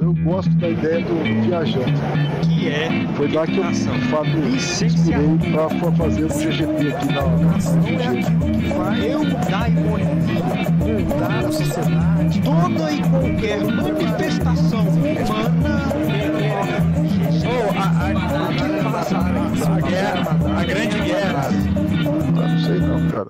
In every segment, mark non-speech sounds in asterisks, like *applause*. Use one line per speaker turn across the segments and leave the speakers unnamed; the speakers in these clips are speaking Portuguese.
Eu gosto da ideia do viajante.
Que é
Foi lá que eu
Educação.
Fábio
Licenciatura.
inspirei pra pra fazer o GGP aqui na na-
aquilo que é vai eu mudar a economia, mudar a sociedade. Toda e qualquer manifestação humana.
Ou a, a, a guerra, a grande guerra.
Ah, Não sei não, cara.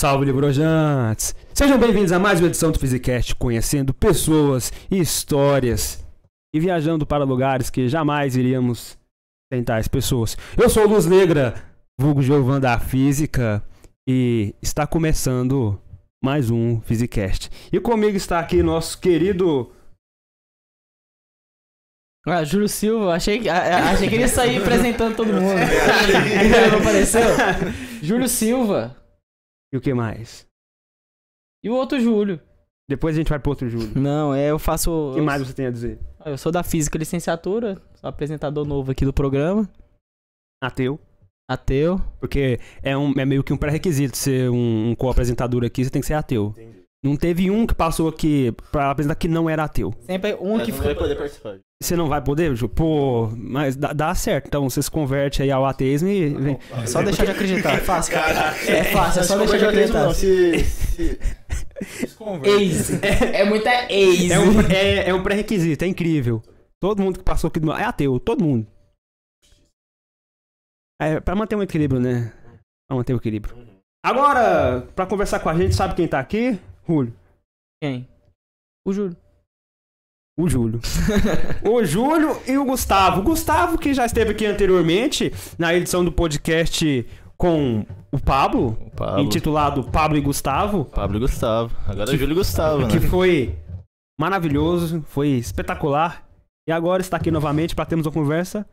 Salve, Librojantes! Sejam bem-vindos a mais uma edição do Fizicast, conhecendo pessoas e histórias e viajando para lugares que jamais iríamos tentar as pessoas. Eu sou o Luz Negra, vulgo Giovan da Física, e está começando mais um Fizicast. E comigo está aqui nosso querido...
Ah, Júlio Silva, achei, a- a- achei que ele ia sair apresentando todo
*laughs*
mundo. Ele não apareceu? Júlio Silva
E o que mais?
e o outro Júlio.
Depois a gente vai pro outro Júlio.
Não, é, eu faço.
O que mais você tem a dizer?
Eu sou da Física Licenciatura, sou apresentador novo aqui do programa,
Ateu.
ateu.
Porque é, um, é meio que um pré-requisito ser um, um co-apresentador aqui, você tem que ser ateu. Não teve um que passou aqui pra apresentar que não era ateu.
Sempre um
É,
que
vai poder participar.
Você não vai poder, Ju? Pô, mas dá, dá certo. Então você se converte aí ao ateísmo e vem.
Só deixar de acreditar. É
*laughs*
fácil, cara. É fácil, é só
Não,
deixar de acreditar.
não, se, se-
Ex. É muita ex.
É um, é- é um pré-requisito, é incrível. Todo mundo que passou aqui do- é ateu, todo mundo. É, pra manter um equilíbrio, né? Pra manter o equilíbrio. Agora, pra conversar com a gente, sabe quem tá aqui? Julio.
Quem? O Júlio.
O
*laughs*
Júlio. O Júlio e o Gustavo. O Gustavo, que já esteve aqui anteriormente, na edição do podcast com o Pablo,
o Pablo,
intitulado Pablo e Gustavo,
Pablo e Gustavo. Agora é Júlio e Gustavo, né?
que foi maravilhoso, foi espetacular. E agora está aqui novamente para termos uma conversa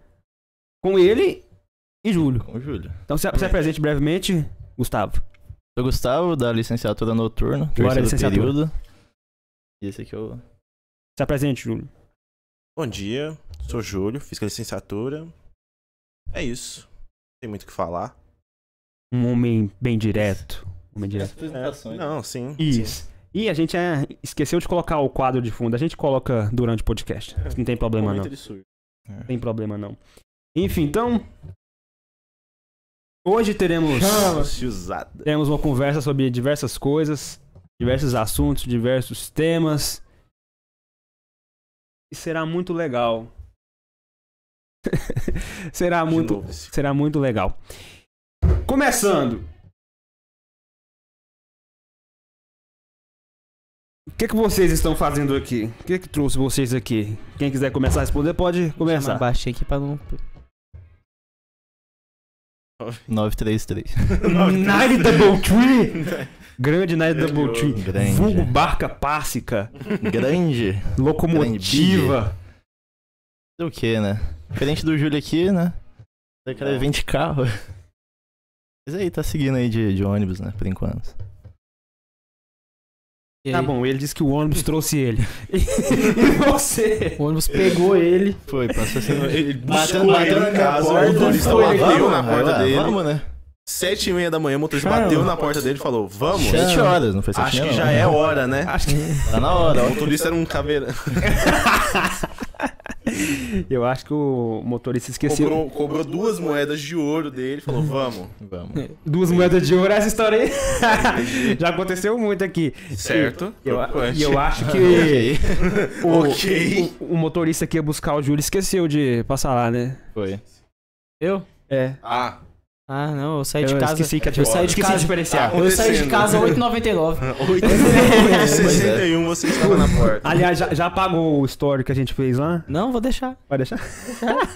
com ele e Júlio.
Com o Júlio.
Então se, se apresente brevemente, Gustavo.
Sou o Gustavo, da licenciatura noturna, terceiro
licenciatura.
período. E esse aqui é o...
Se apresente, Júlio.
Bom dia, sou Júlio, fiz a licenciatura. É isso. Não tem muito o que falar.
Um homem bem direto. Um homem direto.
apresentações.
É, Não, sim. sim.
Isso. E a gente é, esqueceu de colocar o quadro de fundo. A gente coloca durante o podcast. Não tem problema, não.
Momento de surto.
Não
É.
tem problema não. Enfim, então. Hoje teremos,
Usada.
teremos uma conversa sobre diversas coisas, diversos assuntos, diversos temas. E será muito legal. *laughs* será
De
muito,
novo, esse-
será muito legal. Começando. O que, que vocês estão fazendo aqui? O que, que trouxe vocês aqui? Quem quiser começar a responder, pode começar.
Abaixei aqui pra não.
*laughs*
933.
Night Double Tree! Grande Night Double Tree.
Grande.
Vulgo barca pássica,
Grande.
locomotiva.
Fazer o que, né? Diferente do Júlio aqui, né? Tem cara 20 carros. Mas aí, tá seguindo aí de, de ônibus, né? Por enquanto.
E
Tá
aí,
bom, ele disse que o ônibus trouxe ele. e você?
O ônibus pegou ele.
Foi, passou assim.
Bateu na casa, o motorista
Foi,
bateu
vamos,
na
aí
porta
lá,
dele.
Vamos, né?
*laughs* Sete e meia da manhã, o motorista
Chama.
bateu na porta dele e falou: Vamos.
7 horas, não foi 7
Acho que já é hora, né?
Acho que.
Tá na hora.
*laughs* O motorista era um caveira.
Eu acho que o motorista esqueceu.
Cobrou, cobrou duas moedas de ouro dele e falou: Vamos.
Vamos.
Duas moedas de ouro, essa história aí. *laughs* Já aconteceu muito aqui.
*laughs* Certo.
E eu,
Preocupante.
e eu acho que o,
*laughs* Ok.
o- o motorista que ia buscar o Júlio esqueceu de passar lá, né?
Foi.
Eu?
É.
Ah,
Ah, não, eu saí
eu
de casa.
esqueci que
eu saí de
esqueci
casa.
de diferenciar.
Eu saí de casa
Acontecendo.
8,99.
8 é. 61 você estava na porta.
Aliás, já, já apagou o story que a gente fez lá?
Não, vou deixar.
Vai deixar?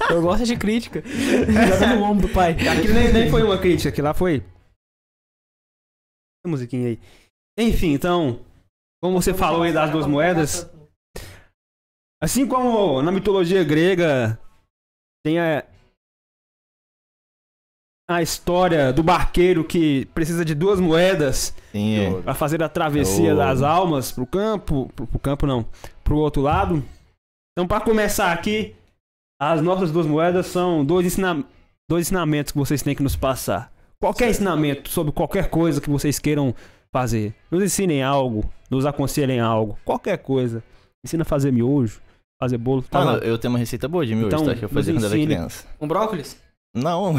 Eu gosto de crítica. Já tá no ombro do pai.
Aquilo nem, nem foi uma crítica, aquilo lá foi. Essa musiquinha aí. Enfim, então, como você falou aí das duas moedas, assim como na mitologia grega tem a, a história do barqueiro que precisa de duas moedas
Sim, é.
para fazer a travessia
Oh.
das almas pro campo, pro, pro campo não, pro outro lado. Então, para começar aqui, as nossas duas moedas são dois, ensina- dois ensinamentos que vocês têm que nos passar. Qualquer ensinamento sobre qualquer coisa que vocês queiram fazer. Nos ensinem algo, nos aconselhem algo, qualquer coisa. Ensina a fazer miojo, fazer bolo. Tá
Mano,
lá.
eu tenho uma receita boa de miojo,
Então,
tá? Que eu
nos
fazia quando era
ensine.
criança.
Um brócolis?
Não, *laughs*
Hum,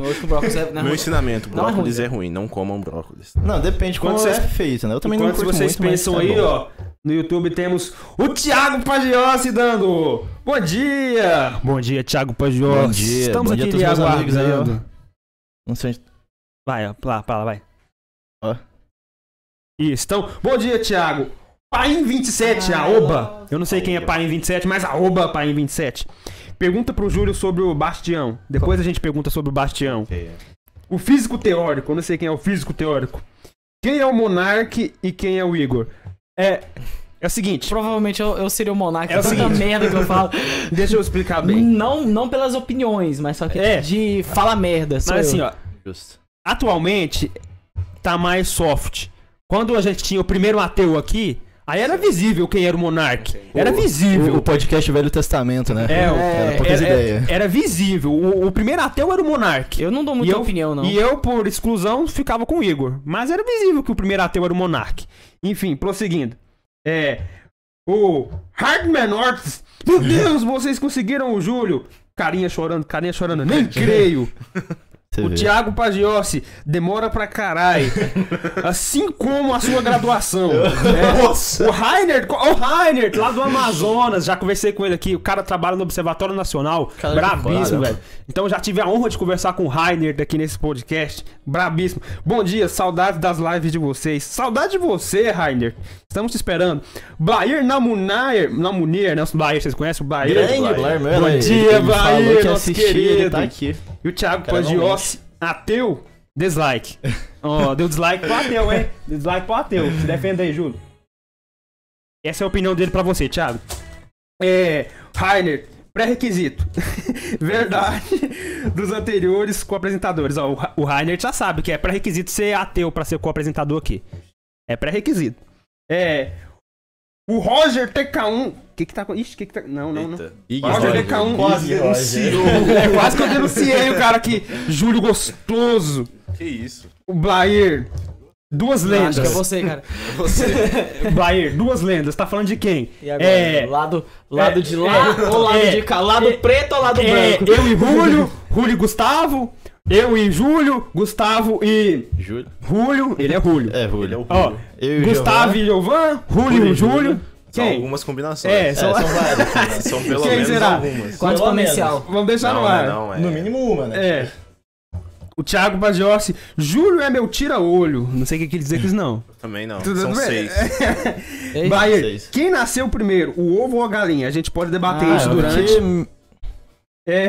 hoje com brócolis
né,
é... Não,
Meu ensinamento,
Não é ruim.
brócolis é ruim, não comam brócolis.
não, depende como
Quando
você é
você-
feito, né? Eu também não
Enquanto
curto
vocês
muito, mas
pensam
tá
aí,
bom.
ó, no YouTube temos o Thiago Pagiossi dando. Bom dia! Bom dia, Thiago Pagiossi.
Bom dia,
Estamos
bom dia
aqui
a todos
lhe
meus amigos aí, ó.
aguardando.
Não sei onde...
Vai, ó, pra lá, pra lá, vai.
Ó.
Isso, então, bom dia, Thiago. Paim 27, a Oba. Eu não sei quem é Paim 27, mas a Oba Paim 27. Pergunta pro Júlio sobre o Bastião. Depois a gente pergunta sobre o Bastião. O físico teórico, eu não sei quem é o físico teórico. Quem é o Monark e quem é o Igor? É, é o seguinte,
Provavelmente eu, eu seria o monarca.
É o
tanta
seguinte.
merda que eu falo.
deixa eu explicar *laughs* bem.
não, não pelas opiniões, mas só que
É.
de fala merda. sou
Mas
eu.
assim, ó,
Justo.
atualmente tá mais soft. Quando a gente tinha o primeiro ateu aqui, aí era visível quem era o Monark. Era
O,
visível.
o podcast Velho Testamento, né?
É, o-
Era poucas
Era,
ideias.
era- era visível. O, o primeiro ateu era o Monark.
Eu não dou muita opinião, não.
E eu, por exclusão, ficava com o Igor. Mas era visível que o primeiro ateu era o Monark. Enfim, prosseguindo. É. O Hardman Ortiz. Meu Deus, vocês conseguiram o Júlio. Carinha chorando, carinha chorando. Nem
*laughs*
creio.
Você
O
vê.
Thiago Pagiossi demora pra
*laughs*
caralho. assim como a sua graduação. né? O Rainer, o Rainer, lá do Amazonas, já conversei com ele aqui. O cara trabalha no Observatório Nacional.
Cara,
é
brabíssimo,
foda.
velho. Então já tive a honra de conversar com o Rainer daqui nesse podcast. Brabíssimo. Bom dia, saudades das lives de vocês. Saudade de você, Rainer. Estamos te esperando. Blair Namunier, Namunier, né? O Blair, vocês conhecem o Blair?
Grande Blair Miller,
Bom
ele-
dia,
ele falou
Blair,
que
nosso
assistia,
querido.
Ele tá aqui.
E o Thiago
Cara, não
Pagiossi, ateu, dislike. *laughs* Ó, deu dislike pro ateu, hein? Dislike pro ateu. Se defenda aí, Júlio. Essa é a opinião dele pra você, Thiago. É. Rainer, pré-requisito. *laughs* Verdade dos anteriores co-apresentadores. Ó, o Ra- o Rainer já sabe que é pré-requisito ser ateu pra ser co-apresentador aqui. É pré-requisito. É. O Roger TK1. Que que tá. Ixi, que que tá. Não, não, não.
Eita.
Roger TK1
Quase denunciou.
é quase que eu denunciei o cara aqui. Júlio Gostoso,
Que isso?
o Blair. Duas
Eu Acho que é
lendas. *laughs*
você, cara.
Blair, duas lendas. Tá falando de quem?
E agora?
É.
Lado, lado
É.
de lá ou lado
É.
de cá? Lado
É.
preto ou lado
É,
branco?
eu e
*laughs*
Rúlio, Rúlio e Gustavo, eu e Júlio, Gustavo e
Júlio.
Rúlio. Ele é Rúlio.
É, Rúlio.
Ele é o
Ó,
Eu e o
Gustavo
Giovanni.
e Giovan, Rúlio e Júlio.
São
Quem?
algumas combinações.
É, são-
É,
*laughs*
são vários. né?
São pelo
Quem
menos
será?
algumas.
Quase
Pelo menos.
comercial.
Vamos deixar
Não,
no ar.
não é.
No mínimo uma, né?
É. O Thiago Bagiossi, Júlio é meu tira-olho. Não sei o que quer dizer com isso, não.
Também não.
Tudo
São
bem? É,
seis. *laughs*
Ei,
Bayer,
Vocês.
quem nasceu primeiro, o ovo ou a galinha? A gente pode debater
Ah,
isso
eu
durante. É,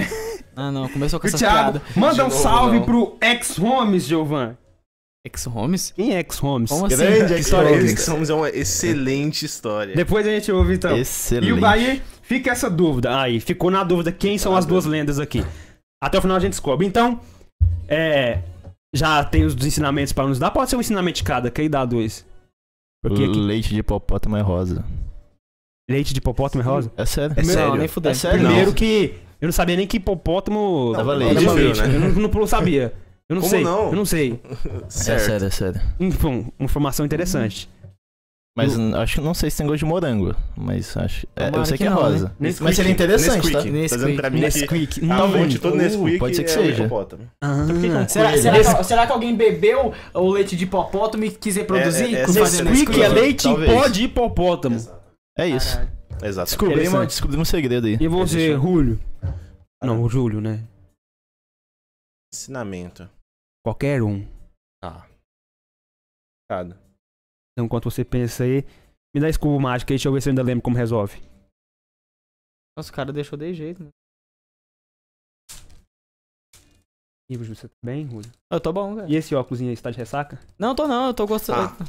Ah, não. Começou com
o
essa
Thiago,
piada.
manda um
novo,
salve
não.
pro ex-Homes, Giovan.
Ex-Holmes?
Quem é ex-Homes?
Como assim?
Grande
História
história.
que somos é uma excelente história.
Depois a gente ouve então.
Excelente.
E o Bayer, fica essa dúvida. Aí, ficou na dúvida quem são as duas lendas aqui. Até o final a gente descobre. Então, é. Já tem os ensinamentos pra nos dar. Pode ser um ensinamento de cada, que aí dá dois. Porque
Uh.
aqui,
Leite de hipopótamo é rosa.
leite de hipopótamo é rosa?
É sério.
não,
sério.
nem fudeu.
É sério?
Primeiro
Não.
que. Eu não sabia nem que hipopótamo.
Dava
Não,
leite.
Era uma
Difícil,
leite.
né?
Eu não, não sabia. Eu não
Como
sei.
não?
Eu não sei.
É
Certo.
sério, é sério.
Enfim, uma informação interessante.
Mas
Hum.
n- acho que não sei se tem gosto de morango. Mas acho. é,
Tomara
eu sei
que
que, é
não,
rosa.
né? Nesquik.
Mas seria interessante, tá?
Nesquik.
tá?
Tá dizendo pra mim que
Nesquik.
a fonte de todo
Uh,
Nesquik
pode ser que
é o
seja.
hipopótamo.
Ah,
Será,
Coelho.
será que-
Esse-
será que alguém bebeu o leite de hipopótamo e quiser produzir?
é,
fazendo
esse-
Nesquik?
Nesquik é leite em pó
Talvez.
de hipopótamo.
É isso.
Exato.
Descobri, uma,
Interessante.
descobri um segredo aí.
E você, Rúlio? Não, o Júlio, né?
Ensinamento.
Qualquer um.
Cada.
Então, enquanto você pensa aí, me dá esse cubo mágico aí, deixa eu ver se eu ainda lembro como resolve.
Nossa, o cara deixou de jeito, né?
Ih, Júlio, você tá bem, Rúlio?
Eu tô bom, cara.
E esse óculos aí, você tá de ressaca?
Não, tô não, eu tô gostando.
Ah.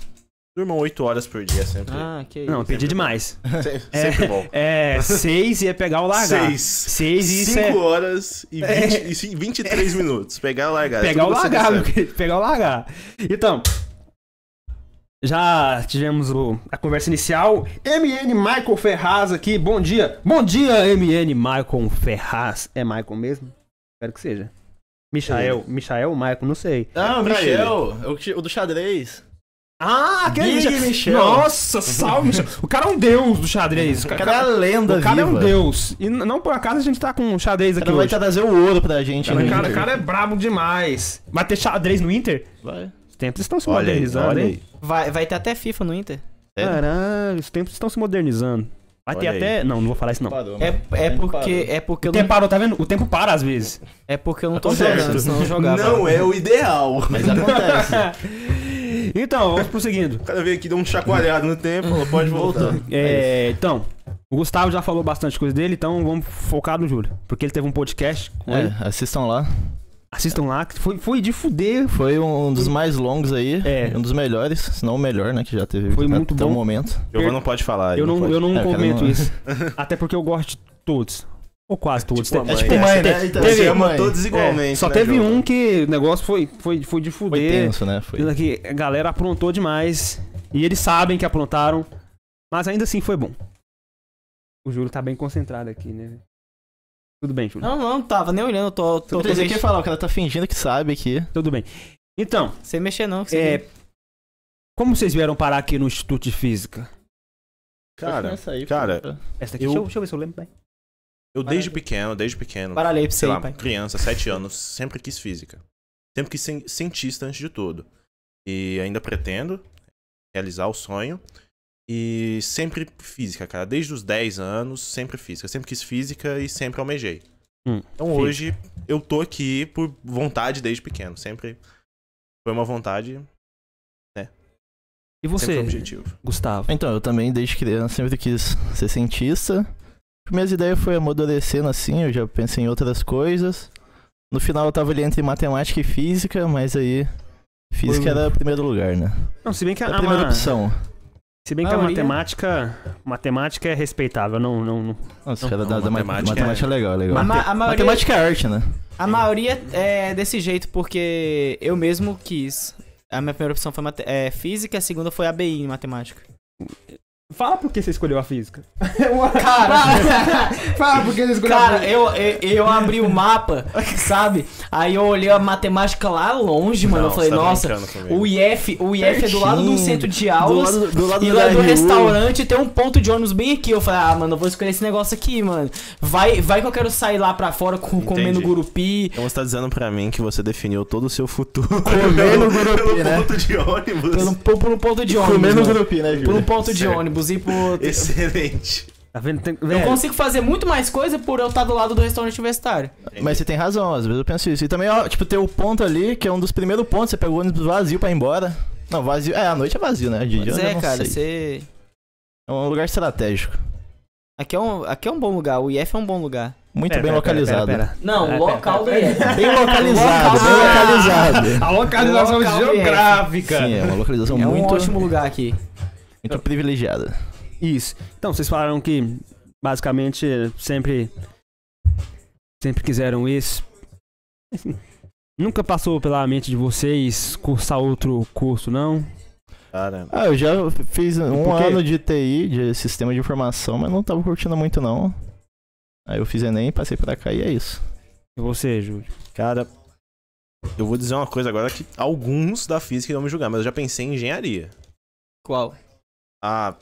Durmam 8 horas por dia sempre.
Ah, que isso.
Não, eu pedi demais.
Se-
É.
Sempre bom.
É, seis ia pegar o largar.
Seis.
Seis e isso é
5 horas e, 20, e cin- 23 minutos. Pegar e largar.
pegar o
Tudo você
lagar, meu
recebe.
querido, *laughs* pegar o lagar. Então, já tivemos o- a conversa inicial. MN Michael Ferraz aqui, bom dia. Bom dia, MN Michael Ferraz. É Michael mesmo? Espero que seja. Michael, Michael, Michael, não sei.
Ah, o
Pra
Michel. é o que- O do xadrez.
Ah, aquele
Big
Michel.
Michel.
Nossa, salve, Michel. O cara é um deus do xadrez. O
O
cara,
cara é a lenda
o cara é um
viva.
deus. E n- não por acaso a gente tá com um xadrez
O
aqui
cara vai
hoje.
trazer o ouro pra gente.
Cara,
né?
o cara, o cara é brabo demais. Vai ter xadrez no Inter?
Vai.
Os tempos estão se
Olha aí,
modernizando,
olha
hein?
aí.
Vai, vai ter até FIFA no Inter.
Sério?
Caralho, os tempos estão se modernizando. Vai ter
Olha aí.
até. Não, não vou falar isso não.
Parou, mano.
É, é porque. É porque eu
O tempo
não,
parou, tá vendo? O tempo para às vezes.
é porque eu não tô
Certo.
jogando, senão eu jogava.
é o ideal.
Mas
*laughs*
acontece.
Então, vamos prosseguindo.
O cara veio aqui, deu um chacoalhado no tempo, falou, pode voltar.
É, então, o Gustavo já falou bastante coisa dele, então vamos focar no Júlio. Porque ele teve um podcast com ele.
É, assistam lá.
Assistam lá, que foi, foi de fuder.
Foi um dos mais longos aí.
É.
Um dos melhores, se não o melhor, né? Que já teve
Foi
até
muito
até
bom.
o momento.
Giovanni não pode falar. aí,
Eu não,
pode.
eu não
É, cara,
comento
não-
isso. Até porque eu gosto de todos. Ou quase todos.
Tipo a
Te-
mãe,
tipo
né?
mãe, né?
Você tem-
Teve-
você
Você
ama
ama
mãe.
todos
é,
igualmente.
só
né,
teve
Giovanni?
um que o negócio foi, foi, foi de
Foi
fuder.
tenso, né? Foi.
Isso aqui, a galera aprontou demais. E eles sabem que aprontaram. Mas ainda assim foi bom. O Júlio tá bem concentrado aqui, né? Tudo bem, Júlio.
Não, não, tava nem olhando, eu tô, tô, tô,
Você
mex-
quer falar, o cara tá fingindo que sabe aqui.
Tudo bem. Então,
sem mexer não. que
É,
você-
como vocês vieram parar aqui no Instituto de Física?
Cara,
Essa aí,
cara,
pô.
Essa aqui,
Eu-
deixa, eu, deixa eu ver se eu lembro bem.
eu desde pequeno, desde pequeno,
Baralhei pra você
sei
aí,
lá,
pai.
criança, sete anos, sempre quis física. Sempre quis ser cientista antes de tudo. E ainda pretendo realizar o sonho. E sempre física, cara. Desde os 10 anos, sempre física. Sempre quis física e sempre almejei.
Hum,
então
física.
hoje eu tô aqui por vontade desde pequeno. Sempre foi uma vontade,
E
sempre foi um
você,
objetivo.
Gustavo?
Então, eu também, desde criança, sempre quis ser cientista. Minhas ideias foi amadurecendo assim, eu já pensei em outras coisas. No final eu tava ali entre matemática e física, mas aí física
Foi o-
era o primeiro lugar, né?
Não, se bem que a,
Era a primeira
ma-
opção.
se bem que a
Maioria.
matemática, matemática é respeitável, não, não, não.
Nossa,
Não,
era da,
não,
da ma-
matemática
matemática,
é-
é legal, é legal.
A, ma- a maioria,
Matemática é arte, né?
a maioria é desse jeito, porque eu mesmo quis. A minha primeira opção foi mate- é, física, a segunda foi ABI em matemática.
Fala por que você escolheu a física.
*laughs*
Cara,
Fala, porque eles
cara eu, eu, eu abri o mapa, sabe? Aí eu olhei a matemática lá longe, mano. eu
Não,
falei,
você tá
nossa,
brincando comigo.
o IF, o IF é do lado do
Pertinho,
centro de aulas.
do lado do, lado
E
do
lá do
RU.
restaurante tem um ponto de ônibus bem aqui. Eu falei, ah, mano, eu vou escolher esse negócio aqui, mano. Vai, vai que eu quero sair lá pra fora com, comendo gurupi.
Então você tá dizendo pra mim que você definiu todo o seu futuro
Comendo
pelo
gurupi, né?
ponto de ônibus.
Por um, por, por um ponto de ônibus.
Comendo
mano.
gurupi, né,
Por um
Júlio?
ponto de
Certo. é.
ônibus e por.
*laughs* Excelente.
Tá vendo? Tem-
Eu
velho,
consigo fazer muito mais coisa por eu estar do lado do restaurante universitário.
um- Mas você tem razão, às vezes eu penso isso. E também, ó, tipo, tem o ponto ali, que é um dos primeiros pontos, você pega o ônibus vazio pra ir embora. Não, vazio. É, a noite é vazio, né? De dia
Pois
eu já
é,
não
cara,
sei.
você.
É um lugar estratégico.
Aqui é, um, aqui é um bom lugar, o IF é um bom lugar.
Muito
Pera,
bem
pera, pera,
localizado.
pera, pera.
Não,
Ah,
o local do IF.
Bem localizado, bem localizado.
A localização
Local
geográfica.
Sim, é uma localização
É um
muito,
ótimo lugar aqui.
muito privilegiada.
Isso. Então, vocês falaram que basicamente sempre sempre quiseram isso. Assim, Nunca passou pela mente de vocês cursar outro curso, não?
Cara,
Ah, eu já fiz um
quê?
ano de TI, de sistema de informação, mas não tava curtindo muito, não. Aí eu fiz Enem, passei pra cá e é isso.
E você, Júlio?
cara, eu vou dizer uma coisa agora que alguns da física vão me julgar, mas eu já pensei em engenharia.
Qual?
Ah,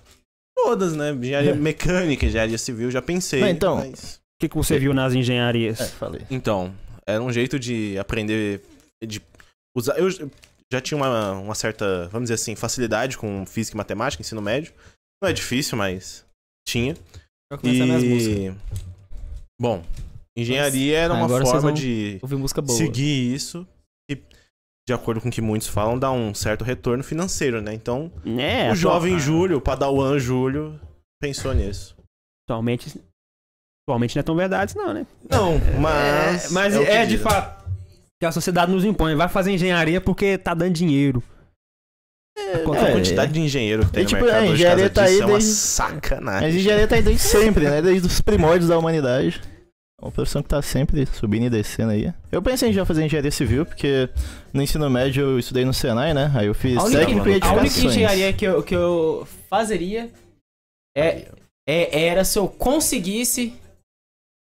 todas, né? Engenharia mecânica, engenharia civil, já pensei.
Não, então.
mas-
O que, que você viu nas engenharias?
É, falei.
Então, era um jeito de aprender, de usar... Eu já tinha uma, uma certa, vamos dizer assim, facilidade com física e matemática, ensino médio. Não é difícil, mas tinha.
Pra começar minhas músicas.
Bom, engenharia era uma
Agora vocês
forma
vão-
de
Ouvir música boa.
seguir isso e, de acordo com o que muitos falam, dá um certo retorno financeiro, né? Então,
É,
o jovem Júlio, o padawan Júlio, pensou nisso.
Atualmente, atualmente não é tão verdade, isso não, né?
Não, mas...
É, mas
o que né?
é, de
dizem.
fato que a sociedade nos impõe. Vai fazer engenharia porque tá dando dinheiro.
É,
Quanto-
a quantidade de engenheiro que tem
É,
no
tipo,
mercado
é,
hoje,
engenharia
casa
tá aí
disso, é uma
desde- Mas
sacanagem.
engenharia tá aí desde sempre, né? Desde os primórdios da humanidade. É uma profissão que tá sempre subindo e descendo aí. Eu pensei em já fazer engenharia civil, porque no ensino médio eu estudei no Senai, né? Aí eu fiz
A única-
técnico em
A única
edificações.
engenharia que eu, que eu fazeria é, é- era se eu conseguisse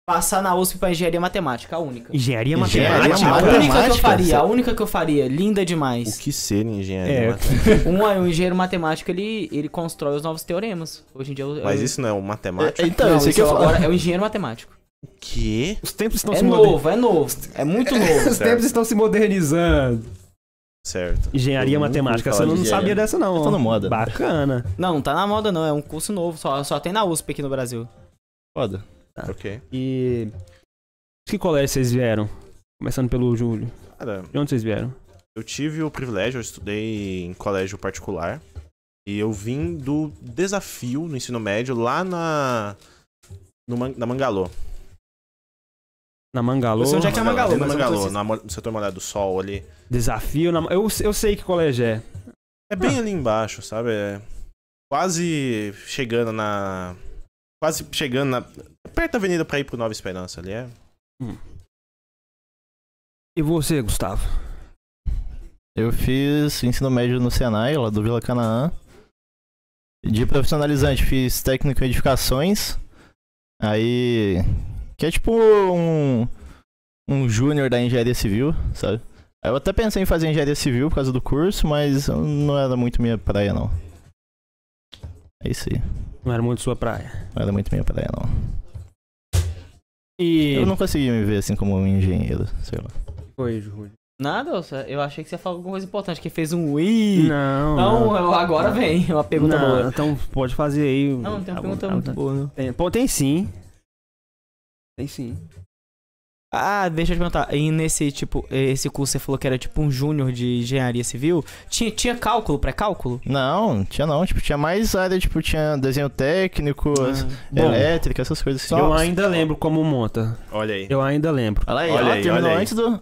passar na USP pra engenharia matemática, a única.
Engenharia é
Engenharia
matemática.
a
matemática.
única que eu faria, a
Essa-
única que eu faria, linda demais.
O que ser em engenharia?
É,
matemática?
Um, um engenheiro matemático, ele, ele constrói os novos teoremas. Hoje em dia... eu-
Mas
eu-
isso não é um matemático.
É, então,
não,
isso aqui
isso
eu falo.
agora é o engenheiro matemático.
O quê?
Os tempos estão
É
se modernizando.
novo, é novo. *laughs* É muito novo.
Os tempos estão se modernizando.
Certo.
Engenharia
Eu nunca
matemática.
ouvi
Você
falar
não
de
sabia
engenharia.
dessa, não.
*laughs* Tá
ó.
na moda.
Bacana.
Não, não tá na moda não, é um curso novo, só, só tem na USP aqui no Brasil.
Foda.
Ok.
E. De que colégio vocês vieram? Começando pelo Júlio.
Cara,
De onde vocês vieram?
eu tive o privilégio, eu estudei em colégio particular. E eu vim do desafio no ensino médio lá na. no Man- na Mangalô.
Na Mangalô.
Você onde é que é Mangalô?
Na
mas eu não
Mangalô,
sei se-
na mo- no setor molhado do sol ali.
Desafio na. Eu, eu sei que colégio é.
É bem ali embaixo, sabe? É quase chegando na. Quase chegando na. Perto da avenida pra ir pro Nova Esperança ali, é?
E você, Gustavo?
Eu fiz ensino médio no Senai, lá do Vila Canaã. De profissionalizante, fiz técnico em edificações. Aí. Que é tipo um. Um júnior da engenharia civil, sabe? Aí Eu até pensei em fazer engenharia civil por causa do curso, mas não era muito minha praia, não. É isso aí.
Não era muito sua praia.
Não era muito minha praia, não.
E.
Eu não consegui me ver assim como um engenheiro, sei lá.
Foi, Júlio.
Nada, eu só- eu achei que você falou alguma coisa importante, que fez um ui.
Não.
Não, eu- agora vem uma pergunta
não,
boa.
Então pode fazer aí.
Não, não tem uma
Ah,
pergunta
ah,
muito
tá.
boa, não.
Tem, pô, tem sim. Tem sim.
Ah, deixa eu te perguntar. E nesse tipo, esse curso você falou que era tipo um júnior de engenharia civil. Tinha, tinha cálculo, pré-cálculo?
Não, tinha não. Tipo, tinha mais área, tipo, tinha desenho técnico,
Ah, Bom,
elétrica, essas coisas assim.
eu ainda lembro como monta.
Olha aí.
Eu ainda lembro.
Olha aí,
Olha
ó,
aí,
terminou
olha aí.
antes do.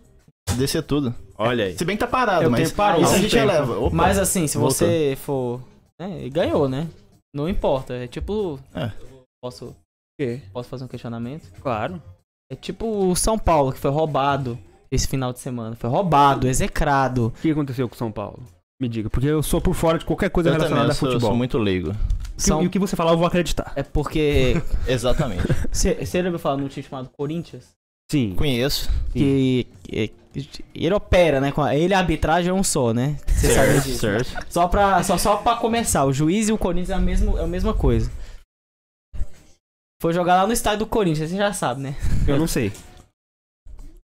Descer tudo.
Olha aí.
Se bem que tá parado,
Eu
mas.
tenho- parou
isso a
um
gente
tempo.
eleva. Opa.
Mas assim, se você for. né, e ganhou, né? Não importa. É tipo.
É.
Posso,
quê?
posso fazer um questionamento?
Claro.
É tipo o São Paulo, que foi roubado esse final de semana. Foi roubado, execrado.
O que aconteceu com São Paulo? Me diga, porque eu sou por fora de qualquer coisa
eu também,
relacionada
eu
a
sou, eu
futebol.
sou muito leigo.
O que-
São...
E o que você falar, eu vou acreditar.
É *laughs* porque.
Exatamente.
Você você lembra falar num time chamado Corinthians?
Sim.
*laughs* Conheço.
que, que- ele opera, né? com a- Ele e a arbitragem é um só, né? Você sabe disso.
Certo.
Só pra, só, só pra começar, o juiz e o Corinthians é a, mesmo, é a mesma coisa. Foi jogar lá no estádio do Corinthians, você já sabe, né?
Eu não sei.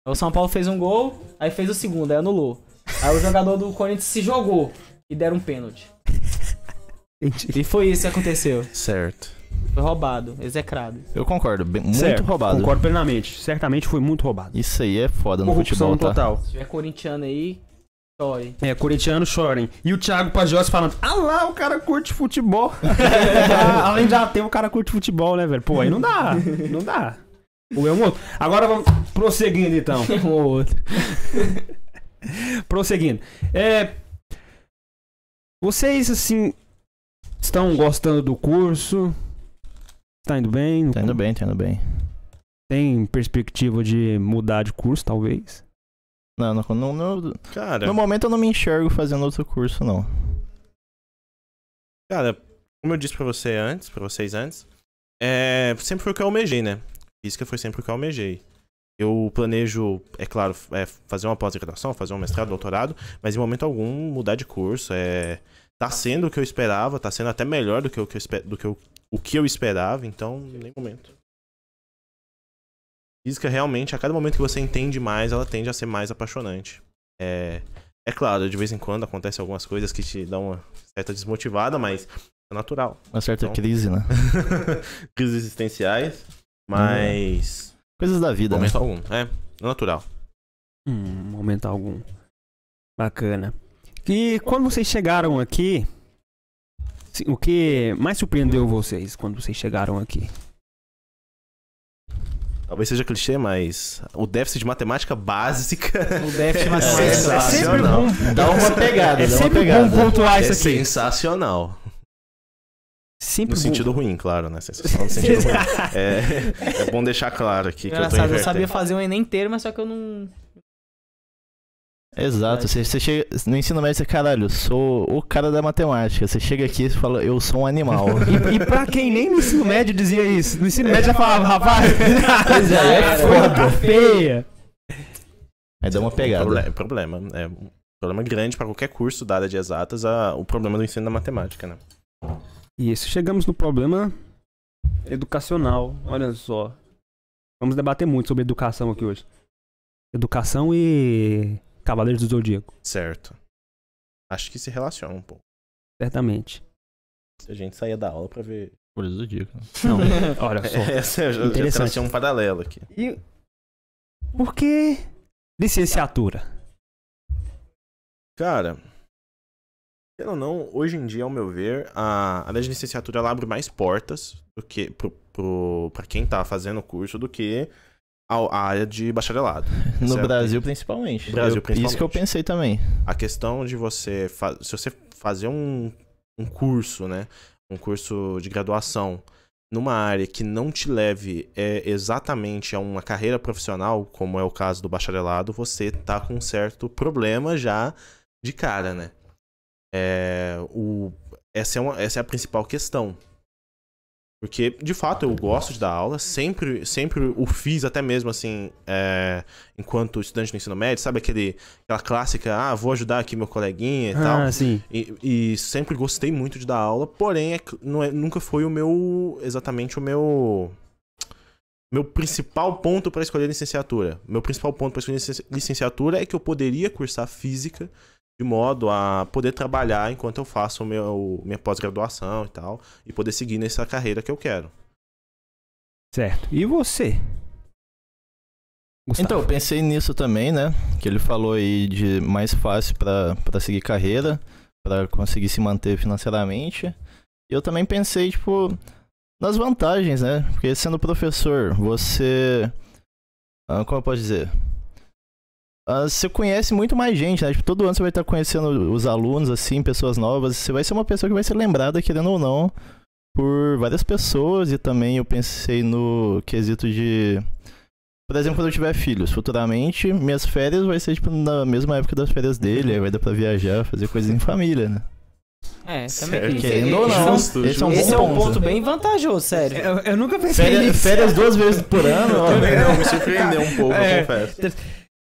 O São Paulo fez um gol, aí fez o segundo, aí anulou. Aí o jogador do Corinthians se jogou e deram um pênalti. E foi isso que aconteceu.
Certo.
Foi roubado, execrado.
Eu concordo. bem- muito
Certo,
roubado.
Concordo plenamente. Certamente foi muito roubado.
Isso aí é foda no
Corrupção
futebol, tá?
total.
Se tiver corintiano aí, chore.
É, corintiano chorem. E o Thiago Pajós falando, ah lá, o cara curte futebol. *laughs* Ah, Além de AT, o cara curte futebol, né, velho? Pô, aí não dá, não dá. Ou é um outro. Agora vamos prosseguindo, então.
Um ou outro.
Prosseguindo. É, vocês, assim, estão gostando do curso? Tá indo bem?
Tá indo bem, tá indo bem.
Tem perspectiva de mudar de curso, talvez?
Não, não, não- não-
Cara,
no momento eu não me enxergo fazendo outro curso, não.
cara, como eu disse pra você antes, pra vocês antes, é, sempre foi o que eu almejei, né? Física foi sempre o que eu almejei. Eu planejo, é claro, f- é, fazer uma pós-graduação, fazer um mestrado, doutorado, mas em momento algum mudar de curso. É, tá sendo o que eu esperava, tá sendo até melhor do que, o que, eu, espe- do que, eu, o que eu esperava, então, nem momento. Física realmente, a cada momento que você entende mais, ela tende a ser mais apaixonante. É, é claro, de vez em quando acontecem algumas coisas que te dão uma certa desmotivada, mas é natural. *laughs*
Uma certa
Então.
crise, né?
Crises existenciais, mas.
Coisas da vida, né?
Momento algum. É, é natural.
Hum, momento algum. Bacana. E quando vocês chegaram aqui, se- o que mais surpreendeu vocês quando vocês chegaram aqui?
Talvez seja clichê, mas o déficit de matemática básica
O déficit
é
matemático.
sensacional.
Dá uma pegada,
É
dá Ah, uma
sempre
pegada.
bom pontuar
É
Ah, isso aqui.
sensacional.
Sempre
No
bom.
sentido ruim, claro, né? Sensacional no sentido ruim.
*laughs*
É, é bom deixar claro aqui que eu tô
Engraçado, eu sabia
invertendo.
fazer um Enem inteiro, mas só que eu não.
Exato, você, você chega no ensino médio você, caralho, eu sou o cara da matemática. Você chega aqui e fala, eu sou
*laughs*
um animal.
E, e pra quem nem no ensino médio dizia isso, no ensino médio já falava, rapaz,
é foda.
feia.
Aí dá uma pegada.
Proble- problema. É um problema grande pra qualquer curso da área de exatas, a- o problema do ensino da matemática, né?
*laughs* Isso, chegamos no problema educacional. Olha só. Vamos debater muito sobre educação aqui hoje. Educação e Cavaleiros do Zodíaco,
Certo. Acho que se relaciona um pouco.
certamente.
A gente saía da aula pra ver.
Cores do Dico.
Não, olha só.
*laughs* Essa eu já, já
Interessante.
tracei um paralelo aqui.
E por que licenciatura?
Cara, pelo ou não, hoje em dia, ao meu ver, a área de licenciatura ela abre mais portas do que pro, pro, pra quem tá fazendo o curso do que a, a área de bacharelado.
No
Certo.
Brasil, principalmente.
Brasil,
Eu- Isso que eu
principalmente.
pensei também.
A questão de você. fa- se você fazer um, um curso, né? Um curso de graduação numa área que não te leve é, exatamente a uma carreira profissional, como é o caso do bacharelado, você tá com um certo problema já de cara, né? É, o, essa, é uma, essa é a principal questão. Porque, de fato, eu gosto de dar aula, sempre, sempre o fiz, até mesmo assim, é, enquanto estudante do ensino médio, sabe aquele, aquela clássica, ah, vou ajudar aqui meu coleguinha e tal.
Ah, sim.
E, e sempre gostei muito de dar aula, porém é cl- não é- nunca foi o meu. exatamente o meu. Meu principal ponto para escolher licenciatura. Meu principal ponto para escolher licenci- licenciatura é que eu poderia cursar física de modo a poder trabalhar enquanto eu faço o meu, minha pós-graduação e tal, e poder seguir nessa carreira que eu quero.
Certo. E você? Gustavo.
Então, eu pensei nisso também, né? Que ele falou aí de mais fácil pra pra seguir carreira, pra conseguir se manter financeiramente. E eu também pensei, tipo, nas vantagens, né? Porque sendo professor, você. ah, Como eu posso dizer? Ah, Você conhece muito mais gente, né? Tipo, todo ano você vai estar conhecendo os alunos, assim, pessoas novas. Você vai ser uma pessoa que vai ser lembrada, querendo ou não, por várias pessoas. E também eu pensei no quesito de por exemplo, quando eu tiver filhos, futuramente, minhas férias vai ser, tipo, na mesma época das férias dele, aí vai dar pra viajar, fazer coisas em família, né?
É,
Certo.
também.
Querendo ou não,
Esse
justo,
esse
é
é um
um,
bom
esse é um
ponto.
ponto bem vantajoso, sério.
Eu, eu nunca
*laughs*
pensei
Férias,
nisso.
férias duas vezes por ano, ó.
também
é. né?
Não, me surpreendeu um pouco,
É.
eu confesso.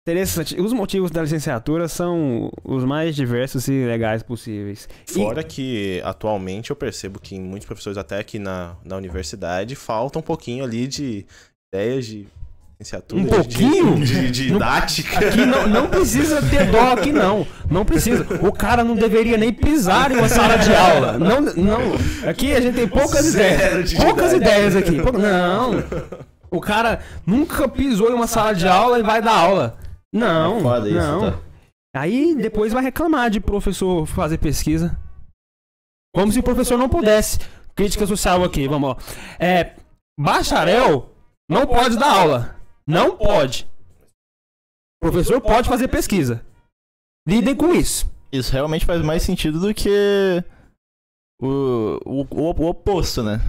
Interessante. Os motivos da licenciatura são os mais diversos e legais possíveis.
Fora que atualmente eu percebo que muitos professores, até aqui na, na universidade, falta um pouquinho ali de ideias de licenciatura.
Um
de- de-
pouquinho? *laughs*
De, de didática.
Aqui não, não precisa ter dó aqui, não. Não precisa. O cara não deveria nem pisar em uma sala de aula. Não, não. Aqui a gente tem poucas
Zero
ideias.
de
Poucas ideias aqui. Pou- Não. O cara nunca pisou em uma sala de aula e vai dar aula. Não.
É foda isso,
não.
tá?
Aí depois vai reclamar de professor fazer pesquisa. Como se o professor não pudesse. Crítica social aqui, vamos ó. É, bacharel não pode dar aula. Não pode. Professor pode fazer pesquisa. Lidem com isso.
Isso realmente faz mais sentido do que o, o, o- o oposto, né?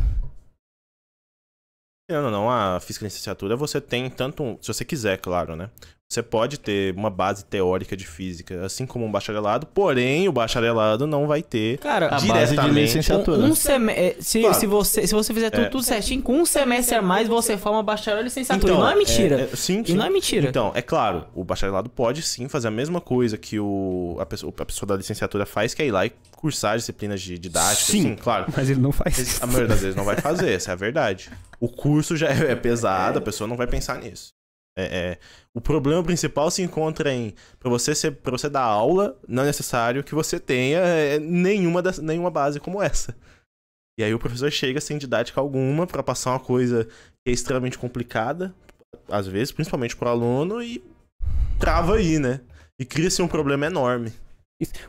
Não, não, não. A física de licenciatura você tem tanto. um- Se você quiser, claro, né? Você pode ter uma base teórica de física, assim como um bacharelado, porém o bacharelado não vai ter.
Cara,
A base de
Diretamente,
licenciatura.
Ah, um semestre. Se,
Claro.
se, você, se você fizer tudo,
É.
tudo certinho, com um semestre a mais você forma bacharel e licenciatura.
Então,
e não é mentira.
é- é- sim,
E
sim.
não é mentira.
Então, é claro, o bacharelado pode sim fazer a mesma coisa que o, a, pessoa, a pessoa da licenciatura faz, que é ir lá e cursar disciplinas de didática.
Sim.
sim claro.
Mas ele não faz
A maioria das vezes não vai fazer, essa é a verdade. O curso já é pesado, a pessoa não vai pensar nisso. É, é, o problema principal se encontra em para você ser para você dar aula não é necessário que você tenha é, nenhuma das- nenhuma base como essa e aí o professor chega sem didática alguma pra passar uma coisa que é extremamente complicada às vezes principalmente pro aluno e trava aí né e cria-se um problema enorme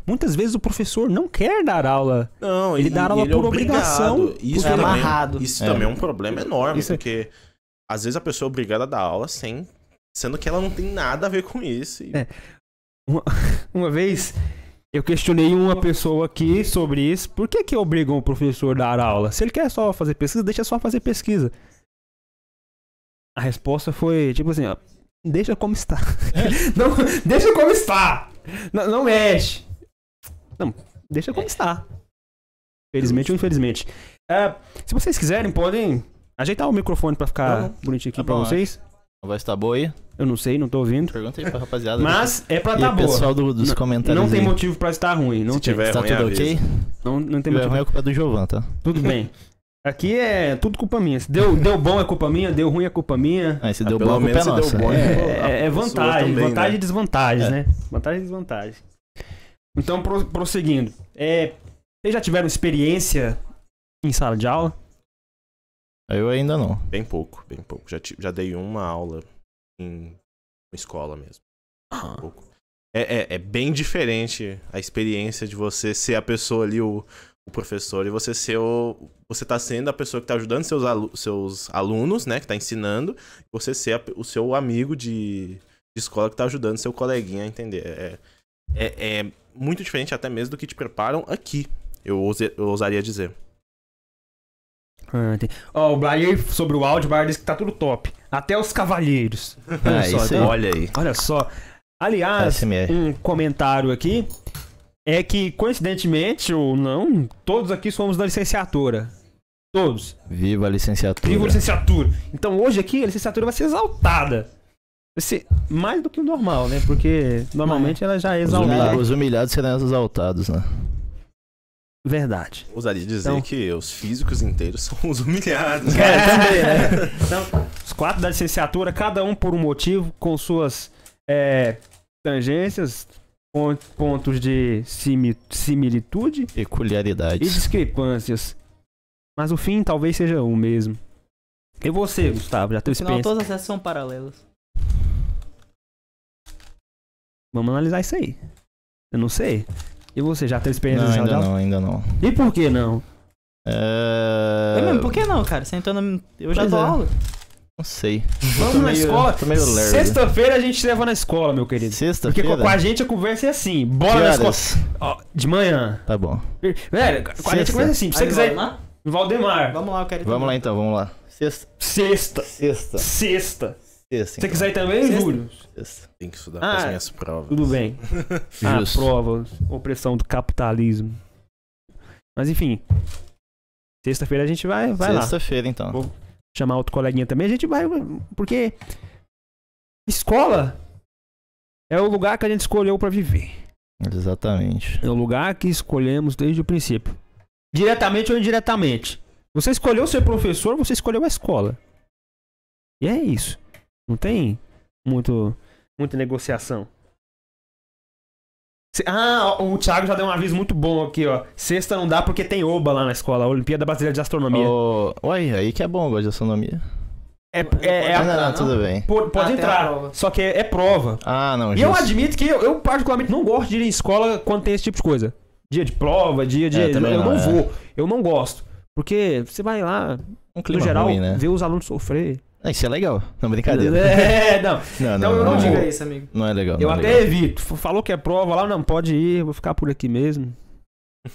Muitas vezes o professor não quer dar aula.
não,
Ele
e-
dá
e
aula
ele é
por obrigação,
obrigado. E Isso
porque-
também,
amarrado.
Isso
É.
também é um problema enorme,
Isso é-
porque às vezes a pessoa é obrigada a dar aula sem. Sendo que ela não tem nada a ver com isso. E-
É. Uma vez eu questionei uma pessoa aqui sobre isso. Por que que obrigam o professor a dar aula? Se ele quer só fazer pesquisa, deixa só fazer pesquisa. É. *laughs* A resposta foi tipo assim, ó, deixa como está. Não, deixa como está. Não, não mexe. Não, deixa como está. Felizmente ou infelizmente. É, se vocês quiserem, podem ajeitar o microfone pra ficar
Não,
bonitinho aqui
Tá
pra
bom,
vocês.
A voz tá boa aí?
Eu não sei, não tô ouvindo.
Pergunta aí pra rapaziada.
Mas é pra
E
tá
o
boa.
pessoal do- dos
Não-
comentários
Não tem
aí.
motivo pra estar ruim. Não
Se
tem.
tiver
Tá
ruim,
tudo
avisa.
ok?
Não, não tem
Se tiver
motivo.
ruim é culpa do Jovan, tá?
Tudo bem. Aqui é tudo culpa minha. Se deu, deu bom é culpa minha, deu ruim é culpa minha.
Aí se
Ah,
deu
pelo
bom, a culpa
menos
é
se
nossa.
deu bom,
É.
né?
É, é
A pessoa
vantagem,
também,
vantagem
né?
e desvantagens,
É.
né? Vantagem e desvantagem. Então, pro- prosseguindo. É, vocês já tiveram experiência em sala de aula?
Eu ainda não.
Bem pouco, bem pouco. Já, ti- já dei uma aula em escola mesmo. Um pouco. É, é, é bem diferente a experiência de você ser a pessoa ali, o, o professor, e você ser o. Você tá sendo a pessoa que tá ajudando seus, alu- seus alunos, né? Que tá ensinando, e você ser a pe- o seu amigo de, de escola que tá ajudando seu coleguinha a entender. É, é, é muito diferente até mesmo do que te preparam aqui. Eu, ouse- eu ousaria dizer.
Ah, tem- Ó, o Blair sobre o áudio, o Blair disse que tá tudo top. Até os cavalheiros.
Ah,
só,
é
isso aí.
tá?
Olha aí.
Olha só. Aliás,
ASMR.
um comentário aqui é que, coincidentemente ou não, todos aqui somos da licenciatura. Todos.
Viva a licenciatura.
Viva a licenciatura. Então hoje aqui a licenciatura vai ser exaltada. Vai ser mais do que o normal, né? Porque normalmente ela já é
Os, humilha-
exaltada.
os humilhados serão exaltados, né?
Verdade.
Ousaria dizer
Então-
que os físicos inteiros *laughs* são os humilhados.
É, também, né? *laughs* Então, os quatro da licenciatura, cada um por um motivo, com suas é, tangências, pon- pontos de simi- similitude e
Peculiaridades.
discrepâncias. Mas o fim talvez seja o mesmo. E você, Gustavo, já teve
Afinal,
experiência?
todas as essas são paralelas.
Vamos analisar isso aí. Eu não sei. E você, já teve experiência
Não,
em sala de
ainda
aula?
não, ainda não.
E por que não?
É...
É mesmo, por que não, cara? Você entrou na... Eu já
Pois
dou
é.
aula.
Não sei.
Vamos
Tô
na
meio-
escola.
tô meio lerdo.
Sexta-feira a gente leva na escola, meu querido. Porque
Sexta-feira?
com a gente a conversa é assim.
Que
Bora na escola.
horas?
Ó, de manhã.
Tá bom.
Velho, com a gente
Sexta.
começa assim. Se você
Aí,
quiser.
Valdemar?
Valdemar.
Vamos lá, eu quero ir
Vamos lá
também.
então, vamos lá. Sexta.
Sexta.
Sexta.
Sexta.
Sexta. então.
Se você quiser ir também,
Sexta.
Júlio.
Sexta.
Tem que estudar
Ah,
para as minhas provas.
Tudo bem. Ah,
Justo.
prova. Opressão do capitalismo. Mas enfim. Sexta-feira a gente vai, vai lá.
Sexta-feira então.
Vou- Chamar outro coleguinha também. A gente vai. Porque. Escola. É o lugar que a gente escolheu pra viver.
Exatamente.
É o lugar que escolhemos desde o princípio. Diretamente ou indiretamente. Você escolheu ser professor, você escolheu a escola. E é isso. Não tem muito, muita negociação. Se- ah, o o Thiago já deu um aviso muito bom aqui, ó. Sexta não dá porque tem Oba lá na escola, a Olimpíada Brasileira de Astronomia.
Oh, Ué, aí que é bom, eu gosto de astronomia.
É, é- é a-
ah, não, não,
não?
tudo bem.
po- pode
Ah, tem a
entrar,
prova.
só que é, é prova.
Ah, não,
E eu
justo.
admito que eu, eu particularmente não gosto de ir em escola quando tem esse tipo de coisa. Dia de prova, dia de.
É, eu
eu
também
não,
não, é.
vou. Eu não gosto. Porque você vai lá,
um clima
no geral,
ruim, né?
ver os alunos sofrer.
Ah, Isso é legal. Não, *laughs* brincadeira.
É, não.
Não,
Então
não,
eu
não,
não
não,
digo
Diga isso, amigo.
é legal.
eu
não é
até
Tá legal.
evito. F- Falou que é prova lá, não, pode ir, vou ficar por aqui mesmo.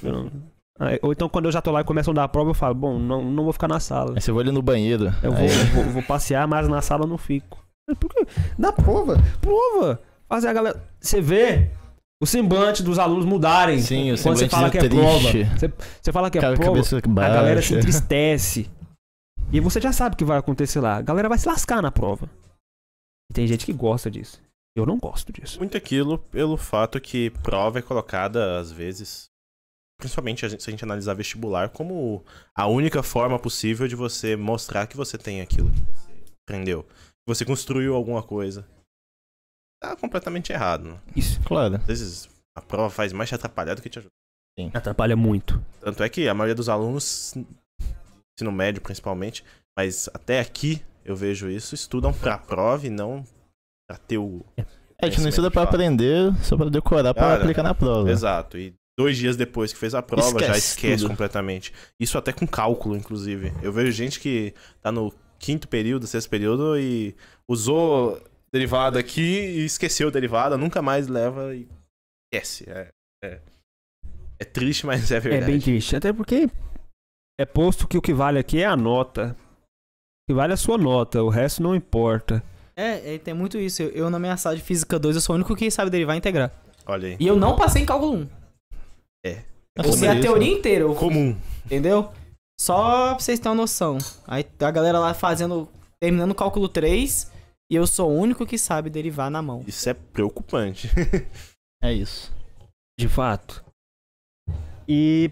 Eu não- Aí, ou então quando eu já tô lá e começam a dar a prova, eu falo, bom, não, não vou ficar na sala.
Mas se eu vou ali no banheiro.
Eu vou,
aí-
vou,
*laughs*
vou passear, mas na sala eu não fico. Mas Por quê? Na prova, prova. Fazer a galera. Você vê o semblante dos alunos mudarem.
Sim, o
quando você
semblante
fala que é prova.
triste.
Você, você fala que é
Cara, com a
prova,
cabeça
a
baixa.
galera se entristece. E você já sabe o que vai acontecer lá. A galera vai se lascar na prova. E tem gente que gosta disso. Eu não gosto disso.
*laughs* Muito aquilo pelo fato que prova é colocada, às vezes, principalmente a gente- se a gente analisar vestibular, como a única forma possível de você mostrar que você tem aquilo que você aprendeu. Que você construiu alguma coisa. Tá completamente errado. Né?
Isso
*laughs* Claro. É,
Às vezes a prova faz mais te atrapalhar do que te ajudar.
atrapalha muito.
Tanto é que a maioria dos alunos, ensino médio principalmente, mas até aqui eu vejo isso, estudam pra prova e não pra ter o
É, a gente não
Conhecimento
estuda pra
de fato.
aprender, só pra decorar pra
Cara,
aplicar na prova.
Exato. E dois dias depois que fez a prova, já
É. Esquece
esquece
tudo.
completamente. Isso até com cálculo, inclusive. Eu vejo gente que tá no quinto período, sexto período e usou derivada aqui e esqueceu derivada, nunca mais leva e esquece. É, é- é triste, mas é
É
verdade.
bem triste. Até porque é posto que o que vale aqui é a nota. O que vale é a sua nota. O resto não importa.
É, é, tem muito isso. Eu, eu na minha sala de Física 2, eu sou o único que sabe derivar e integrar.
Olha aí.
E eu não passei em cálculo 1.
É
Eu
é
sei a teoria inteira, eu-
Comum.
entendeu? Só pra vocês terem uma noção. Aí a galera lá fazendo. terminando o cálculo 3. E eu sou o único que sabe derivar na mão.
Isso é preocupante. *laughs*
É isso.
De fato.
E.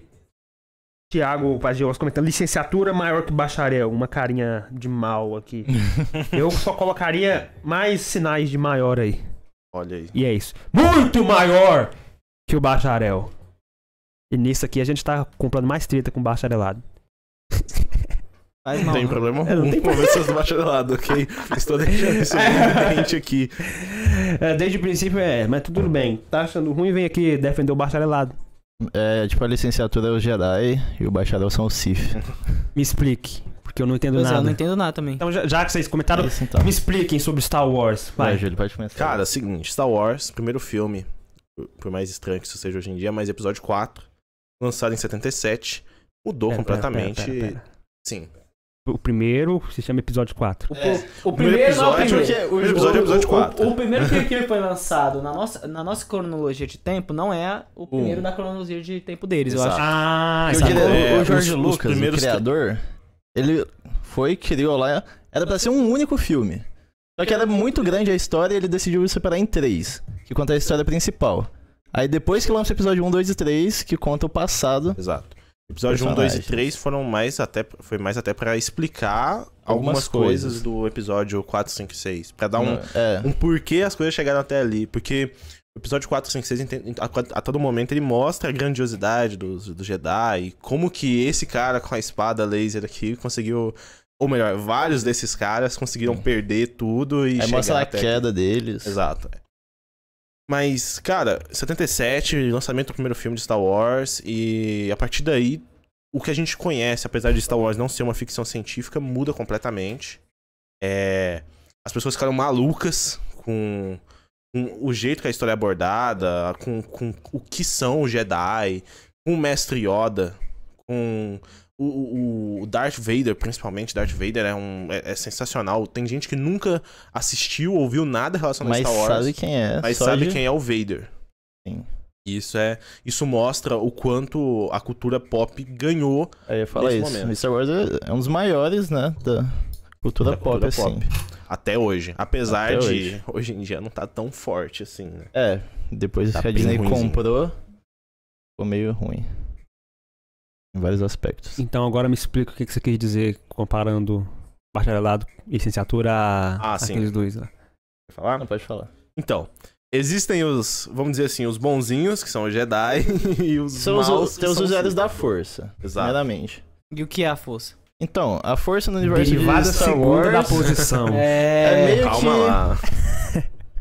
Tiago Pagiolas comentando: licenciatura maior que bacharel. Uma carinha de mal
*laughs*
aqui. Eu só colocaria mais sinais de maior aí.
Olha aí.
E é isso. Muito maior que o bacharel. E nisso aqui a gente tá comprando mais treta com o bacharelado.
Faz
Não
mal.
tem problema algum com vocês do bacharelado, ok? Estou deixando *laughs* isso bem evidente aqui.
*laughs* É, desde o princípio é, mas tudo bem. Tá achando ruim, vem aqui defender o bacharelado.
É, tipo, a licenciatura é o Jedi e o bacharel são o Sif.
Me explique, porque eu não entendo
Pois é,
nada.
eu não entendo nada também.
Então, já, já que vocês comentaram,
É isso então.
me expliquem sobre Star Wars.
Vai,
Vai.
Júlio, pode começar.
Cara, é seguinte, Star Wars, primeiro filme, por- por mais estranho que isso seja hoje em dia, mas episódio 4, lançado em 77, mudou
Pera, pera,
completamente.
pera, pera, pera.
Sim.
O primeiro se chama episódio 4.
O,
É,
o primeiro não é o
episódio-
primeiro.
o primeiro episódio é o episódio
o-
quatro.
O, primeiro filme que foi lançado na nossa, na nossa cronologia de tempo não é o primeiro da cronologia de tempo deles, eu
Exato.
acho.
Ah,
Eu
Sabe?
diria,
É,
o Jorge
os- os
Lucas,
primeiros
o criador, ele foi, criou lá. Era pra ser um único filme. Só que era muito grande a história e ele decidiu separar em três, que conta a história principal. Aí depois que lança o episódio 1, 2 e 3, que conta o passado.
Exato. Episódio 1, 2 e
Personagens.
3 foram mais até, foi mais até pra explicar algumas,
Algumas
coisas.
coisas.
do episódio 4, 5 e 6. Pra dar um,
É.
um porquê as coisas chegaram até ali. Porque o episódio 4, 5, 6, ente- a, a todo momento ele mostra a grandiosidade dos, do Jedi. E como que esse cara com a espada laser aqui conseguiu... Ou melhor, vários desses caras conseguiram perder tudo e
Aí
chegar
mostra é a
até aqui.
queda deles.
Exato. é. Mas, cara, 77, lançamento do primeiro filme de Star Wars, e a partir daí, o que a gente conhece, apesar de Star Wars não ser uma ficção científica, muda completamente. É, as pessoas ficaram malucas com, com o jeito que a história é abordada, com, com o que são os Jedi, com o Mestre Yoda, com o- o, o Darth Vader, principalmente. Darth Vader é, um, é, é sensacional. Tem gente que nunca assistiu, ouviu nada relacionado
Mas
a Star Wars.
sabe quem é.
Mas
só
sabe
de-
quem é o Vader.
Sim.
Isso é, isso mostra o quanto a cultura pop ganhou
Aí É, eu falo
nesse
isso.
momento.
Star Wars é- é um dos maiores, né? Da cultura
Da
pop,
cultura
assim.
até hoje, apesar
Até
de hoje.
hoje.
em dia não tá tão forte assim, né?
É, depois
Tá
que a
bem
Disney
ruimzinho.
comprou, ficou meio ruim. Em vários aspectos.
Então agora me explica o que que você quis dizer comparando bacharelado e licenciatura a
Ah, sim.
aqueles dois lá.
Quer falar?
Não, pode falar.
Então, existem os, vamos dizer assim, os bonzinhos, que são os Jedi, *laughs* e os
São os,
maus,
os,
que
tem os
são
usuários da força,
Exato.
primeiramente.
E o que é a força?
Então, a força no universo
Derivada
de Star
segunda
Wars...
da posição.
*laughs* É.
É meio
Calma
que...
lá.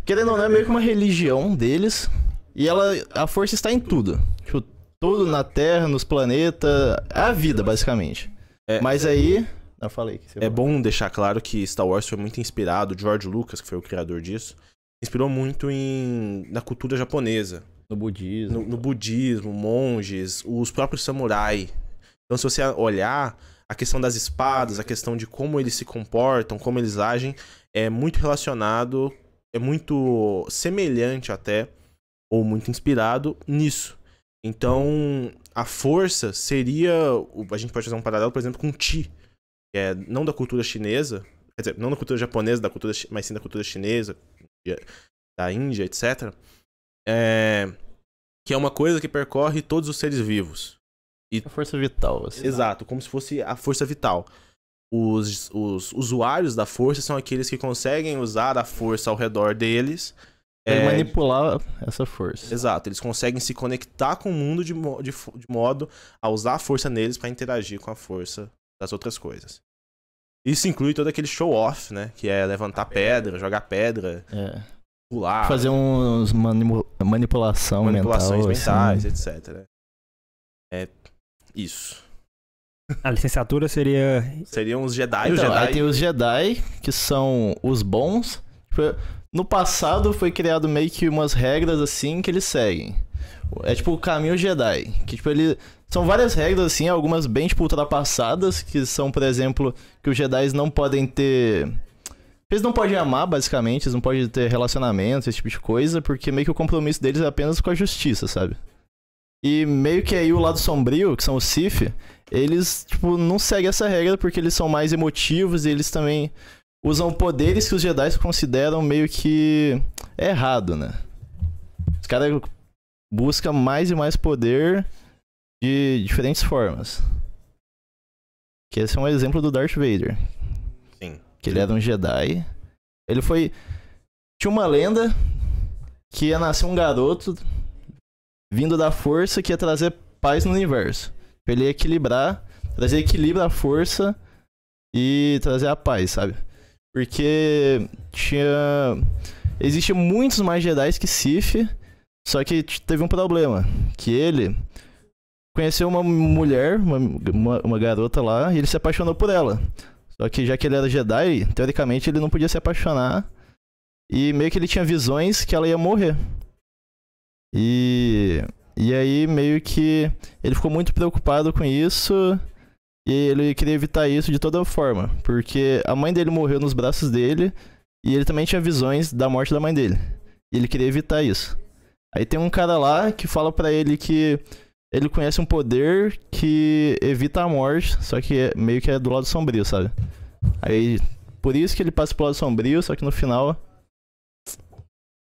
Querendo ou não, é meio que uma religião deles. E ela, a força está em tudo. Tipo, tudo na Terra, nos planetas, é a vida, basicamente.
É-
Mas aí... Não, falei. Que você
É
falou.
bom deixar claro que Star Wars foi muito inspirado, George Lucas, que foi o criador disso, inspirou muito em na cultura japonesa,
No budismo.
no, no budismo, monges, os próprios samurai. Então, se você olhar a questão das espadas, a questão de como eles se comportam, como eles agem, é muito relacionado, é muito semelhante até, ou muito inspirado nisso. Então, a força seria. o- A gente pode fazer um paralelo, por exemplo, com o Ti, que é não da cultura chinesa, quer dizer, não da cultura japonesa, da cultura, chi- mas sim da cultura chinesa, da Índia, etc. É, que é uma coisa que percorre todos os seres vivos.
é A força vital, assim.
Exato, como se fosse a força vital. Os, os usuários da força são aqueles que conseguem usar a força ao redor deles.
Pra ele
é,
manipular essa força.
Exato, eles conseguem se conectar com o mundo de, mo- de fo- de modo a usar a força neles pra interagir com a força das outras coisas. Isso inclui todo aquele show-off, né? Que é levantar pedra, jogar pedra,
É.
pular,
Fazer uns manimu- manipulação
né? manipulações
mental,
mentais,
assim.
etc. É isso.
A licenciatura seria
Seriam os Jedi, os
Então,
Jedi.
aí tem os Jedi, que são os bons. Tipo, No passado foi criado meio que umas regras assim que eles seguem. É tipo o caminho Jedi. Que tipo, ele. São várias regras, assim, algumas bem, tipo, ultrapassadas, que são, por exemplo, que os Jedi não podem ter Eles não podem amar, basicamente, eles não podem ter relacionamentos, esse tipo de coisa, porque meio que o compromisso deles é apenas com a justiça, sabe? E meio que aí o lado sombrio, que são os Sif, eles, tipo, não seguem essa regra porque eles são mais emotivos e eles também usam poderes que os Jedi consideram meio que errado, né? Os caras buscam mais e mais poder de diferentes formas. Que esse é um exemplo do Darth Vader.
Sim.
Que ele era um Jedi. Ele foi. Tinha uma lenda que ia nascer um garoto vindo da força que ia trazer paz no universo. Ele ia equilibrar, trazer equilíbrio à força e trazer a paz, sabe? Porque tinha. Existem muitos mais Jedi que Sif, só que t- teve um problema. Que ele conheceu uma mulher, uma, uma, uma garota lá, e ele se apaixonou por ela. Só que já que ele era Jedi, teoricamente ele não podia se apaixonar. E meio que ele tinha visões que ela ia morrer. E. E aí meio que ele ficou muito preocupado com isso. E ele queria evitar isso de toda forma, porque a mãe dele morreu nos braços dele e ele também tinha visões da morte da mãe dele. E ele queria evitar isso. Aí tem um cara lá que fala pra ele que ele conhece um poder que evita a morte, só que é- meio que é do lado sombrio, sabe? Aí por isso que ele passa pro lado sombrio, só que no final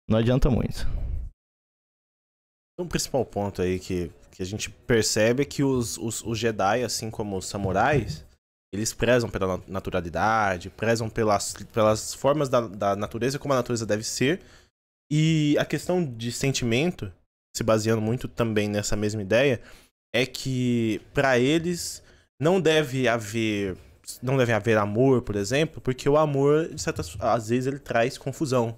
não adianta muito.
Então, o principal ponto aí que, que a gente percebe é que os, os, os Jedi, assim como os samurais, eles prezam pela na- naturalidade, prezam pelas, pelas formas da, da natureza, como a natureza deve ser. E a questão de sentimento, se baseando muito também nessa mesma ideia, é que pra eles não deve haver não deve haver amor, por exemplo, porque o amor, de certas, às vezes, ele traz confusão.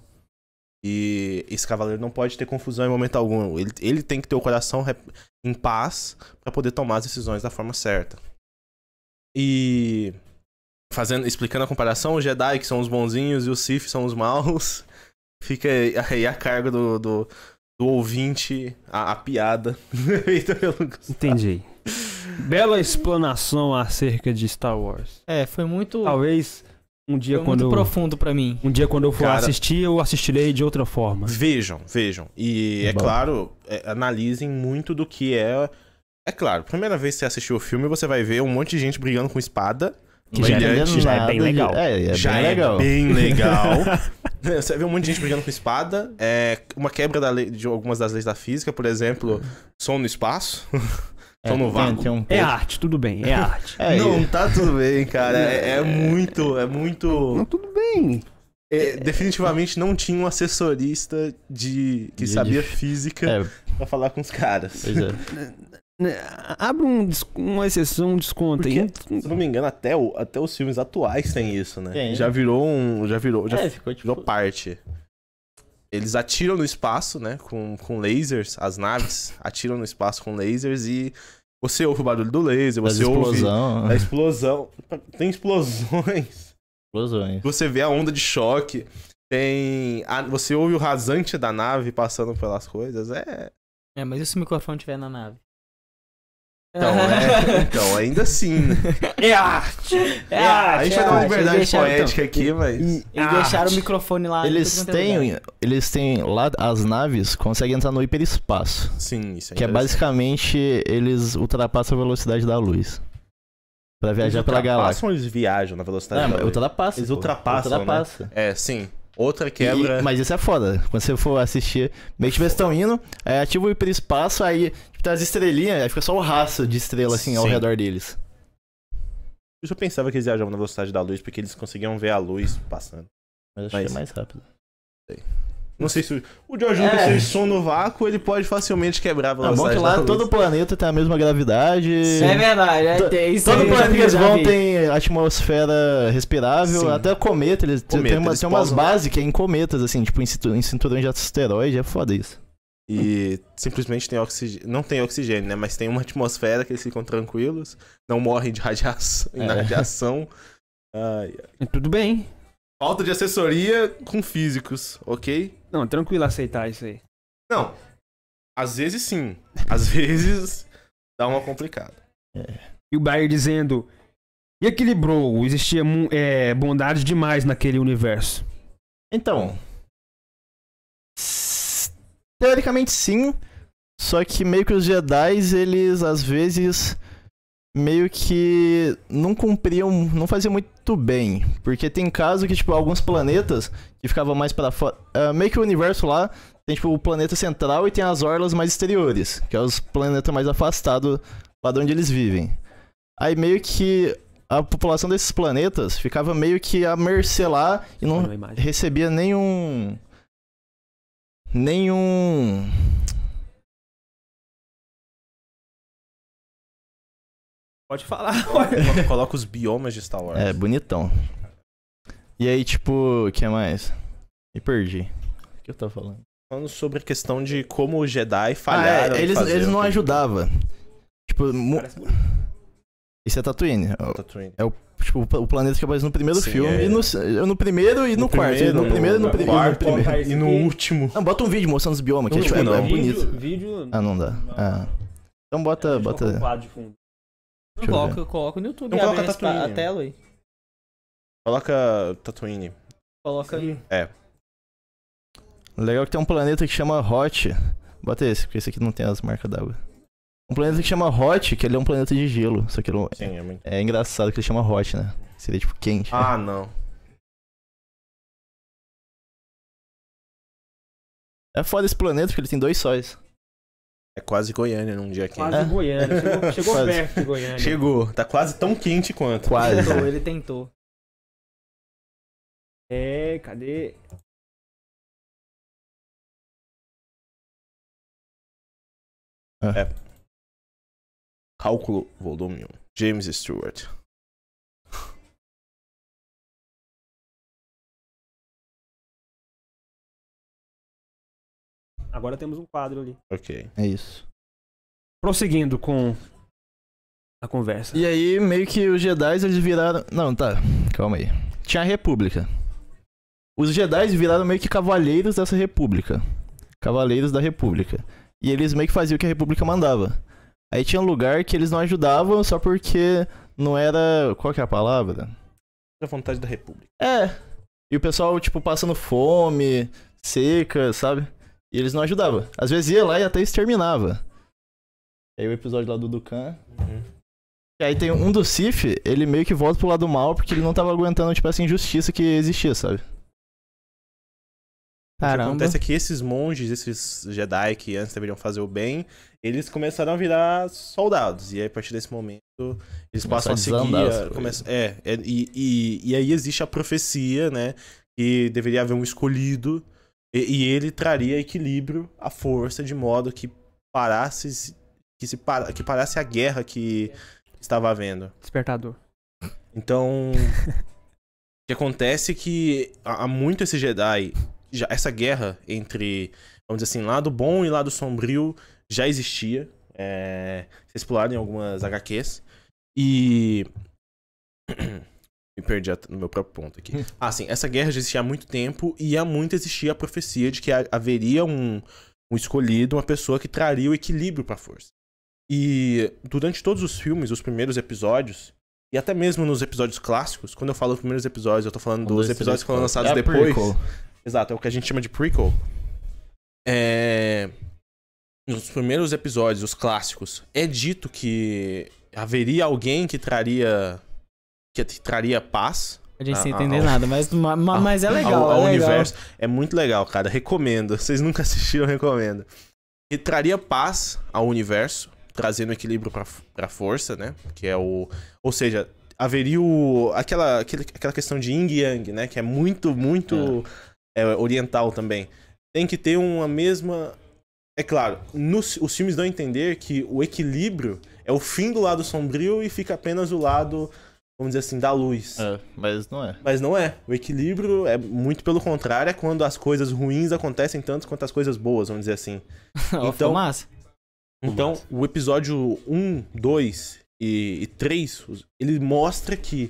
E esse cavaleiro não pode ter confusão em momento algum. Ele, ele tem que ter o coração rep- em paz para poder tomar as decisões da forma certa. E fazendo, explicando a comparação, os Jedi que são os bonzinhos e os Sith são os maus. *laughs* Fica aí a cargo do, do, do ouvinte a, a piada *laughs* feita pelo Gustavo.
Entendi. Bela explanação acerca de Star Wars.
É, foi muito,
Talvez um dia
foi muito
quando
profundo pra mim.
um dia quando eu for
Cara-
assistir, eu assistirei de outra forma.
Vejam, vejam. E é
Bom.
claro, é, analisem muito do que é. É claro, primeira vez que você assistiu o filme, você vai ver um monte de gente brigando com espada.
Que já é
Brilhante,
já é bem
Nada de-
legal.
É, é
já
bem legal. *laughs*
bem legal. você vai ver um monte de gente brigando com espada. É uma quebra da lei- de algumas das leis da física, por exemplo, som no espaço. *laughs* som no
Tem-
vácuo.
tem um
É arte, tudo bem,
*laughs*
é arte.
É,
Não, tá tudo bem, cara. É, é muito, é
Não,
muito.
tudo bem.
é, definitivamente não tinha um assessorista de que
De-
sabia
de-
física
é,
pra falar com os caras.
pois é. *laughs*
Né, Abre um, des- uma exceção, um desconto aí.
*laughs* Se eu não me engano, até, o- até os filmes atuais têm isso, né?
Tem.
Já virou um. Já virou. Já
É, ficou tipo-
virou parte. Eles atiram no espaço, né? Com, com lasers. As naves atiram no espaço com lasers e você ouve o barulho do laser,
As
você ouve
*laughs* explosão,
a explosão. Tem explosões. *laughs*
explosões.
Você vê a onda de choque. Tem. a- você ouve o rasante da nave passando pelas coisas. É.
É, mas e se o microfone tiver na nave?
Então,
*laughs*
é- então, ainda assim, né?
É arte! É
Ah,
arte!
a gente
é
vai dar uma
arte.
liberdade
Eles deixaram-
poética aqui, mas.
*laughs* Eles deixaram o microfone lá. em
Eles
tudo quanto é lugar.
têm, eles têm lá as naves conseguem entrar no hiperespaço,
Sim, isso é
que é
interessante.
basicamente eles ultrapassam a velocidade da luz Pra viajar
Eles
pela
ultrapassam
galáxia.
ou eles viajam na velocidade
Não,
da luz?
ultrapassa.
Eles
pô.
ultrapassam, né?
Ultrapassa.
É, sim. Outra
E-
quebra.
mas isso é foda. Quando você for assistir, meio que tipo, eles estão indo, aí ativa o hiperespaço, aí tipo, tem as estrelinhas, aí fica só o raço de estrela assim ao
Sim.
redor deles.
Eu só pensava que eles viajavam na velocidade da luz porque eles conseguiam ver a luz passando.
Mas acho
Mas-
que é mais rápido.
Não sei se o, o George Lucas, se ele som no vácuo, ele pode facilmente quebrar a
É bom
velocidade
que
da
lá
luz.
todo o planeta tem a mesma gravidade.
É verdade, é,
To-
tem isso.
Todo
aí eu já
planeta que eles
vi, já
vão
vi.
tem atmosfera respirável,
Sim.
até cometa, eles
Cometa,
tem, uma-
eles
tem umas
pousam-
bases que é em cometas, assim, tipo em, cintu- em cinturões de asteroide, é foda isso.
E simplesmente tem oxigênio. Não tem oxigênio, né? Mas tem uma atmosfera que eles ficam tranquilos. Não morrem de radiação.
É.
Na radiação. Ai, ai.
Tudo bem.
Falta de assessoria com físicos, ok?
Não, é tranquilo aceitar isso aí.
Não. Às vezes sim. *laughs* Às vezes dá uma complicada.
E o Bayer dizendo: E equilibrou, existia mu- é, bondade demais naquele universo.
Então. s- Teoricamente sim. Só que meio que os Jedi, eles às vezes meio que não cumpriam, não faziam muito bem, porque tem caso que tipo alguns planetas que ficavam mais pra fora, ah, meio que o universo lá tem tipo o planeta central e tem as orlas mais exteriores, que é os planetas mais afastados lá de onde eles vivem. Aí meio que a população desses planetas ficava meio que à mercê lá e não,
Olha a imagem.
recebia nenhum. Nenhum.
Pode falar.
Coloca- Coloca os biomas de Star Wars.
É, bonitão. E aí, tipo, o que mais? Me perdi. O que eu tava falando?
Falando sobre a questão de como os Jedi falharam.
Ah, é,
em
eles,
fazer
eles não
o que-
ajudavam. Tipo, mu-
Parece bonito.
isso é Tatooine. É
Tatooine.
o- Tipo, o pla- o planeta que aparece no primeiro
Sim,
filme.
é.
E no, no primeiro e no, quarto.
primeiro,
no primeiro e no, pri- e no
quarto,
primeiro.
E no último.
Não, bota um vídeo mostrando os biomas, que é, tipo, é,
Não.
é bonito.
Vídeo.
Ah, não dá. Ah. Então bota. bota... Deixa eu
Coloca, coloca no YouTube.
Não coloca
abre esse-
Tatooine.
a tela aí.
Coloca Tatooine.
Coloca aí.
Legal que tem um planeta que chama Hot. Bota esse, porque esse aqui não tem as marcas d'água. Um planeta que chama Hot, que ele é um planeta de gelo. Só que ele é um-
Sim, é muito.
é engraçado que ele chama Hot, né? Seria tipo quente.
Ah, não.
É foda esse planeta porque ele tem dois sóis.
É quase Goiânia num dia quente.
Quase
É.
Goiânia. Chegou, chegou
Quase.
perto de Goiânia.
Chegou. Tá quase tão quente quanto.
Quase.
*laughs*
Tentou, ele tentou.
É, cadê?
É. Cálculo volume 1. James Stewart.
Agora temos um quadro ali.
Ok.
É isso.
Prosseguindo com a conversa.
E aí, meio que os Jedi eles viraram. Não, tá. Calma aí. Tinha a República. Os Jedi viraram meio que cavaleiros dessa República. Cavaleiros da República. E eles meio que faziam o que a República mandava. Aí tinha um lugar que eles não ajudavam só porque não era. Qual que é a palavra?
Da vontade da República.
É. E o pessoal, tipo, passando fome, seca, sabe? E eles não ajudavam. Às vezes ia lá e até exterminava. Aí o episódio lá do Dukan.
Uhum.
E aí tem um do Sif, ele meio que volta pro lado mal porque ele não tava aguentando, tipo, essa injustiça que existia, sabe?
O que
Caramba.
acontece é que esses monges, esses Jedi que antes deveriam fazer o bem, eles começaram a virar soldados. E aí, a partir desse momento, eles
Começou
passam
a
a seguir.
desandar as
a-
coisas.
começa- é, é, e, e, e aí existe a profecia, né? Que deveria haver um escolhido. E, e ele traria equilíbrio à força, de modo que parasse. Que, se para, que parasse a guerra que estava havendo.
Despertador.
Então, o que acontece é que há há muito esse Jedi, já- essa guerra entre, vamos dizer assim, lado bom e lado sombrio já existia. É, vocês pularam em algumas HQs. E. *coughs* Me perdi at- no meu próprio ponto
*laughs*
aqui. Ah, sim, essa guerra já existia há muito tempo e há muito existia a profecia de que ha- haveria um, um escolhido, uma pessoa que traria o equilíbrio pra força. E durante todos os filmes, os primeiros episódios, e até mesmo nos episódios clássicos, quando eu falo os primeiros episódios, eu tô falando dos
Um, dois,
episódios
três,
que foram
quatro.
lançados
É a
Tá depois.
prequel.
Exato, é o que a gente chama de prequel. É... Nos primeiros episódios, os clássicos, é dito que haveria alguém que traria que traria paz
A gente sem
Ah,
entender
ah,
nada, mas, ma- ma-
ah,
mas é legal.
ao,
é
ao
legal.
universo. É muito legal, cara. Recomendo. *laughs* Vocês nunca assistiram, recomendo. E traria paz ao universo, trazendo equilíbrio pra, pra força, né? Que é o. Ou seja, haveria o, aquela, aquele- aquela questão de yin e yang, né? Que é muito, muito é, oriental também. Tem que ter uma mesma. É claro, nos, os filmes dão a entender que o equilíbrio é o fim do lado sombrio e fica apenas o lado, vamos dizer assim, da luz.
É, mas não é.
Mas não é. O equilíbrio é muito pelo contrário, é quando as coisas ruins acontecem tanto quanto as coisas boas, vamos dizer assim.
Ó, ficou
Então-
massa.
Então, o episódio 1, 2 e, e 3, os- ele mostra que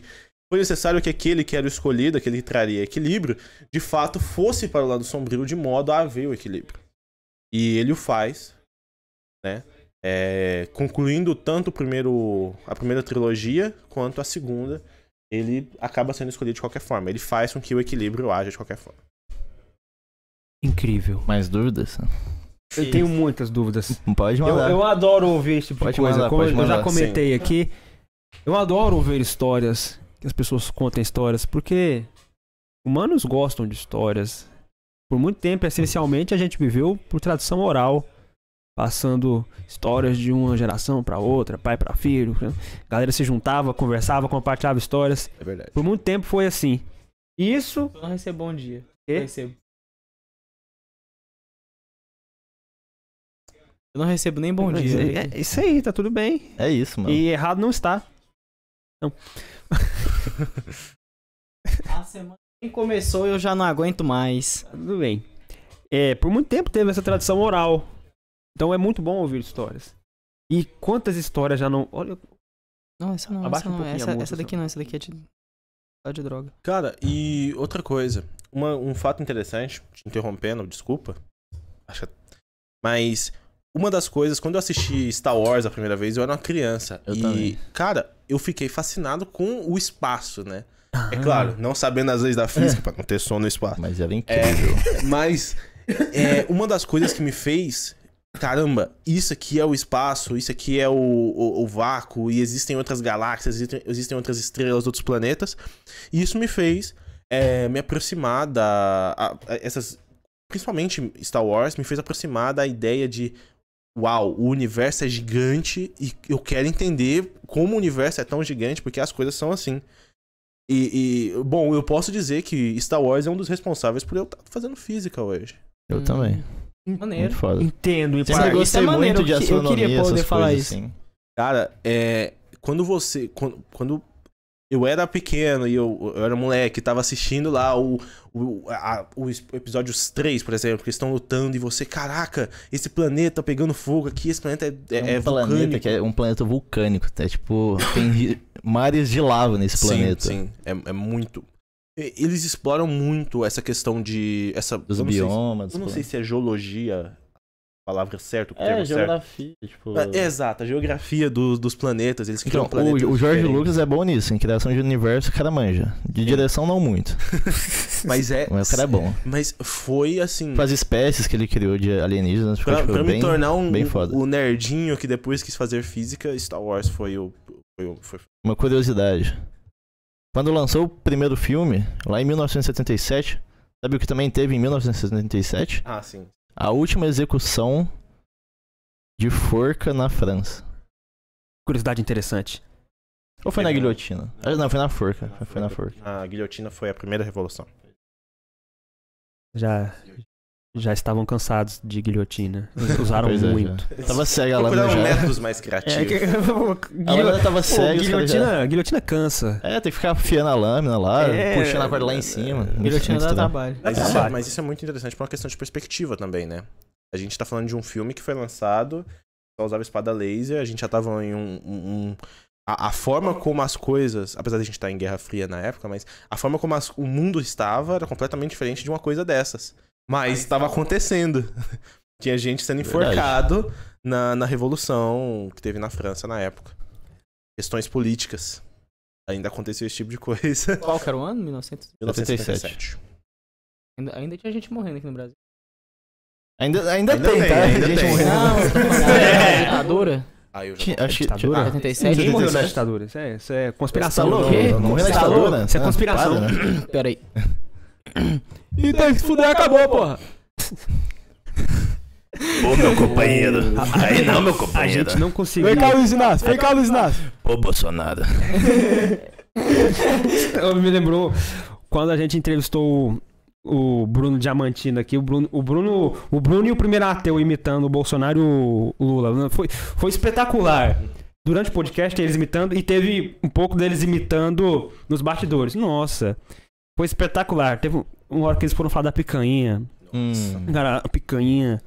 foi necessário que aquele que era o escolhido, aquele que traria equilíbrio, de fato fosse para o lado sombrio de modo a haver o equilíbrio. E ele o faz, né? É, concluindo tanto o primeiro, a primeira trilogia quanto a segunda, ele acaba sendo escolhido de qualquer forma. Ele faz com que o equilíbrio haja de qualquer forma.
Incrível.
Mais dúvidas?
Eu tenho muitas dúvidas.
Pode
Eu,
mandar.
eu adoro ouvir esse tipo
Pode
de coisa.
mandar,
Como
pode
eu já
mandar,
comentei aqui, eu adoro ouvir histórias, que as pessoas contem histórias, porque humanos gostam de histórias. Por muito tempo, essencialmente, a gente viveu por tradição oral, passando histórias de uma geração para outra, pai para filho. né? A galera se juntava, conversava, compartilhava histórias.
É verdade.
Por muito tempo foi assim. E Isso
Eu não recebo bom dia.
Quê?
Eu recebo. Eu não recebo nem bom dia.
É, é isso aí, tá tudo bem.
É isso, mano.
E errado não está. Não.
A semana nem começou e eu já não aguento mais.
Tudo bem. É, por muito tempo teve essa tradição oral. Então é muito bom ouvir histórias. E quantas histórias já não. Olha,
Não, essa não,
Abaixa
essa
um
não.
pouquinho a
essa,
música,
essa daqui
só.
não, essa daqui é de. Tá de droga.
Cara, e outra coisa, uma- um fato interessante, te interrompendo, desculpa. Acho que- é, Mas uma das coisas, quando eu assisti Star Wars a primeira vez, eu era uma criança.
Eu
e,
também.
cara, eu fiquei fascinado com o espaço, né?
Ah.
É claro, não sabendo as leis da física, pra não ter som no espaço.
Mas era
É, *laughs*
incrível.
mas é, uma das coisas que me fez. Caramba, isso aqui é o espaço, isso aqui é o, o- o vácuo, e existem outras galáxias, existem, existem outras estrelas, outros planetas. E isso me fez é, me aproximar da. a- a- essas, principalmente Star Wars, me fez aproximar da ideia de. Uau, o universo é gigante e eu quero entender como o universo é tão gigante, porque as coisas são assim. E, e, bom, eu posso dizer que Star Wars é um dos responsáveis por eu estar fazendo física hoje.
Eu
Hum,
também. Muito
Maneiro.
foda.
entendo, hein,
Esse
Sempre
negócio
gostei
é maneiro,
muito de
eu que- eu
astronomia,
queria poder
essas
falar
coisas,
isso.
assim.
Cara, é. Quando você. Quando, quando eu era pequeno e eu, eu era moleque, tava assistindo lá o, o, a- o es- episódios 3, por exemplo, que eles estão lutando e você, caraca, esse planeta pegando fogo aqui, esse planeta é, é,
É,
é
um planeta
vulcânico."
que é um planeta vulcânico. É tipo, tem ri- mares de lava nesse planeta.
Sim, sim. É, é muito. e- Eles exploram muito essa questão de. Essa,
Dos
eu não sei se-
biomas.
eu não sei
planetas.
se é geologia a palavra certa, o termo
É,
certo.
geografia. Tipo...
Ah, Exato, a geografia do- dos planetas, eles criam
Então,
planetas
o, o Jorge
diferentes.
Lucas é bom nisso, em criação de universo, o cara manja. De direção, não muito,
*laughs* Mas é.
mas o cara é bom.
Mas foi assim.
Tipo, as espécies que ele criou de alienígenas, ficou,
Pra,
tipo,
pra
bem...
me tornar um,
bem foda.
o nerdinho que depois quis fazer física, Star Wars foi o. Foi o foi-
Uma curiosidade. Quando lançou o primeiro filme, lá em 1977, sabe o que também teve em 1977?
Ah, sim.
A última execução de forca na França.
Curiosidade interessante.
Ou foi
É
na
verdade.
guilhotina? Ah, não, foi na forca. Foi na forca.
A guilhotina foi a primeira revolução.
Já, já estavam cansados de
*laughs*
guilhotina. Usaram
Pois é,
muito.
Tava cega lá né,
Procuraram
já.
um métodos mais criativos.
É, que-
A
*laughs* Guilho-
galera tava
Pô,
cega. os caras já-
guilhotina, guilhotina cansa.
É, tem que ficar afiando a lâmina lá,
É.
puxando a corda lá em
Guilhotina
cima.
dá
Muito estranho.
trabalho.
Mas isso, é,
Trabalho.
mas isso é muito interessante pra uma questão de perspectiva também, né? A gente tá falando de um filme que foi lançado, só usava espada laser, a gente já tava em um. um- um- a, a forma como as coisas, apesar de a gente estar em Guerra Fria na época, mas a forma como as- o mundo estava era completamente diferente de uma coisa dessas. Mas estava acontecendo. *laughs* Tinha gente sendo
Verdade.
enforcado na, na revolução que teve na França na época. Questões políticas. Ainda aconteceu esse tipo de coisa. *laughs*
Qual que era o ano? 1900?
1977.
Ainda, ainda tinha gente morrendo aqui no Brasil.
Ainda, ainda,
Ainda
tem,
tem,
tá?
ainda
gente
tem.
morrendo.
Não,
*laughs* É.
ditadura.
Aí eu já
Tinha- Acho que.
Ditadura?
Ah,
77.
Ninguém
Ninguém
morreu
disse-
na ditadura. Isso é, isso é conspiração.
Instalou?
quê?
Não, não morreu na
Instalou?
ditadura?
Isso é
Ah,
conspiração.
para,
*coughs*
né?
Pera aí.
E daí se fuder, acabou, porra.
Ô, meu companheiro. Aí não, meu companheiro.
Não conseguiu. Eu
Luiz Inácio, vem cá, Luiz Inácio.
Ô, Bolsonaro.
*laughs* Me lembrou quando a gente entrevistou o, o Bruno Diamantino aqui. O Bruno, o Bruno, o Bruno e o primeiro ateu imitando o Bolsonaro e o Lula. né? Foi, foi espetacular. Durante o podcast, eles imitando e teve um pouco deles imitando nos bastidores. Nossa, foi espetacular. Teve um- uma hora que eles foram falar da picanha.
Hum.
Cara, a picanha.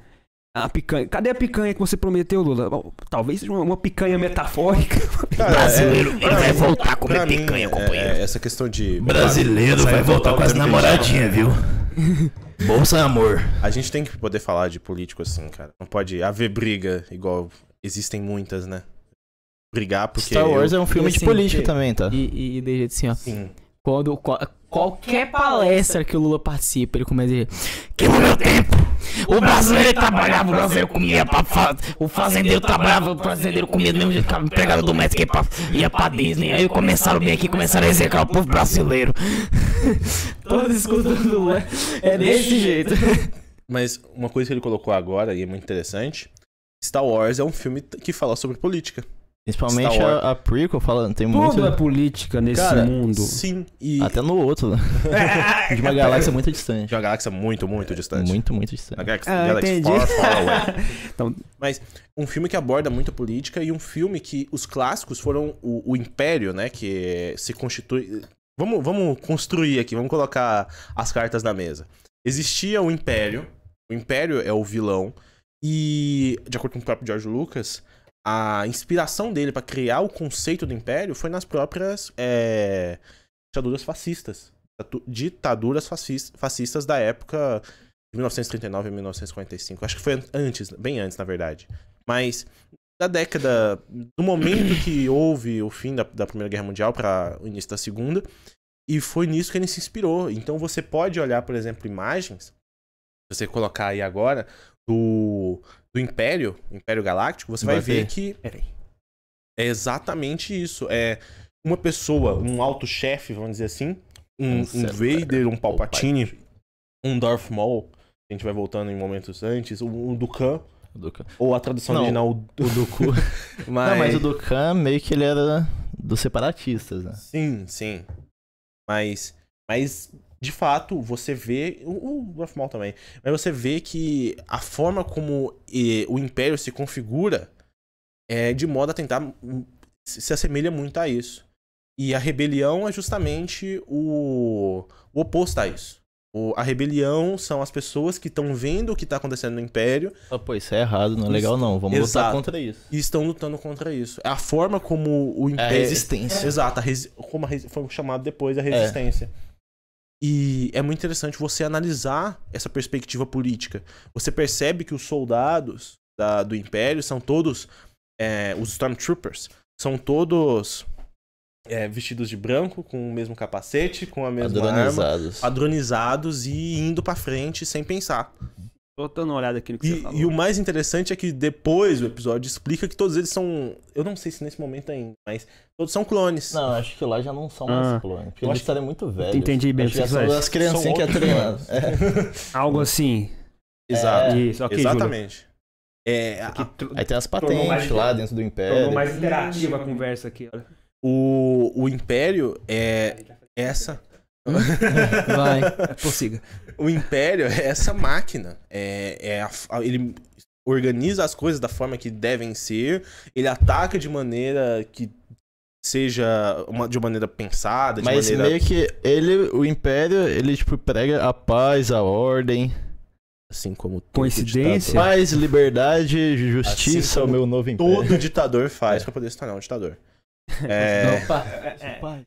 A picanha. Cadê a picanha que você prometeu, Lula? Bom, Talvez seja uma, uma picanha metafórica.
Cara,
Brasileiro,
é-
ele vai voltar a comer
pra mim,
picanha,
é-
companheiro.
é essa questão de.
Brasileiro vai voltar com as
*laughs*
namoradinhas, viu? Bolsa Amor.
A gente tem que poder falar de político assim, cara. Não pode haver briga igual Existem muitas, né? Brigar porque.
Star Wars é um filme
E
de
assim,
política
que-
também, tá?
E, e, e de jeito assim, ó.
Sim.
Quando, qual- qualquer palestra que o Lula participa, ele começa a dizer:
Queimou meu tempo. O brasileiro trabalhava, o brasileiro comia pra fa... O fazendeiro trabalhava, o fazendeiro comia do mesmo jeito que o empregado doméstico ia pra, ia pra Disney. Aí começaram bem aqui, começaram a execrar o povo brasileiro.
Todo discurso do Lula é desse jeito.
Mas uma coisa que ele colocou agora, e é muito interessante: Star Wars é um filme t- que fala sobre política.
Principalmente
Star Wars.
a, a prequel falando, tem
Tudo é
muito.
política nesse *laughs*
Cara,
mundo.
Sim, e.
Até no outro, né?
É,
De uma galáxia muito distante.
De uma galáxia muito, muito distante.
É, Muito, muito
Na
distante.
Galaxy,
Ah,
Galaxy
entendi.
Far, Far
*laughs*
*laughs*
Away.
Então-
Mas um filme que aborda muito a política e um filme que os clássicos foram o, o império, né? Que se constitui. Vamos, vamos construir aqui, vamos colocar as cartas na mesa. Existia o império, o império é o vilão, e, de acordo com o próprio George Lucas, a inspiração dele pra criar o conceito do império foi nas próprias é, ditaduras fascistas. Datu- Ditaduras fascis- fascistas da época de 1939 a 1945. Acho que foi an- antes, bem antes, na verdade. Mas da década, do momento que houve o fim da, da Primeira Guerra Mundial para o início da Segunda, e foi nisso que ele se inspirou. Então você pode olhar, por exemplo, imagens, se você colocar aí agora, do, do Império, Império Galáctico, você vai,
Vai
ver
ver.
que é exatamente isso. É uma pessoa, um alto chefe, vamos dizer assim, um, um
Certo.
Vader, um Palpatine, um Darth Maul, a gente vai voltando em momentos antes, o, o Dukan,
Do Khan.
ou a tradução
Não,
original, o, o Dooku. *laughs* mas...
Não, mas o Dukan meio que ele era dos separatistas, né?
Sim, sim. Mas, mas de fato, você vê. O, o Darth Maul também. Mas você vê que a forma como eh, o Império se configura é de modo a tentar. hum, Se se assemelha muito a isso. E a rebelião é justamente o, o oposto a isso. O- a rebelião são as pessoas que estão vendo o que está acontecendo no Império
Ah, pô, isso é errado, não é legal não. Vamos
Exato.
lutar contra isso.
e estão lutando contra isso. É a forma como o
É É. a
Império.
resistência.
Exato, a resi- como a resi- foi chamado depois a resistência. E é muito interessante você analisar essa perspectiva política. Você percebe que os soldados da- do Império são todos. é, os Stormtroopers são todos é, vestidos de branco, com o mesmo capacete, com a mesma arma,
Padronizados.
padronizados e indo pra frente sem pensar.
Tô dando uma olhada aqui no que você
E,
falou.
e o mais interessante é que depois o episódio explica que todos eles são. Eu não sei se nesse momento ainda, mas todos são clones.
Não, acho que lá já não são
Ah.
mais clones. Porque
Eu
eles
acho que-
estarem muito velhos.
Entendi bem o
Acho
que
que já
você
são
faz.
as criancinhas que é
São
treinado. É.
Algo assim.
Exato.
Isso, ok, Júlio.
É, Exatamente. É, a-
*laughs* Aí tem as
Tornou mais-
patentes lá dentro do
Tornou
Império.
mais interativa a conversa aqui. olha.
o, o Império é essa. *laughs*
Vai.
Prossiga.
O Império é essa máquina. É, é a- a- ele organiza as coisas da forma que devem ser, ele ataca de maneira que seja uma, de maneira pensada, de
Mas
maneira.
meio que ele, o Império, ele tipo prega a paz, a ordem, Tá,
Assim como
*laughs*
todo
Coincidência?
ditador-
paz, liberdade, justiça,
Assim como
o meu novo Império.
Todo ditador faz pra poder se tornar um ditador. É,
Opa.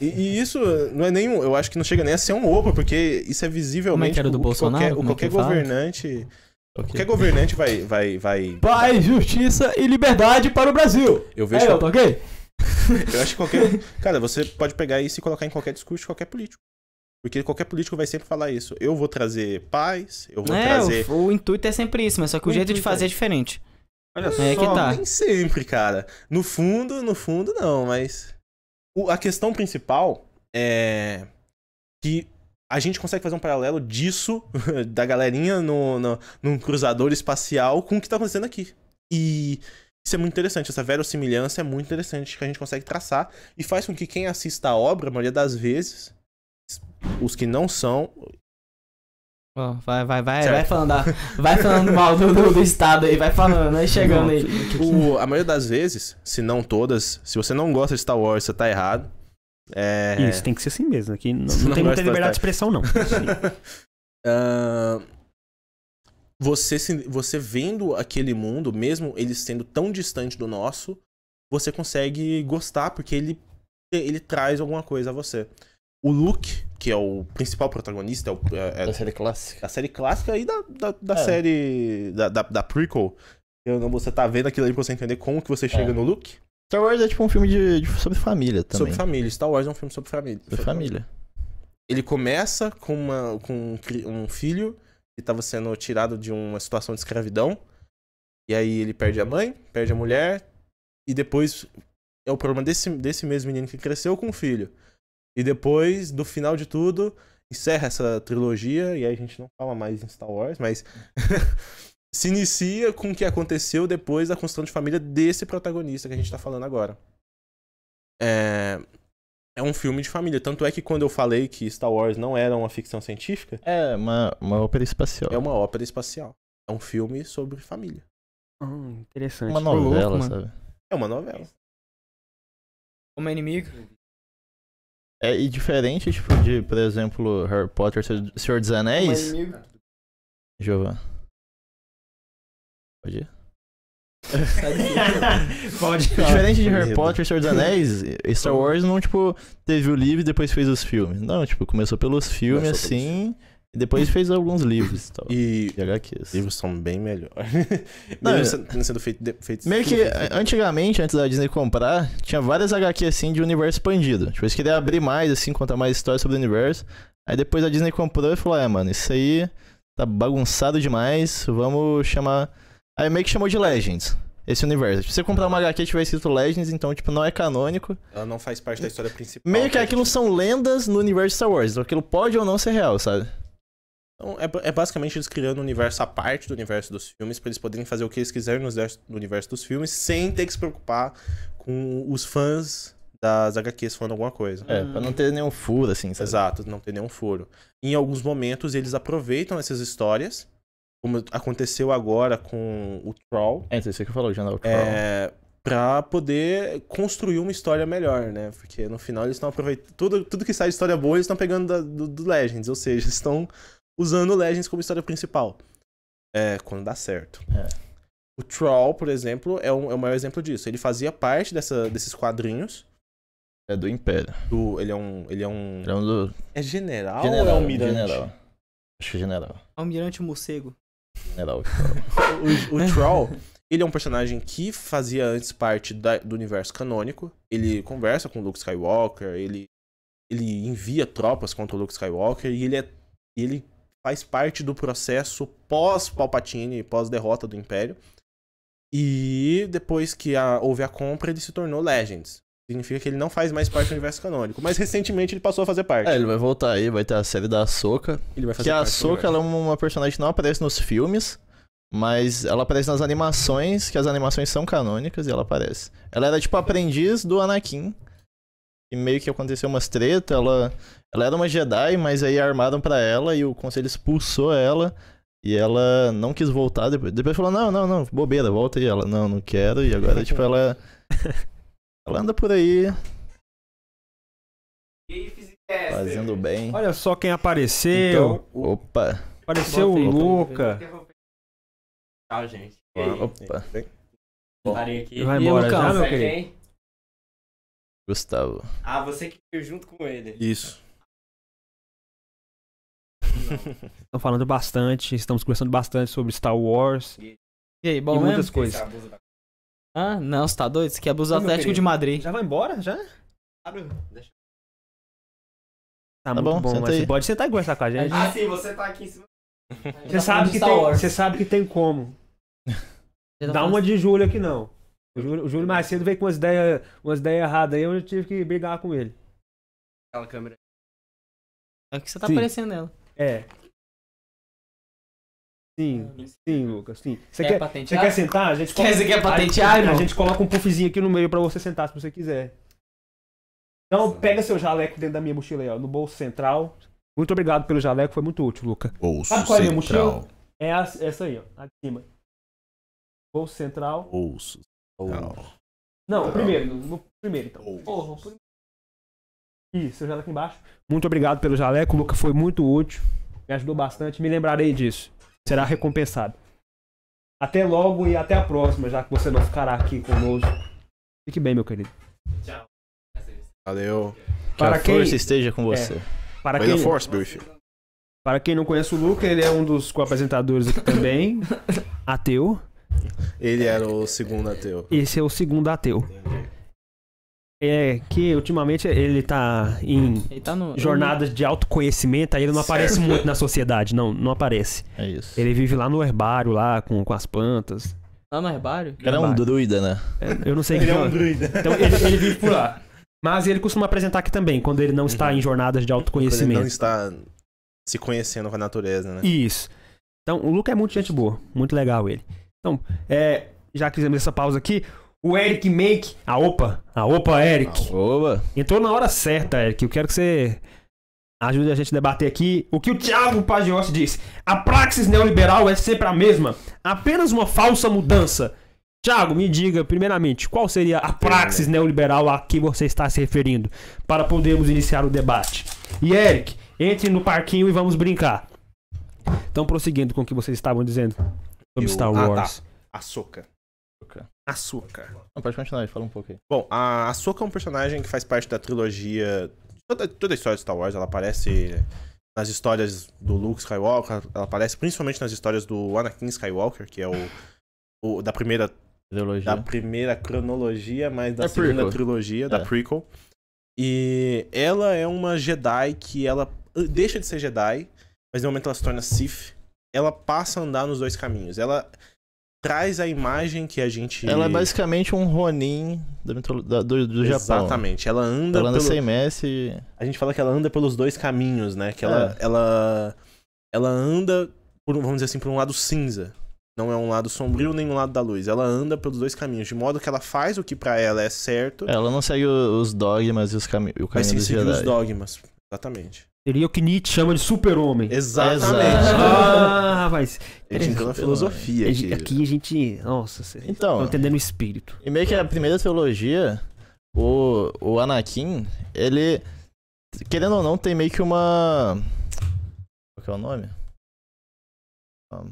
e, e isso não é nenhum. Eu acho que não chega nem a ser um opa, porque isso é visivelmente.
era do
o que
Bolsonaro?
Qualquer, o
Como é que
qualquer
fala?
governante. Qualquer governante vai. vai, vai
Paz, justiça e liberdade para o Brasil.
eu vejo.
É, eu, tá ok?
eu acho que qualquer. Cara, você pode pegar isso e colocar em qualquer discurso de qualquer político. Porque qualquer político vai sempre falar isso. Eu vou trazer paz, eu vou trazer.
É, o, o intuito é sempre isso, mas só que o,
O
jeito de
intuito
fazer
é- um
é diferente.
Olha
É que tá.
Nem sempre, cara. No fundo, no fundo, não, mas. o- a questão principal é. que a gente consegue fazer um paralelo disso, *laughs* da galerinha no, no, num cruzador espacial, com o que tá acontecendo aqui. E isso é muito interessante, essa verossimilhança é muito interessante que a gente consegue traçar e faz com que quem assista a obra, a maioria das vezes, os que não são,
Ó, vai, vai, vai,
Certo.
vai falando, ah, vai falando mal do, do, do estado aí, vai falando, aí chegando aí.
O- a maioria das vezes, se não todas, se você não gosta de Star Wars, você tá errado. É...
Isso, tem que ser assim mesmo. Aqui não, não
Não
tem muita
gosto
liberdade
da-
de expressão, não.
Ah, você, se- você vendo aquele mundo, mesmo ele sendo tão distante do nosso, você consegue gostar, porque ele, ele traz alguma coisa a você. O Luke, que é o principal protagonista, é o- é- é-
Da série clássica.
da série clássica e da, da, da
É.
série. Da, da, da prequel. Eu não, você tá vendo aquilo ali pra você entender como que você chega no look.
Star Wars é tipo um filme de, de- sobre família É. também.
Sobre família. Star Wars é um filme sobre família.
Sobre família.
Ele começa com, uma- com um cri- um filho que tava sendo tirado de uma situação de escravidão. E aí ele perde a mãe, perde a mulher. E depois é o problema desse, desse mesmo menino que cresceu com o filho. E depois, do final de tudo, encerra essa trilogia. E aí a gente não fala mais em Star Wars, mas. *laughs* se inicia com o que aconteceu depois da construção de família desse protagonista que a gente tá falando agora. É, é um filme de família. Tanto é que quando eu falei que Star Wars não era uma ficção científica,
É, uma, uma ópera espacial.
é uma ópera espacial. É um filme sobre família.
Ah,
Hum,
É,
interessante.
tipo,
uma novela,
louco, mano.
sabe?
É uma novela.
Como inimigo.
É, e diferente, tipo, de, por exemplo, Harry Potter, Senhor- Senhor dos Anéis,
inimigo.
Giovanna. Pode ir?
Pode.
Diferente de
que
Harry
medo.
Potter, Senhor dos Anéis, Star
Então-
Wars não, tipo, teve o livro e depois fez os filmes. Não, tipo, começou pelos filmes,
Começou pelos
assim, e depois fez alguns livros e tal.
E
de HQs.
os livros são bem
*laughs*
melhores.
Não,
Mesmo
eu-
sendo- sendo feito, de- feito-
Meio que,
tudo feito- assim.
antigamente, antes da Disney comprar, tinha várias HQ, assim, de universo expandido. Tipo, eles queriam abrir mais, assim, contar mais histórias sobre o universo. Aí depois a Disney comprou e falou, é, mano, isso aí tá bagunçado demais, vamos chamar... Aí meio que chamou de Legends, esse universo. Tipo, se você comprar uma HQ e tiver escrito Legends, então, tipo, não é canônico.
Ela não faz parte da história principal.
Meio que
tá?
aquilo são lendas no universo Star Wars, então aquilo pode ou não ser real, sabe?
Então, é, ba- é basicamente eles criando um universo à parte do universo dos filmes, pra eles poderem fazer o que eles quiserem no universo- no universo dos filmes, sem ter que se preocupar com os fãs das HQs falando alguma coisa.
É, pra não ter nenhum furo, assim, sabe?
Exato, não tem nenhum furo. Em alguns momentos, eles aproveitam essas histórias, como aconteceu agora com o Troll,
É, então, isso que eu falou, Janel Crow.
é, pra poder construir uma história melhor, né? Porque no final eles estão aproveitando. Tudo, tudo que sai de história boa, eles estão pegando da- do, do Legends, ou seja, *laughs* eles estão usando o Legends como história principal. É, quando dá certo.
É.
O Troll, por exemplo, é, um, é o maior exemplo disso. Ele fazia parte dessa- desses quadrinhos.
É do Império.
Do, ele é um. Ele é um.
Era um do...
É general, ou é
General,
almirante?
General. Acho que é General.
Almirante Morcego.
General que fala.
O, o Troll, ele é um personagem que fazia antes parte da- do universo canônico. Ele conversa com o Luke Skywalker, ele, ele envia tropas contra o Luke Skywalker e ele, é, ele faz parte do processo pós-Palpatine, pós-derrota do Império. E depois que a- houve a compra, ele se tornou Legends. Significa que ele não faz mais parte do universo canônico. Mas recentemente ele passou a fazer parte.
É, ele vai voltar aí, vai ter a série da Ahsoka.
ele vai
Que a
parte do
Ahsoka
universo.
ela é uma personagem que não aparece nos filmes, mas ela aparece nas animações, que as animações são canônicas e ela aparece. Ela era tipo aprendiz do Anakin. E meio que aconteceu umas treta, ela, ela era uma Jedi, mas aí armaram pra ela e o conselho expulsou ela. E ela não quis voltar depois. Depois falou: não, não, não, bobeira, volta aí. Ela, não, não quero. E agora, tipo,
*laughs*
ela. Ela anda por aí. Fazendo bem.
Olha só quem apareceu.
Então, opa,
apareceu o
bota aí, bota aí,
Luca.
um Tchau, gente.
opa,
Parei aqui.
Vai
E aí,
embora
Lucão?
já, meu
Segue
querido.
aí.
Gustavo.
Ah, você que veio junto com ele.
Isso.
um
Estão falando bastante, estamos conversando bastante sobre Star Wars
E aí, bom né?
e
mesmo?
muitas
Tá,
coisas.
Ah, não, você tá doido? Isso aqui é abuso do
Ô, meu
Atlético de
querido.
Madrid.
Já vai embora? Já? Tá, Tá muito
bom,
bom,
senta
mas
aí.
você pode sentar e conversar com a gente.
Ah, sim, você tá aqui em cima.
tá
Você sabe, que tem, você sabe que tem como.
Já tá
Dá
falando-
uma de Júlio aqui não. O Júlio, o Júlio mais cedo veio com umas ideias umas ideias erradas aí, eu tive que brigar com ele.
Aquela câmera.
É que você tá
Sim.
aparecendo nela.
É. Sim, sim, Lucas, sim. Você
Ah, Quer
quer, você
patentear?
quer sentar? A gente
Quer dizer que é patentear,
a, gente- a
irmão?
gente coloca um puffzinho aqui no meio pra você sentar se você quiser. Então, pega seu jaleco dentro da minha mochila aí, ó, no bolso central. Muito obrigado pelo jaleco, foi muito útil, Luca.
Bolso
Sabe qual é a minha mochila? É a- essa aí, ó, a de cima. Bolso central.
Bolso central.
Não, o primeiro, no, no primeiro então.
Porra, por...
Isso, seu jaleco embaixo. Muito obrigado pelo jaleco, Luca, foi muito útil. Me ajudou bastante, me lembrarei disso. Será recompensado. Até logo e até a próxima, já que você não ficará aqui conosco. Fique bem, meu querido.
Valeu.
Que
Para
a
quem-
força esteja com você.
Para
May the
quem,
force be with you.
para quem não conhece o Luca, ele é um dos co-apresentadores aqui também. Ateu.
Ele era o segundo ateu.
Esse é o segundo ateu. É que ultimamente ele tá em
Ele tá no.
jornadas de autoconhecimento, aí ele não aparece muito na sociedade, não, não aparece.
É isso.
Ele vive lá no herbário, lá com, com as plantas. É,
Lá tá no herbário?
Era um druida, né?
Eu não
é
sei o que que-
*laughs* druida.
Então ele, ele vive por lá. Mas ele costuma apresentar aqui também, quando ele não está
Uhum.
em jornadas de
Quando ele
autoconhecimento.
não está se conhecendo com a natureza, né?
Isso. Então, o Luca é muito gente boa. Muito legal ele. Então, é, já que fizemos essa pausa aqui, o Eric Make. A opa! A opa, Eric!
Oba!
Entrou na hora certa, Eric. Eu quero que você ajude a gente a debater aqui o que o Thiago Pagiossi diz. A praxis neoliberal é sempre a mesma. Apenas uma falsa mudança. Thiago, me diga, primeiramente, qual seria a praxis neoliberal a que você está se referindo? Para podermos iniciar o debate. E Eric, entre no parquinho e vamos brincar. Então, prosseguindo com o que vocês estavam dizendo sobre
Eu-
Star
Ah, tá.
Wars.
Açúcar. Açúcar.
Não, pode continuar, aí, fala um pouco aí.
Bom, a Ahsoka é um personagem que faz parte da trilogia. Toda, toda a história de Star Wars, ela aparece nas histórias do Luke Skywalker, ela aparece principalmente nas histórias do Anakin Skywalker, que é o. o- da, primeira,
Ideologia.
da primeira cronologia, mas da
Da
segunda
É prequel.
trilogia, da
É.
prequel. E ela é uma Jedi que ela eh, deixa de ser Jedi, mas no momento ela se torna Sith. Ela passa a andar nos dois caminhos. Ela traz a imagem que a gente.
Ela é basicamente um Ronin da mitolo- da- do, do Japão. Tá
Exatamente. Ela anda
Falando
pelo-
sem Messi.
a gente fala que ela anda pelos dois caminhos, né? Que ela,
É.
ela, ela anda, por, um- vamos dizer assim, por um lado cinza. Não é um lado sombrio nem um lado da luz. Ela anda pelos dois caminhos, de modo que ela faz o que pra ela é certo,
Ela não segue o- os dogmas e os cami o
mas
caminho
sem
dos
seguir os
Jedi.
dogmas. Exatamente.
Seria o que Nietzsche chama de super-homem.
Exatamente.
Ah, mas
A gente entrou na
né?
filosofia aqui. né?
aqui a gente... Nossa, vocês estão
tá
Então,
entendendo o espírito.
e meio que a primeira teologia, o, o Anakin, ele, querendo ou não, tem meio que uma... Qual que é o nome? Um,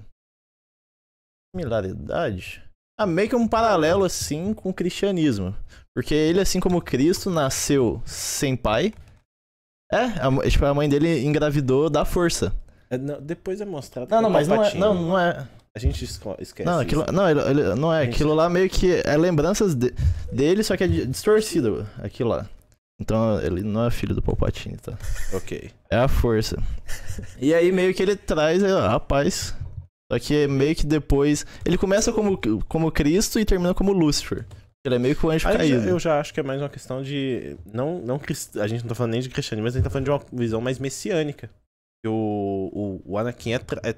similaridade? Ah, meio que um paralelo, assim, com o cristianismo. Porque ele, assim como Cristo, nasceu sem pai. É, a, mo- tipo, a mãe dele engravidou da força.
É, não, depois é mostrado.
Não, não,
com
mas não é,
Palpatine.
não, não é...
A gente esco- esquece.
Não, aquilo,
isso.
não, ele- ele- não é.
Gente.
Aquilo lá meio que é lembranças de- dele, só que é di- distorcido. Aquilo lá. Então ele não é filho do Palpatine, tá?
Ok.
É a força. E aí meio que ele traz aí, ó, a paz. Só que meio que depois. Ele começa como, como Cristo e termina como Lúcifer. Ele é meio que o anjo
Aí eu
caído.
já- eu já acho que é mais uma questão de. Não, não, crist- a gente não tá falando nem de cristianismo, mas a gente tá falando de uma visão mais messiânica. Que o, o, o Anakin é, tra- é-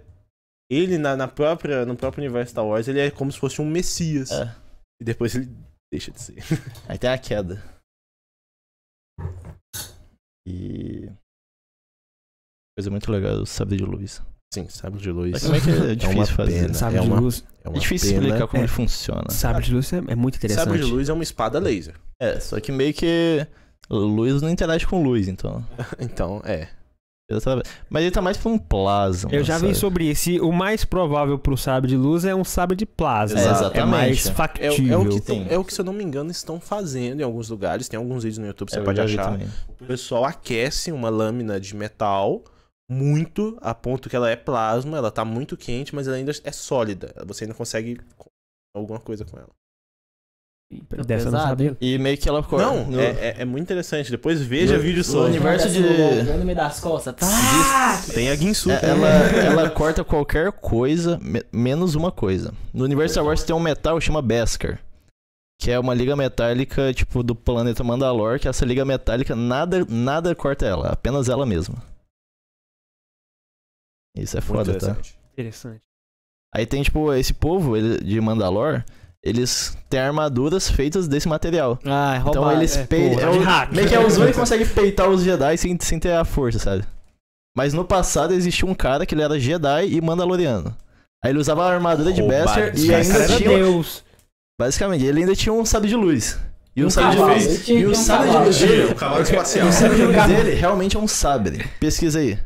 Ele, na, na própria, no próprio universo Star Wars, ele é como se fosse um messias.
É.
E depois ele deixa de ser. *laughs*
Aí tem a queda. E. Coisa muito legal, o sabre de luz.
Sim, sabe de
Só
luz.
que como é que é difícil fazer? né?
Sabe
é
de
uma,
luz.
é uma
É difícil
pena.
explicar
É.
como ele funciona.
Sabe de luz é, é muito interessante.
Sabre de luz é uma espada laser. *laughs*
É, só que meio que luz não interage com luz, então.
Então, é.
Eu tava- Mas ele tá mais pra um plasma.
Eu já vi
sabe?
sobre isso. e O mais provável pro sabre de luz é um sabre de plasma.
É,
É mais
exatamente.
É,
factível.
é o que
Sim.
tão- é o que, se eu não me engano, estão fazendo em alguns lugares. Tem alguns vídeos no YouTube que você
É, eu
pode
já vi
achar.
também.
O pessoal aquece uma lâmina de metal muito, a ponto que ela é plasma, ela tá muito quente, mas ela ainda é sólida. Você ainda consegue co- alguma coisa com ela.
Dessa eu não
Tá Pesado, hein?
sabia.
E meio que ela corre.
Não,
no-
é, é- é muito interessante. Depois veja vídeo sobre.
universo de-
No meio das costas. Tá.
Tem a Ginsu.
é- ela, ela corta qualquer coisa, me- menos uma coisa. No universo Star Wars tem um metal que chama Beskar. Que é uma liga metálica, tipo, do planeta Mandalor, que essa liga metálica, nada, nada corta ela, apenas ela mesma. Isso é
Muito
foda, tá?
interessante.
Interessante.
Aí tem, tipo, esse povo ele- de Mandalor, eles têm armaduras feitas desse material.
Ah,
Então
roubar.
eles
é,
peitam.
porra, de hack.
meio que é os dois que conseguem peitar os Jedi sem, sem ter a força, sabe? Mas no passado existia um cara que ele era Jedi e Mandaloriano. Aí ele usava a armadura de
Roubado.
Bester
Esse
e
cara
ainda
era
tinha. um
Deus.
Basicamente, ele ainda tinha um sabre de luz. E um sabre de
cavalo.
luz.
Ele tinha
E
que
o
ter um
sabre de
cavalo.
luz
*laughs*
dele.
O cavalo espacial.
O sabre de luz dele realmente é um sabre. Pesquisa aí.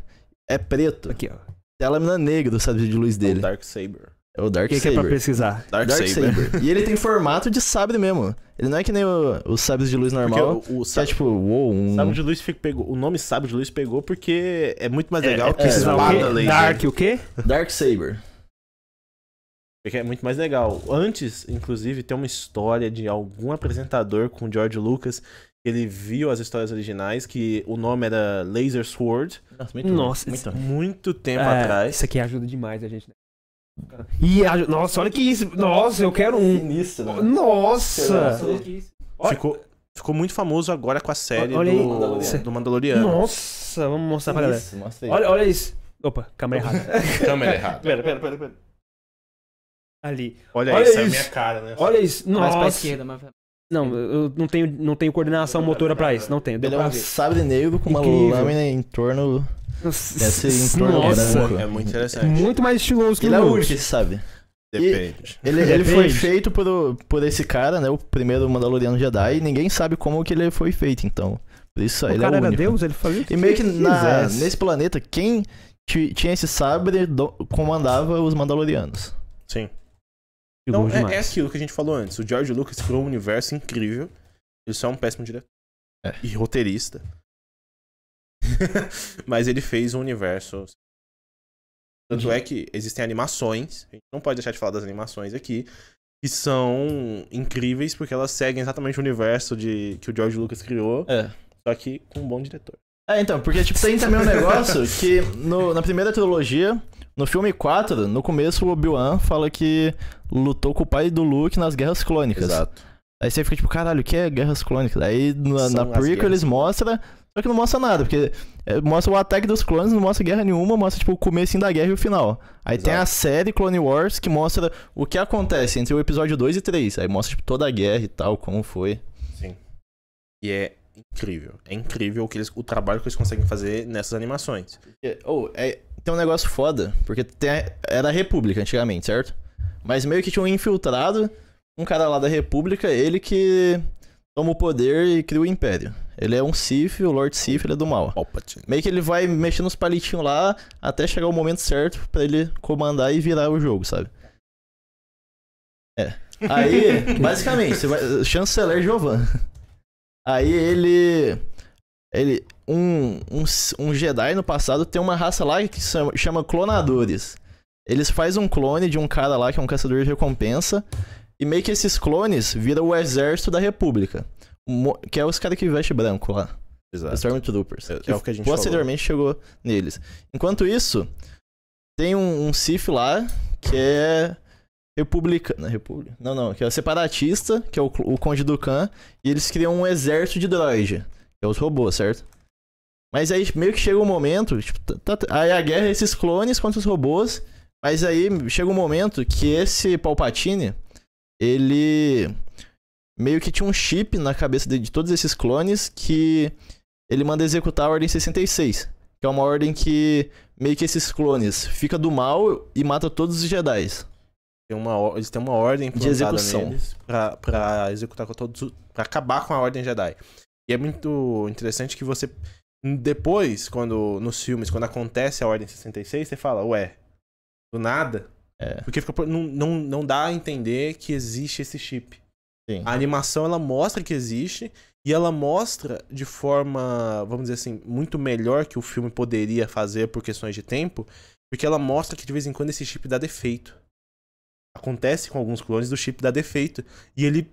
É preto.
Aqui, ó.
Tem a lâmina negra do sabre de luz dele.
um Dark Saber.
É o
O
Dark
que, que é pra
Saber.
pesquisar?
Dark,
Dark
Saber.
Saber. E ele tem formato de sabre mesmo. Ele não é que nem o- os sabres de luz
Porque
normal.
o, o
Que é
sa-
tipo, uou, um.
Sabre de luz fica- pegou. O nome Sabre de Luz pegou porque é muito mais
É,
legal
é
que
pesquisar
pesquisar
espada
o quê?
laser.
Dark o quê?
Dark Saber.
Porque é muito mais legal. Antes, inclusive, tem uma história de algum apresentador com o George Lucas. Ele viu as histórias originais, que o nome era Laser Sword.
Nossa, muito ruim,
Nossa,
muito ruim.
Muito tempo
Uhum. É,
atrás.
Isso aqui ajuda demais a gente, né? E a- nossa, olha que isso. Nossa, eu quero um.
Sinistro, né?
Nossa! olha-
Ficou, ficou muito famoso agora com a série
Olha aí.
do,
Mandaloriano.
do Mandaloriano.
Nossa, vamos mostrar pra galera.
Isso, mostra aí.
Olha, olha isso. Opa, câmera errada.
*laughs* Câmera errada.
Ali.
Olha,
Olha
isso, é a
isso.
minha cara, né?
Olha isso.
Mais pra
Nossa.
esquerda, mas...
Não, eu não tenho, não tenho coordenação motora pra isso. Não tenho. Deu
Ele é
pra *laughs*
um
ver.
sabre negro com uma
Incrível.
lâmina em torno. Deve ser em torno
Nossa.
branco.
É muito interessante.
Muito mais estiloso que
Ele é
o
o
Luke.
único, sabe?
Depende.
Ele, ele foi
Depende.
feito por, o- por esse cara, né? O primeiro Mandaloriano Jedi. E ninguém sabe como que ele foi feito, então. Por isso,
O
ele
cara
é o
era
único.
Deus, ele fazia o que
E meio que na,
quisesse.
nesse planeta, quem ti- tinha esse sabre do- comandava os Mandalorianos.
Sim.
Estiloso
Então, é, é
demais.
aquilo que a gente falou antes. O George Lucas criou um universo incrível. Ele só é um péssimo diretor.
É.
E roteirista. *laughs* Mas ele fez um universo. Tanto é que existem animações. A gente não pode deixar de falar das animações aqui. Que são incríveis porque elas seguem exatamente o universo de, que o George Lucas criou.
É.
Só que com um bom diretor.
É, então, porque tipo, tem também um negócio
*laughs*
que no- na primeira trilogia, no filme 4, no começo o Obi-Wan fala que lutou com o pai do Luke nas Guerras Clônicas. Aí você fica tipo, caralho, o que é Guerras Clônicas? Aí na,
São
na
as
prequel
guerras.
eles mostram, só que não mostra nada, porque é, mostra o ataque dos clones, não mostra guerra nenhuma, mostra tipo o começo da guerra e o final. Aí tem
Exato.
a série Clone Wars que mostra o que acontece entre o episódio 2 e 3. Aí mostra tipo, toda a guerra e tal, como foi.
Sim. E é incrível. É incrível o, que eles, o trabalho que eles conseguem fazer nessas animações.
É, ou, é- tem um negócio foda, porque tem- era a é República antigamente, certo? Mas meio que tinha um infiltrado, um cara lá da República, ele que toma o poder e cria o Império. Ele é um Sith, o Lord Sith, ele é do mal.
Palpatine.
Meio que ele vai mexendo os palitinhos lá até chegar o momento certo pra ele comandar e virar o jogo, sabe? É. Aí, basicamente, você vai, chanceler Jovan. Aí ele ele um, um, s- um Jedi no passado tem uma raça lá que chama, chama clonadores. Eles fazem um clone de um cara lá que é um caçador de recompensa e meio que esses clones viram o exército da República, Mo- que é os caras que veste branco lá.
Exato.
Os Stormtroopers.
É- é o que a gente
posteriormente chegou neles. Enquanto isso, tem um, um Sith lá que é republicano. República? Não, não. Que é separatista, que é o, cl- o Conde do Khan. E eles criam um exército de droid. Que é os robôs, certo? Mas aí meio que chega um momento. Tipo, tá- tá- aí a guerra é esses clones contra os robôs. Mas aí chega um momento que esse Palpatine. Ele. Meio que tinha um chip na cabeça de- de todos esses clones que ele manda executar a Ordem 66, que é uma ordem que meio que esses clones fica do mal e mata todos os Jedi.
Tem uma, or- eles têm uma ordem
De
plantada
execução.
neles pra, pra executar com todos. o- pra acabar com a ordem Jedi. E é muito interessante que você. Depois, quando nos filmes, quando acontece a Ordem 66, você fala, ué, do nada.
É.
Porque fica por- não, não, não dá a entender que existe esse chip.
Sim.
A animação ela mostra que existe e ela mostra de forma, vamos dizer assim, muito melhor que o filme poderia fazer por questões de tempo, porque ela mostra que de vez em quando esse chip dá defeito. Acontece com alguns clones do chip dá defeito e ele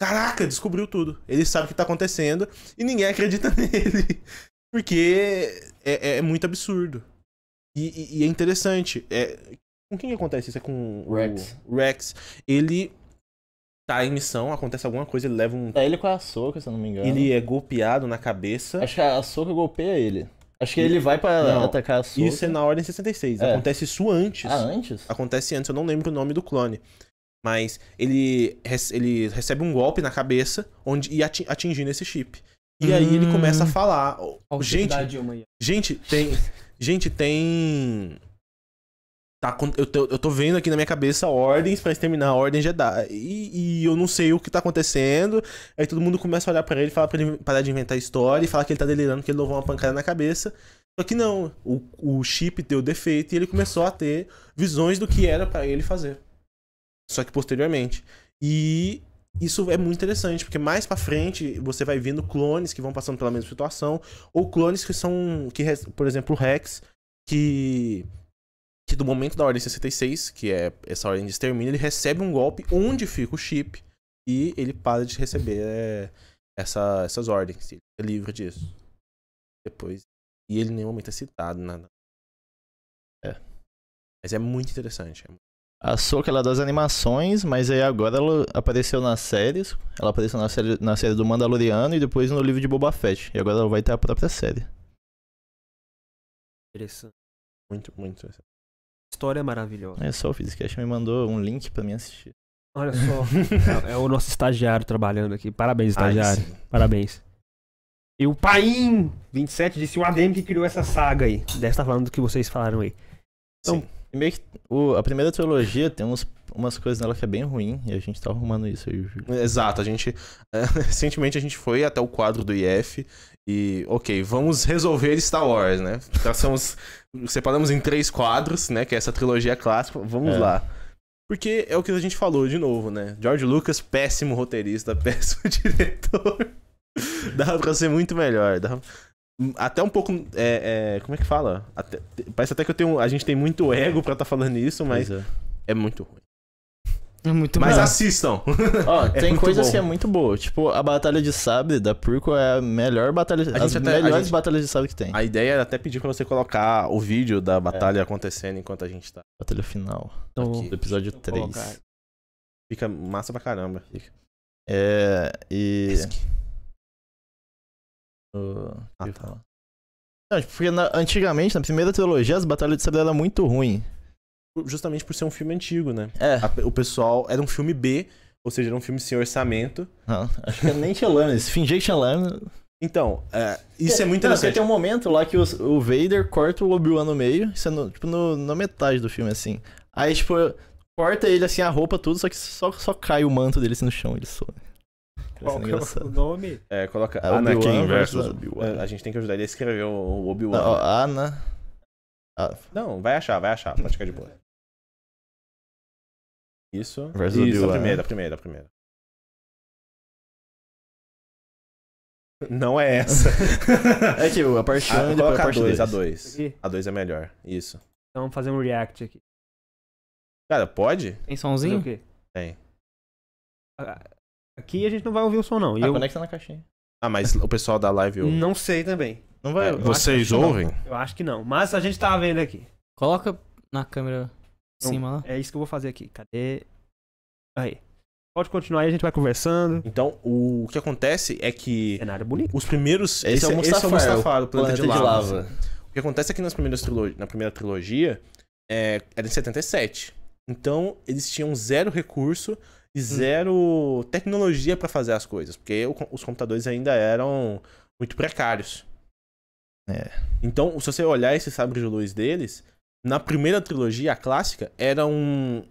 caraca, descobriu tudo. Ele sabe o que tá acontecendo e ninguém acredita *laughs* nele. Porque é, é muito absurdo. E, e- e é interessante. É, com quem que acontece isso? É com o
Rex.
Rex. Ele tá em missão, acontece alguma coisa, ele leva um.
É ele com a Soca, se eu não me engano.
Ele é golpeado na cabeça.
Tá. Acho que a Soca golpeia ele. Acho que ele vai pra
Não.
atacar a Soca.
Isso é na Ordem 66.
É.
Acontece isso antes.
Ah, antes?
Acontece antes, eu não lembro o nome do clone. Mas ele, rece- ele recebe um golpe na cabeça onde e ati- atingindo esse chip. E aí ele
Hum.
começa a falar. "Oh,
Olha o
Gente,
da Dilma aí.
Gente, tem. Gente, tem. Tá, acon- eu, tô, eu tô vendo aqui na minha cabeça ordens pra exterminar a ordem Jedi. E, e eu não sei o que tá acontecendo. Aí todo mundo começa a olhar pra ele, falar pra ele parar de inventar história e falar que ele tá delirando, que ele levou uma pancada na cabeça. Só que não, o, o chip deu defeito e ele começou a ter visões do que era pra ele fazer. Só que posteriormente. E isso é muito interessante, porque mais pra frente você vai vendo clones que vão passando pela mesma situação, ou clones que são, que, res- por exemplo, o Rex, que que do momento da Ordem 66, que é essa ordem de extermínio, ele recebe um golpe onde fica o chip e ele para de receber é, essa- essas ordens. Ele fica livre disso. Depois. E ele em nenhum momento é citado. Na... na-
É.
Mas é muito interessante.
A Soca ela é das animações, mas aí agora ela apareceu nas séries. Ela apareceu na série, na série do Mandaloriano e depois no livro de Boba Fett. E agora ela vai ter a própria série.
Interessante.
Muito, muito interessante.
História maravilhosa.
É só o Fizicast me mandou um link pra mim assistir.
Olha só. é, é o nosso estagiário trabalhando aqui. Parabéns, *laughs* estagiário.
Ai, sim.
Parabéns. E o Paim 27 disse o ADM que criou essa saga aí. Deve estar falando do que vocês falaram aí. Então-
Sim.
E meio que o- a primeira trilogia tem uns, umas coisas nela que é bem ruim e a gente tá arrumando isso aí, Júlio.
Exato, a gente. é, *laughs* recentemente a gente foi até o quadro do IF e, ok, vamos resolver Star Wars, né? Traçamos. separamos em três quadros, né? Que é essa trilogia clássica. Vamos
É.
lá. Porque é o que a gente falou de novo, né? George Lucas, péssimo roteirista, *laughs* péssimo diretor. *laughs* Dava pra ser muito melhor. dava- Até um pouco. é, é, como é que fala? Até- parece até que eu tenho, a gente tem muito ego pra tá falando isso, mas
Pois é.
é muito ruim.
É muito
Mas
bom.
assistam!
Ó,
*laughs* É
tem
muito
coisas
bom.
que é muito boa. Tipo, a Batalha de Sabre da Purco é a melhor batalha.
gente
as
até- a
melhores
gente-
batalhas de sabre que tem.
A ideia era até pedir pra você colocar o vídeo
É.
da batalha acontecendo enquanto a gente tá
Batalha final.
Então,
aqui.
Do episódio 3.
colocar.
Fica massa pra caramba.
É. E.
Pesque.
O que
Ah,
eu ia
tá.
falar? Não, tipo, porque na- antigamente, na primeira trilogia, as batalhas de sabre eram muito ruim.
Justamente por ser um filme antigo, né?
É.
A- o pessoal. Era um filme B, ou seja, era um filme sem orçamento.
Não, acho que nem tinha lâmina. Se fingir que tinha lâmina.
Então, é, isso é muito
Não, porque
interessante.
tem um momento lá que os- o Vader corta o Obi-Wan no meio, isso é no- tipo, no, na metade do filme, assim. Aí, tipo, corta ele, assim, a roupa, tudo, só que só, só cai o manto dele, assim, no chão, ele soa.
Qual que é o
engraçado.
nome?
É, coloca
Ah, Obi-Wan
Anakin
versus
versus
Obi-Wan.
É, A gente tem que ajudar ele a escrever o- o
Não, ó,
Obi-Wan.
Ana... né? Ah,
Não, vai achar, vai achar. Pode ficar de boa. Isso.
Versus
Isso, a
Obi-Wan.
primeira, a primeira, a primeira. Não é essa.
*laughs* é que a parte 1
Ah,
e depois
coloca
a
a
parte
2,
2.
a 2.
Aqui.
A 2 é melhor. Isso.
Então vamos fazer um react aqui.
Cara, pode?
Fazer
Tem
o
somzinho?
quê?
Tem.
Ah, Aqui a gente não vai ouvir o som, não. E
Tá
Ah,
eu
conecta na caixinha.
Ah, mas o pessoal da live ouve.
não sei também.
Não vai...
É,
eu acho
vocês
que não.
ouvem?
Eu acho que não. Mas a gente tá vendo aqui.
Coloca na câmera em
Não.
cima lá.
É isso que eu vou fazer aqui. Cadê? Aí. Pode continuar aí, a gente vai conversando.
Então, o que acontece é que
Cenário bonito.
os primeiros...
Esse é o
Esse é o
Mustafar,
Mustafar, o planeta, de lava.
lava.
O que acontece é que nas primeiras trilo- na primeira trilogia é, era em 77. Então, eles tinham zero recurso
Hum.
e zero tecnologia pra fazer as coisas. Porque o co- os computadores ainda eram muito precários.
É.
Então, se você olhar esse sabre de luz deles, na primeira trilogia, a clássica, era um.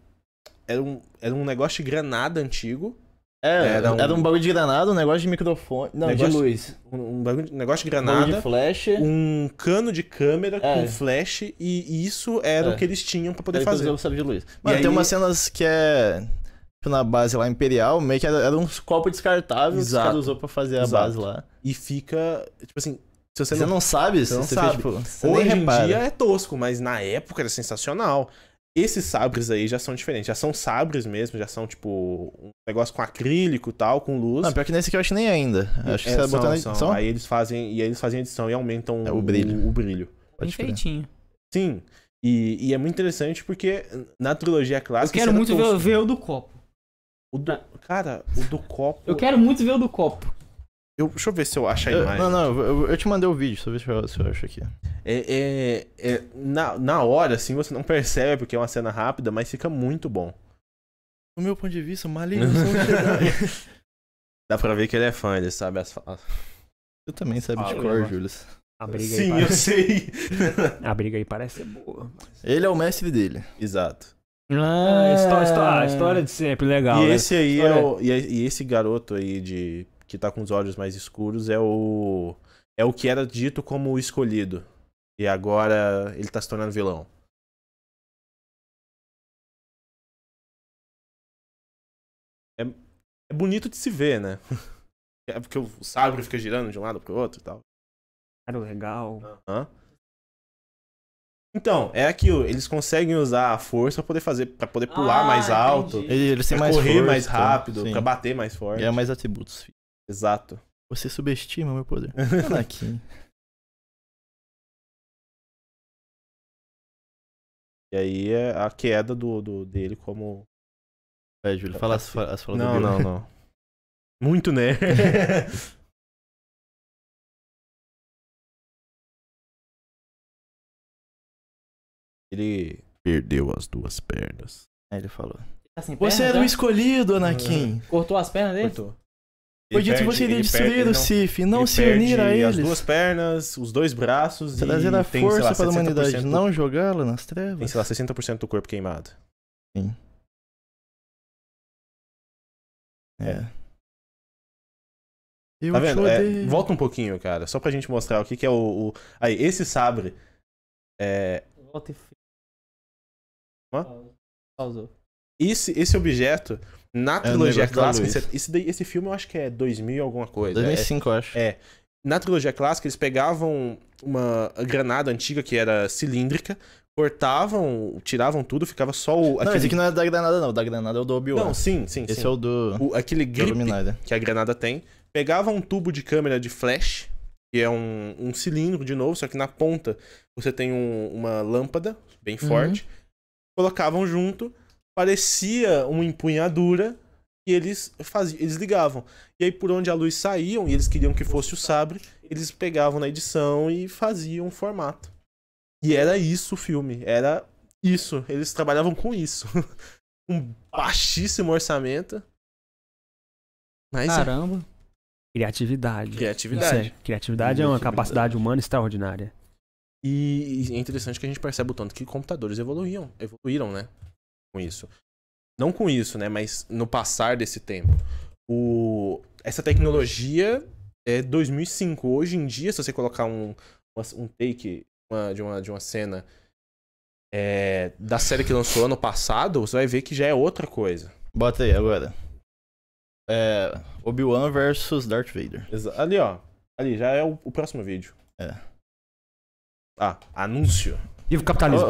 Era um, era um negócio de granada antigo.
É,
Era
era
um-
um... bagulho de granada, um negócio de microfone... Não, de
Negócio-
luz.
Um, um bagulho de- negócio de
Bagulho de
granada.
flash.
Um cano de câmera
É.
com flash, e- e isso era
É.
o que eles tinham pra poder
Daí
fazer.
depois eu sabe de luz. Mano,
aí-
tem umas cenas que é. Tipo, na base lá imperial, meio que era, era uns copos descartáveis que os
Exato.
caras usou pra fazer a
Exato.
base lá.
e fica, tipo assim, se você,
Você
não,
não sabe,
você não
você
sabe.
Fica, tipo, você nem
hoje em
repara.
dia é tosco, mas na época era sensacional. Esses sabres aí já são diferentes, já são sabres mesmo, já são tipo um negócio com acrílico e tal, com luz.
Não, pior que nesse aqui eu acho que nem ainda. Eu acho que
É,
você tá
são,
botando
são.
edição.
Aí eles fazem, e aí eles fazem edição e aumentam
É, o brilho.
O, brilho.
Bem
Pode crer.
feitinho.
Sim. E, e é muito interessante porque na trilogia
Eu
clássica.
quero
isso
muito
era
ver,
tosco.
ver o do copo.
o do, Cara, o do copo.
Eu quero muito ver o do copo.
Eu- deixa eu ver se eu acho a
Eu-
imagem.
não, não, eu, eu- eu te mandei o vídeo, só ver se eu, se eu acho aqui.
É, é- é- na, na hora, assim, você não percebe porque é uma cena rápida, mas fica muito bom.
Do meu ponto de vista, maligno. *laughs*
Dá pra ver que ele é fã, ele sabe as falas.
eu também sabe de
Ah,
cor,
eu-
Júlio.
A briga, aí
Sim, eu
parece... *laughs*
sei.
a briga aí parece ser boa.
Ele é o mestre dele.
Exato.
Ah, histó- histó- ah, história de sempre, legal.
e
né?
esse aí
Olha.
é o, e, e esse garoto aí de que tá com os olhos mais escuros é o é o que era dito como o escolhido. E agora ele tá se tornando vilão. É, é bonito de se ver, né? *laughs* É porque o sabre fica girando de um lado pro outro e tal.
Cara, legal.
Hã? Então, é aquilo. Eles conseguem usar a força pra poder fazer, para poder pular
Ah,
mais alto,
entendi.
Ele, eles têm
pra
mais
correr
força,
mais rápido,
sim. é
pra bater mais forte.
Ganha mais atributos.
*laughs* Exato.
Você subestima o meu
*laughs*
poder. Anakin.
E aí é a queda do, do- dele como.
Vai, Júlio, fala as, fa- as falas
Não,
do
não,
Bill. *laughs*
não. Muito nerd. Ele perdeu as duas pernas.
Aí *laughs* ele falou.
Tá sem perna,
Você era um
já?
o
né?
escolhido, Anakin.
Cortou as pernas dele?
Foi
Ele
dito que
perde-
você iria
ele perde-
destruir
ele
o
não-
Sif, não
ele
se
perde
unir a
As
eles.
duas pernas, os dois braços e
Trazer a
tem,
força
sei lá,
para a humanidade,
60%
não jogá-la nas
Tem,
trevas.
sei lá, 60% do corpo queimado.
É. Eu
Tá
te
vendo? É,
odeio.
volta um pouquinho, cara, só pra gente mostrar o que, que é o, o- Aí, esse sabre. É,
Volta e fica.
Hã?
Pausou.
esse, esse objeto, na
É o
trilogia
negócio da
clássica.
luz.
Esse, esse daí- esse filme eu acho que é 2000 e alguma coisa. é-
2005, eu acho.
é. na trilogia clássica, eles pegavam uma granada antiga que era cilíndrica, cortavam, tiravam tudo, ficava só o.
Não, esse
aquele-
aqui não é da granada, não. O Da granada é o do Obi-Wan.
Não, sim, sim.
Esse
sim.
é o do,
O- aquele
do
grip
Luminária.
que a granada tem, pegava um tubo de câmera de flash, que é um, um cilindro de novo, só que na ponta você tem um- uma lâmpada bem forte, colocavam junto, parecia uma empunhadura e eles faziam, eles ligavam. E aí por onde a luz saíam e eles queriam que fosse o sabre, eles pegavam na edição e faziam o formato. E era isso o filme, era isso, eles trabalhavam com isso. *laughs* um baixíssimo orçamento. Mas é
Caramba.
Criatividade.
Criatividade.
Sério, criatividade é uma capacidade humana extraordinária.
E e é interessante que a gente percebe o tanto que computadores evoluíam, evoluíram, né? Com isso. Não com isso, né? Mas no passar desse tempo. O... Essa tecnologia é 2005. Hoje em dia, se você colocar um, uma- um take uma- de, uma, de uma cena é, da série que lançou ano passado, você vai ver que já é outra coisa.
Bota aí agora. É. Obi-Wan versus Darth Vader.
Exa- Ali, ó. Ali, já é o, o próximo vídeo.
É.
Ah, anúncio.
Viva o capitalismo.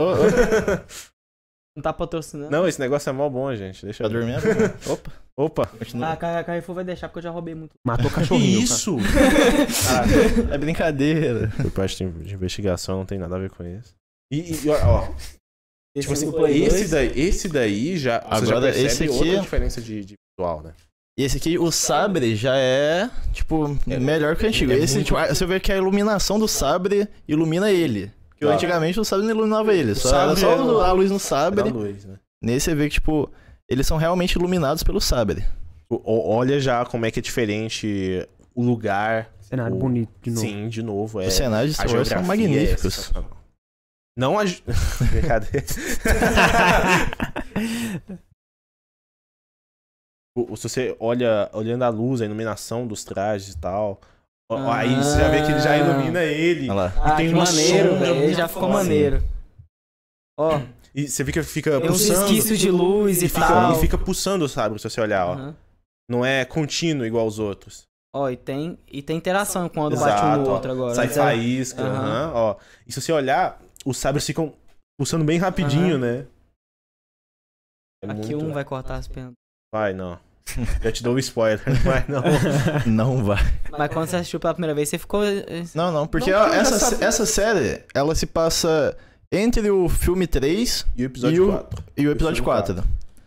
Não tá patrocinando.
Não, esse negócio é mó bom, gente. Deixa
Pra
eu ver.
dormir Opa,
*laughs* Opa.
continua.
Ah, Car- Carrefour vai deixar porque eu já
*laughs*
roubei muito.
Matou cachorrinho. cara.
isso?
*laughs*
é brincadeira.
Por parte de de investigação, não tem nada a ver com isso. E, e, ó, ó, tipo assim, esse daí, esse daí já, você já
Agora,
percebe
esse aqui- é
outra diferença de, de visual, né?
E esse aqui, o sabre já é, tipo,
É,
melhor que o antigo.
é
esse,
muito-
tipo, ah, você vê que a iluminação do sabre ilumina ele. Porque
Claro.
antigamente o sabre não iluminava ele. Só, era
Tá. sabre
só
era o-
a luz no
É da
sabre.
luz, né?
Nesse você vê que, tipo, eles são realmente iluminados pelo sabre.
O- o- olha já como é que é diferente o lugar.
Cenário
O-
bonito de novo.
Sim, de novo. É,
Os cenários de
a
Star Wars são
geografia é
magníficos.
sensacional. não a. ge- *laughs* Brincadeira. Tipo, O- se você olha, olhando a luz, a iluminação dos trajes e tal, ó- aí você já vê que ele já ilumina ele.
Olha lá.
Ah,
tem
que
uma
maneiro,
sombra
velho. Ele
muito
já ficou
foda.
maneiro. Ó,
E você fica, fica
tem uns
pulsando.
esquícios de luz e,
E fica,
tal.
e fica pulsando, sabe? Se você olhar, ó.
Aham.
Não é contínuo igual os outros.
Ó, e tem, e tem interação quando bate um
Exato,
no
ó.
outro agora.
Sai
Mas é-
faísca,
Aham.
aham, ó. E se você olhar, os sabres ficam pulsando bem rapidinho,
Aham.
né? É
Aqui
muito-
um vai cortar as pernas.
Vai, não. Já te dou um spoiler. *laughs* Vai,
*laughs*
não.
Não vai.
Mas quando você assistiu pela primeira vez, você ficou. eh,
Não, não, porque
Não,
ó,
eu já
essa,
sabia.
essa série, ela se passa entre o filme 3
E o
E
episódio
o-
4.
e o
o
episódio
filme
4.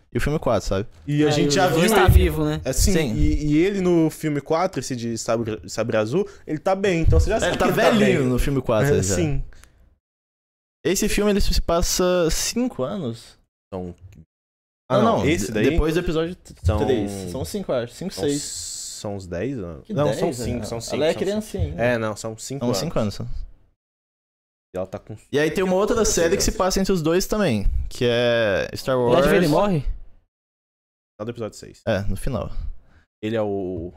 E o filme 4, sabe?
E a
aí,
gente já
o dois
viu.
tá vivo, né?
Assim,
Sim.
E, e ele no filme 4, esse de Sabre, Sabre Azul, ele tá bem, então você já sabe.
Ele tá
que
velhinho
bem.
no filme 4
É,
já.
Sim.
Esse filme ele se passa 5 anos?
Então.
Ah, não,
Esse
de-
daí.
Depois do episódio
São-
3. São 5, acho. 5,
São,
6.
são uns 10 anos. não, são 5, são 5.
Ela é criancinha. ainda.
É, não, são 5
São
anos.
5 anos. só.
E ela tá com.
E aí tem uma outra série que se passa entre os dois também, que é Star Wars.
Darth Vader morre?
Tá do episódio 6.
É, no final.
Ele é o.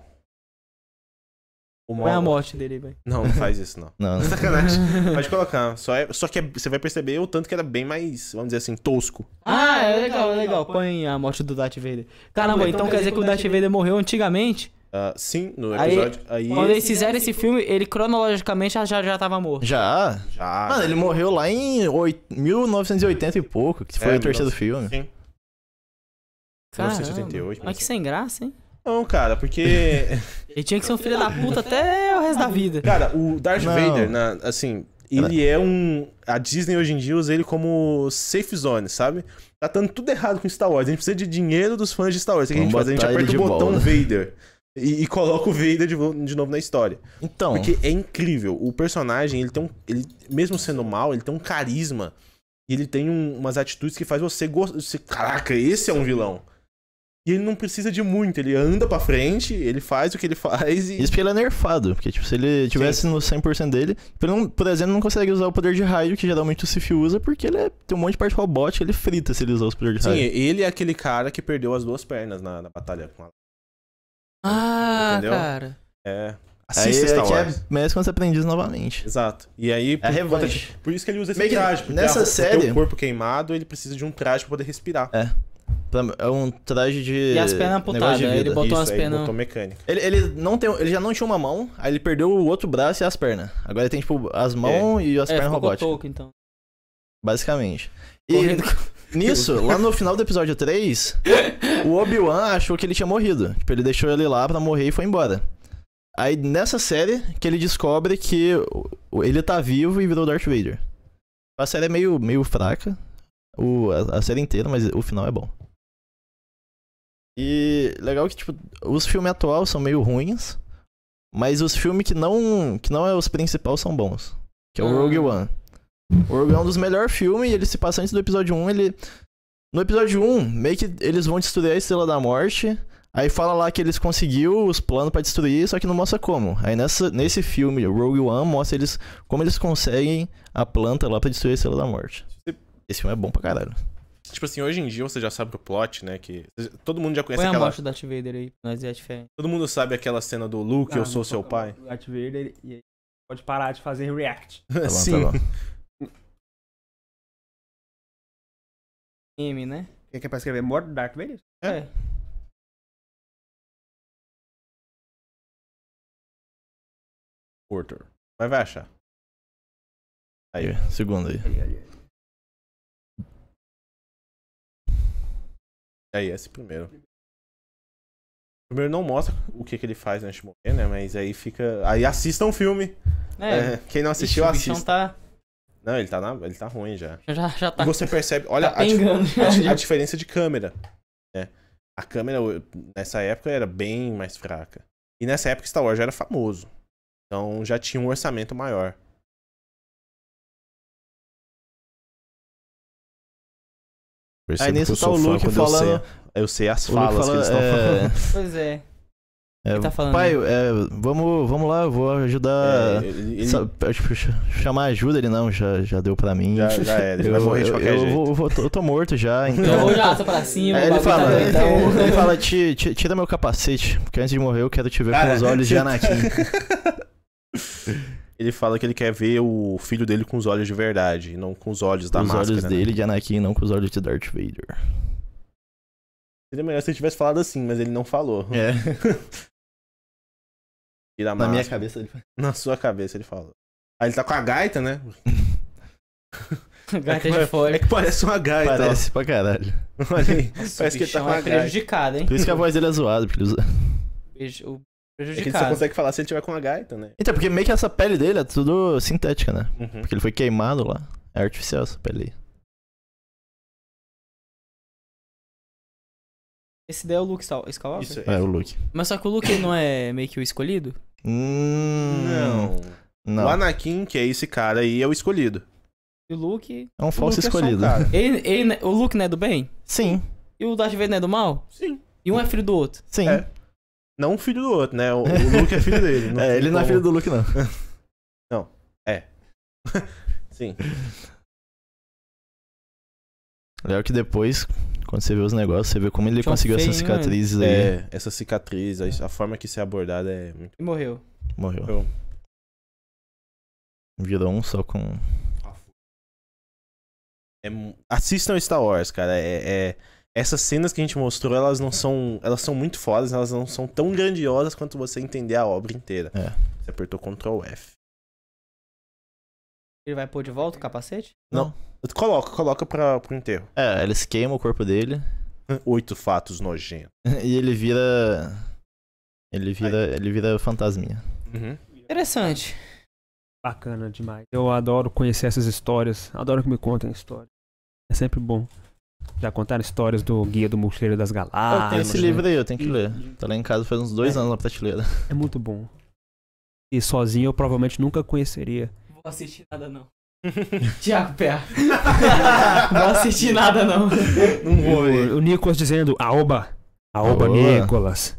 O
Qual é a
Maul.
morte dele, velho?
Não, não faz
*laughs*
isso, não.
Não,
*laughs*
não.
Sacanagem. Pode colocar. Só, é- só que é- você vai perceber o tanto que era bem mais, vamos dizer assim, tosco.
Ah, é legal, é legal. Põe a morte do Darth Vader. Caramba, então quer dizer que o Darth Vader morreu antigamente?
Ah, sim, no
Aí-
episódio. Aí.
Quando eles fizeram esse filme, ele cronologicamente já, já, já tava morto.
Já?
Já.
Mano, Ah, ele morreu lá em oit- 1980 e pouco, que foi
É,
o terceiro filme.
Sim.
Caramba,
1978,
Mas que sem graça, hein?
Não, cara,
*laughs*
porque.
Ele tinha que ser um filho da puta até o resto da vida.
Cara, o Darth
Não.
Vader, na- assim, ele é um. A Disney hoje em dia usa ele como safe zone, sabe? Tá dando tudo errado com Star Wars. A gente precisa de dinheiro dos fãs de Star Wars. O que a gente
Vamos
faz? A gente
botar ele
aperta o
de
botão
volta.
Vader. E, e coloca o Vader de, vo- de novo na história.
Então,
Porque é incrível. O personagem, ele tem um. Ele, mesmo sendo mal, ele tem um carisma. E ele tem um- umas atitudes que faz você gostar. Você, Caraca, esse é um vilão. E ele não precisa de muito. Ele anda pra frente, ele faz o que ele *laughs* faz e.
isso porque ele é nerfado. Porque, tipo, se ele tivesse no 100% dele, tipo, ele não- por exemplo, não consegue usar o poder de raio, que geralmente o Sif usa, porque ele é- tem um monte de parte robótica, ele frita se ele usar os poderes de
Sim,
raio.
ele é aquele cara que perdeu as duas pernas na, na batalha com ela.
Ah,
Entendeu?
cara.
É.
Aí
Assista
é
Star
que é
Wars.
merece quando você aprendiz novamente.
Exato. E aí, por,
É a
conta
revanche.
de- por isso que ele usa esse
Meio que
traje. porque
nessa
a- por ter
série-
o corpo queimado, ele precisa de um traje pra poder respirar.
Pra- É um traje de.
E as pernas
negócio de
amputadas,
vida.
ele botou
Isso,
as
aí
penas.
botou mecânica.
Ele, ele não tem, ele já não tinha uma mão, aí ele perdeu o outro braço e as pernas. Agora ele tem, tipo, as mãos e as
É,
pernas
ficou
robóticas,
toco, então.
basicamente. E
Correndo
*laughs* nisso, lá no final do episódio 3, o Obi-Wan achou que ele tinha morrido. Tipo, ele deixou ele lá pra morrer e foi embora. Aí nessa série que ele descobre que o- o- ele tá vivo e virou Darth Vader. A série é meio, meio fraca, o, a, a série inteira, mas o final é bom. E legal que, tipo, os filmes atuais são meio ruins, mas os filmes que não, que não é os principais são bons. Que é o
Ah.
Rogue One. O Rogue One é um dos melhores filmes e ele se passa antes do episódio 1, ele... No episódio 1, meio que eles vão destruir a Estrela da Morte, aí fala lá que eles conseguiu os planos pra destruir, só que não mostra como. Aí nessa, nesse filme, Rogue One, mostra eles como eles conseguem a planta lá pra destruir a Estrela da Morte. Esse filme é bom pra caralho.
Tipo assim, hoje em dia você já sabe o plot, né? Que todo mundo já conhece
Põe a
é aquela.
morte do Darth Vader aí, nós é diferente.
Todo mundo sabe aquela cena do
Ah,
Luke,
Ah,
eu sou seu pai.
O Darth Vader ele- ele pode parar de fazer react.
*laughs*
Tá bom, tá
Sim.
bom.
M, né?
Quem quer pra escrever? Morte do Darth Vader?
É.
Porter. Mas vai achar.
Aí, segundo aí.
Aí, É esse primeiro. Primeiro não mostra o que, que ele faz antes de morrer, né? Mas aí fica. Aí assista um filme.
É.
É, Quem não
Ixi,
assistiu,
o
assista.
bichão tá.
Não, ele tá, na... ele tá ruim já.
Já, já tá.
E você percebe, olha
tá
a, dif-
pingando.
*laughs* a di-
*laughs*
a diferença de câmera. Né? A câmera o- nessa época era bem mais fraca. E nessa época Star Wars já era famoso. Então já tinha um orçamento maior.
Aí nisso tá o Luke falando.
Eu sei as
O Luke
falas que
fala,
eles estão falando.
é,
Pois é.
é,
Ele tá falando,
Pai, é, vamos, vamos lá, eu vou ajudar.
*laughs* É, ele- ele-
sa- pra- tipo, ch- chamar ajuda, ele não, já, já deu pra mim.
já, já era, ele
eu,
vai morrer de
eu-
qualquer
eu
jeito.
vou- eu vou- eu tô
*laughs*
morto já,
Eu
então.
vou já tô pra cima.
É,
Aí
o
ele
bagulho
fala,
né?
tá doidão.
*laughs*
*laughs*
ele fala "Ti- ti- tira meu capacete, porque antes de morrer eu quero te ver com os olhos de Anakin.
*laughs* ele fala que ele quer ver o filho dele com os olhos de verdade, e não com os olhos da
Com os
máscara.
olhos
né?
dele de Anakin, não com os olhos de Darth Vader.
Seria melhor se ele tivesse falado assim, mas ele não falou.
É,
*laughs* Tira a
na minha
máscara.
cabeça ele
Na sua cabeça, ele fala. Aí ele tá com a gaita, né?
Gaita
é,
tá de
que, pare- é
fora.
que parece uma gaita. ó.
parece pra caralho.
*laughs* Olha aí.
Nossa,
parece
o
que ele tá
bichão
com a
é
gaita.
prejudicado, hein?
Por isso que a voz dele é zoada, porque ele usa- *laughs*
Beijo- o
Uhum. É que ele só
Prejudicado.
consegue falar se ele tiver com a gaita, né?
Então, porque meio que essa pele dele é tudo sintética, né?
Uhum.
Porque ele foi queimado lá. É artificial essa pele aí.
Esse daí é o Luke Scal- Skywalker?
Isso
É, o Luke.
Mas só que o Luke não é meio que o escolhido?
Hum,
Não.
Não.
O Anakin, que é esse cara aí, é o escolhido.
E o Luke.
É um falso
Luke é só um
escolhido. *laughs*
cara.
Ele, ele, o Luke não é do bem?
Sim,
E o Darth Vader não é do mal?
Sim.
E um é filho do outro.
sim.
É. Não um filho do outro, né? O, o Luke é filho
*laughs*
dele.
É,
tem
ele não é
como- É.
filho do Luke, não.
*laughs* Sim.
*laughs* Legal que depois, quando você vê os negócios, você vê como ele
Bichão
conseguiu essas
feio, hein,
cicatrizes aí.
um né? É, essa cicatriz, a, a forma que isso é abordada é muito.
E morreu.
Morreu.
Eu-
Virou um só com.
É mu- assistam Star Wars, cara. É, é- essas cenas que a gente mostrou, elas não são. Elas são muito fodas, elas não são tão grandiosas quanto você entender a obra inteira.
É.
Você apertou Ctrl F.
Ele vai pôr de volta o capacete?
Coloca, coloca pra, pro enterro.
É, eles queimam o corpo dele *laughs*
Oito fatos nojentos.
e ele vira. Ele vira. Ele vira fantasminha.
Uhum.
Interessante.
Bacana demais. Eu adoro conhecer essas histórias. Adoro que me contem histórias. É sempre bom. Já contaram histórias do Guia do Mochileiro das
Ah,
Galáxias.
tem esse
né?
livro aí, eu tenho que ler. Tá lá em casa faz uns dois anos na prateleira.
É muito bom. E sozinho eu provavelmente nunca conheceria.
Vou assistir nada não. *laughs* Tiago *laughs* Pé. Vou assistir nada não.
Não vou ver.
O, o Nicolas dizendo, aoba. Aoba,
Aoba.
Nicolas.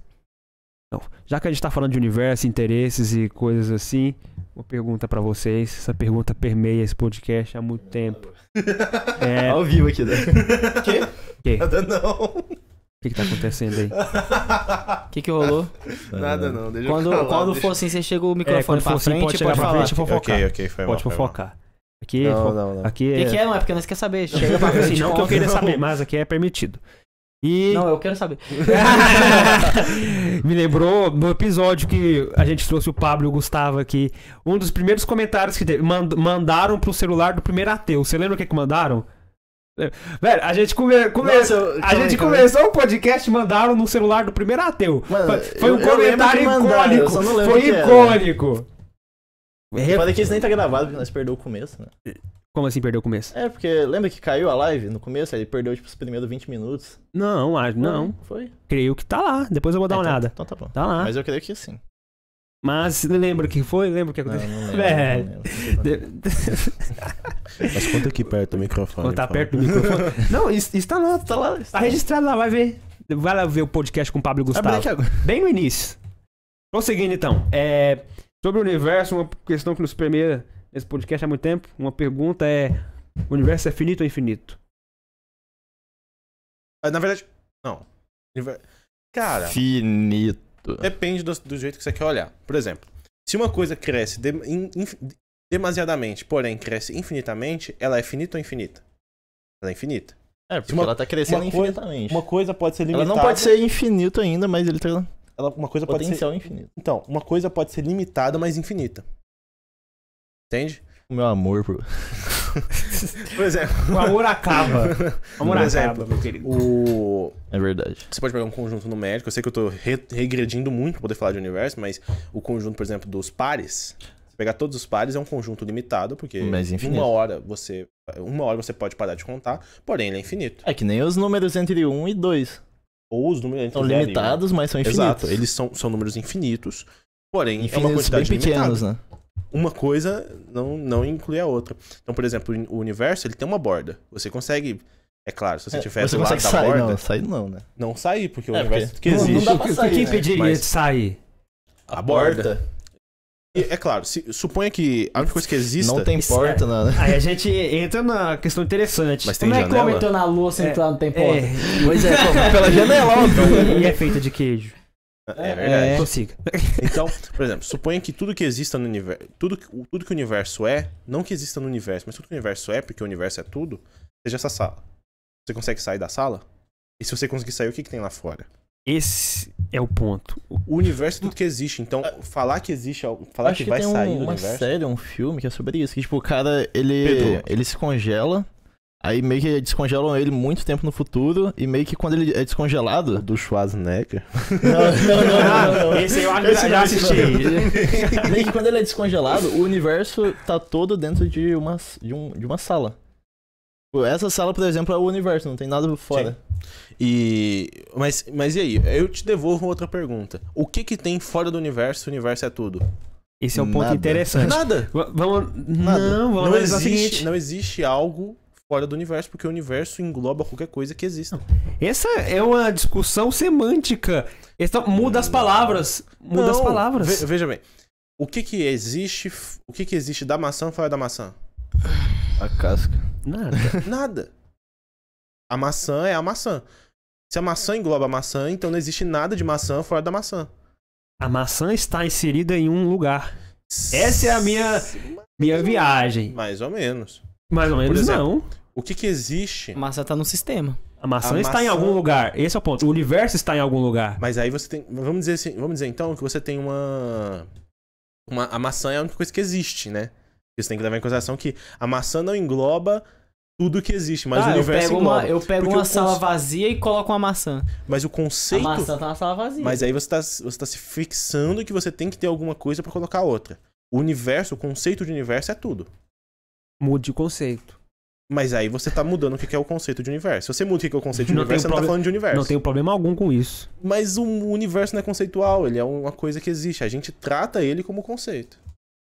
Então, já que a gente tá falando de universo, interesses e coisas assim, uma pergunta pra vocês. Essa pergunta permeia esse podcast há muito tempo.
*laughs*
É.
Ao vivo aqui, né?
Quê?
Nada não.
O que, que tá acontecendo aí?
O que, que rolou?
*laughs* Nada não. *laughs* Deixa eu
Quando,
falar,
quando
deixa-
for assim, você chega o
É,
microfone
quando
pra
for assim,
frente
pode
pode,
chegar
pode
pra
falar.
frente e fofocar.
Ok, ok, foi mal.
pode
foi mal.
fofocar. Aqui,
Não,
fo-
não, não.
aqui
O que, que
é,
é? Não, é porque nós quer saber.
*laughs*
Chega pra
assim,
frente.
não que eu
conta.
queria saber, mas aqui é permitido. E
Não, eu quero saber.
*laughs* me lembrou no episódio que a gente trouxe o Pablo e o Gustavo aqui. Um dos primeiros comentários que teve. mand- mandaram pro celular do primeiro ateu. Você lembra o que, que mandaram? Velho, a gente, come, come-
Nossa, eu-
a
calma aí,
gente
calma aí.
começou o podcast e mandaram no celular do primeiro ateu.
Mano,
foi foi
eu-
um
eu lembro
comentário
que mandaram, eu
icônico.
só não lembro
Foi
o que era.
icônico.
Foda que isso nem tá gravado, porque nós perdeu o começo, né?
Como assim perdeu o começo?
É, porque lembra que caiu a live no começo? Ele perdeu, tipo, os primeiros 20 minutos.
Não, acho- não.
Foi?
Creio que tá lá. Depois eu vou dar uma
então,
olhada.
Então tá bom.
Tá lá.
Mas eu creio que sim.
Mas lembra o que foi? Lembra o que
Não,
aconteceu?
não lembro,
Velho.
não lembro.
Mas conta aqui perto do microfone.
Quando tá
por favor.
perto do microfone. Não, isso, isso tá lá.
é.
Tá,
Tá lá.
tá registrado lá, vai ver. Vai lá ver o podcast com o Pablo e
Ah,
tá
Gustavo.
moleque, agora.
Bem no início. Prosseguindo então. É, sobre o universo, uma questão que nos permeia nesse podcast há muito tempo. Uma pergunta é: o universo é finito ou infinito?
Ah, Na verdade, não. Univer- Cara,
Finito.
depende do, do jeito que você quer olhar. Por exemplo, se uma coisa cresce de- in- inf- demasiadamente, porém cresce infinitamente, ela é finita ou infinita? Ela é infinita.
É, porque
Uma-
ela tá crescendo
uma coisa-
infinitamente.
Uma coisa pode ser
Ela
limitada.
não pode ser infinito ainda, mas ele tá
ela- uma coisa pode ser.
potencial infinito.
Então, uma coisa pode ser limitada, mas infinita. *laughs* Entende?
O meu amor, pro.
Por exemplo.
O amor acaba. O amor
Por
acaba,
exemplo,
meu querido.
o.
É verdade.
Você pode pegar um conjunto numérico. Eu sei que eu tô re- regredindo muito pra poder falar de universo, mas o conjunto, por exemplo, dos pares. Se pegar todos os pares é um conjunto limitado, porque
Mas é infinito.
uma hora você uma hora você pode parar de contar, porém ele é infinito.
É que nem os números entre 1 e 2.
Ou os números entre
São
zero e um.
limitados, mas são infinitos.
Exato, eles são, são números infinitos, porém é uma
Infinitos bem
quantidade limitada.
pequenos, né?
Uma coisa não, não inclui a outra. Então, por exemplo, o universo ele tem uma borda. Você consegue, é claro, se você tiver
você
do lado
consegue
da
sair,
borda,
não. Sair não, né?
não, sair, porque o
É, porque-
universo que
Não, não
existe.
dá pra sair,
Quem
né?
pediria
Mas-
de sair?
A borda. E, é claro, se, suponha que a única coisa que exista.
Não tem
Isso
porta, né?
Aí a gente entra na questão interessante.
Mas tem
Como é que
janela?
homem entrou na lua sem entrar no tempo?
É,
Pois é, pô,
*laughs*
pela janela, óbvio.
e é feita de queijo.
É verdade.
É.
Prossiga.
Então, por exemplo, suponha que tudo que exista no universo. Tudo, que- o- tudo que o universo é, não que exista no universo, mas tudo que o universo é, porque o universo é tudo, seja essa sala. Você consegue sair da sala? E se você conseguir sair, o que, que tem lá fora?
Esse é o ponto.
O universo é tudo que existe. Então, falar que existe, algo- falar
Acho
que
que
vai
tem
sair
um,
do
uma
universo.
série, um filme que é sobre isso. Que, tipo, o cara, ele,
Pedro.
ele se congela. Aí meio que descongelam ele muito tempo no futuro. E meio que quando ele é descongelado...
Do Schwarzenegger.
não,
Ah,
*laughs*
Esse eu acho que já,
Esse não,
já assisti.
Meio que quando ele é descongelado, o universo tá todo dentro de uma, de um, de uma sala. Tipo, Essa sala, por exemplo, é o universo, não tem nada fora.
E. Mas, mas e aí? Eu te devolvo outra pergunta. O que, que tem fora do universo? O universo é tudo?
Esse é um ponto
Nada.
interessante.
Nada!
Va- Vamos.
Nada.
Não, vamos
não
analisar é o
existe,
seguinte.
não existe algo fora do universo, porque o universo engloba qualquer coisa que exista.
Essa é uma discussão semântica. Então, muda as palavras. Muda as
Não,
palavras.
ve- veja bem. O que que existe, f- o que que existe da maçã fora
*laughs*
da maçã?
A casca.
Nada.
Nada. A maçã é a maçã. Se a maçã engloba a maçã, então não existe nada de maçã fora da maçã.
A maçã está inserida em um lugar. Essa é a minha- Minha viagem.
Mais ou menos.
Mais ou menos,
exemplo.
não.
O que que existe?
é. Massa tá no sistema.
A maçã
A
está em
maçã-
algum lugar. Esse é o ponto. O universo está em algum lugar.
Mas aí você tem. Vamos dizer assim, vamos dizer então que você tem uma. uma a maçã é a única coisa que existe, né? Você tem que levar em consideração que a maçã não engloba tudo que existe, mas
Ah,
o universo
eu pego
engloba.
uma, eu pego
Porque
uma
o
sala
cons-
vazia e coloco uma maçã.
Mas o
A
conceito.
maçã tá na sala vazia.
Mas aí você tá, você tá se fixando que você tem que ter alguma coisa pra colocar outra. O universo, o conceito de universo é tudo.
Mude de conceito.
Mas aí você tá mudando o que que é o conceito de universo. Se você muda o que que é o conceito de
Não tem
universo, você não tá
problema-
falando de universo.
Não tenho problema algum com isso.
Mas o universo não é conceitual, ele é uma coisa que existe. A gente trata ele como conceito.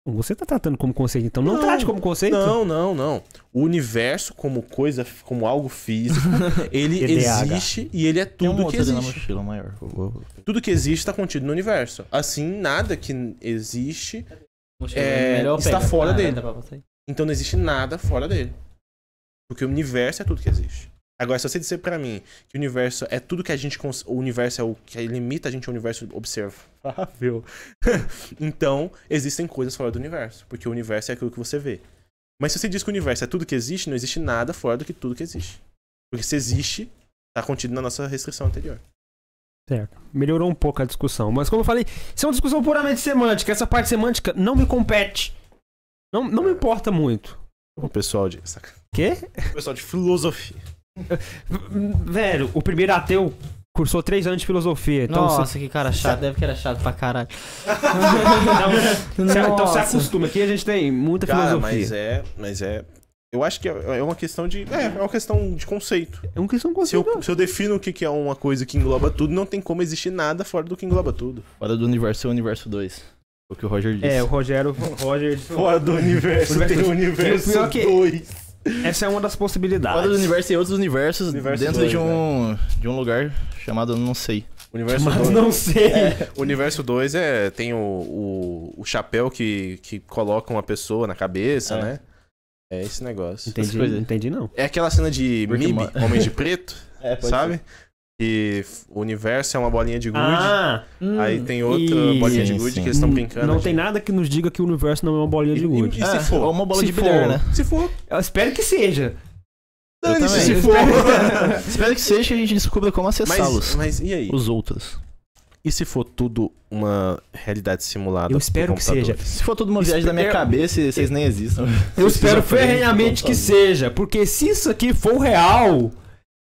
Você tá tratando como conceito, então não,
Não.
trate como conceito.
Não, não, não. O universo como coisa, como algo físico, ele
EDH.
existe e ele é
Tem um uma
tudo que
outra na
existe.
mochila maior. Eu vou-
Tudo que existe está contido no universo. Assim, nada que existe,
Poxa,
é,
melhor eu
está
pego.
fora
Ah,
dele.
dá pra botar aí.
então não existe nada fora dele. Porque o universo é tudo que existe. Agora, se você disser pra mim que o universo é tudo que a gente. cons- O universo é o que limita a gente ao universo observável. *laughs* então, existem coisas fora do universo. Porque o universo é aquilo que você vê. Mas se você diz que o universo é tudo que existe, não existe nada fora do que tudo que existe. Porque se existe, tá contido na nossa restrição anterior.
Melhorou um pouco a discussão. Mas como eu falei, isso é uma discussão puramente semântica. Essa parte semântica não me compete. Não, não me importa muito.
O pessoal de. Saca.
Quê?
O pessoal de filosofia.
Velho, o primeiro ateu cursou três anos de filosofia. Então,
Nossa,
se- *laughs*
que cara chato. Deve que era chato pra caralho.
se- então se
Nossa.
acostuma. Aqui a gente tem muita
Cara,
Tá filosofia.
mas é. Mas é. Eu acho que é é uma questão de. É, é uma questão de conceito.
É um questão
Se eu,
conceitual.
se eu defino o que, que é uma coisa que engloba tudo, não tem como existir nada fora do que engloba tudo.
Fora do universo é o universo 2. O que o Roger disse.
É, o Rogério. o Roger disse,
Fora do universo,
tem o
universo
pior é que-
2.
Essa é uma das possibilidades.
Fora do universo e outros universos
Universo
dentro
dois, né?
de, um, de um lugar chamado não sei.
Universo
Mas
2.
não sei.
O universo 2 é. Tem o, o, o chapéu que, que coloca uma pessoa na cabeça,
É.
né? É esse negócio.
Essas coisas.
Entendi, entendi não.
É aquela cena de
Rick and
Mib,
Morty.
Homem de Preto,
*laughs*
É,
sabe? Que f- o universo é uma bolinha de gude.
Ah,
Hum,
aí tem outra
Ih,
bolinha de
sim,
gude
sim.
que eles estão brincando.
não
de-
tem nada que nos diga que o universo não é uma bolinha de
E- e-
gude.
E, se for?
Ou é uma bola
Se
de bilhar,
for.
né?
Se for,
Eu espero que seja.
dane-se
também.
se for.
*laughs* Espero que seja e a gente descubra como
mas,
acessá-los.
mas e aí?
Os outros.
E se for tudo uma realidade simulada?
Eu
por
espero que
computadores?
Se for tudo uma viagem da minha
Espero-
cabeça, vocês nem *laughs* existam.
Eu espero ferrenhamente
ferrenhamente
que seja, porque se isso aqui for real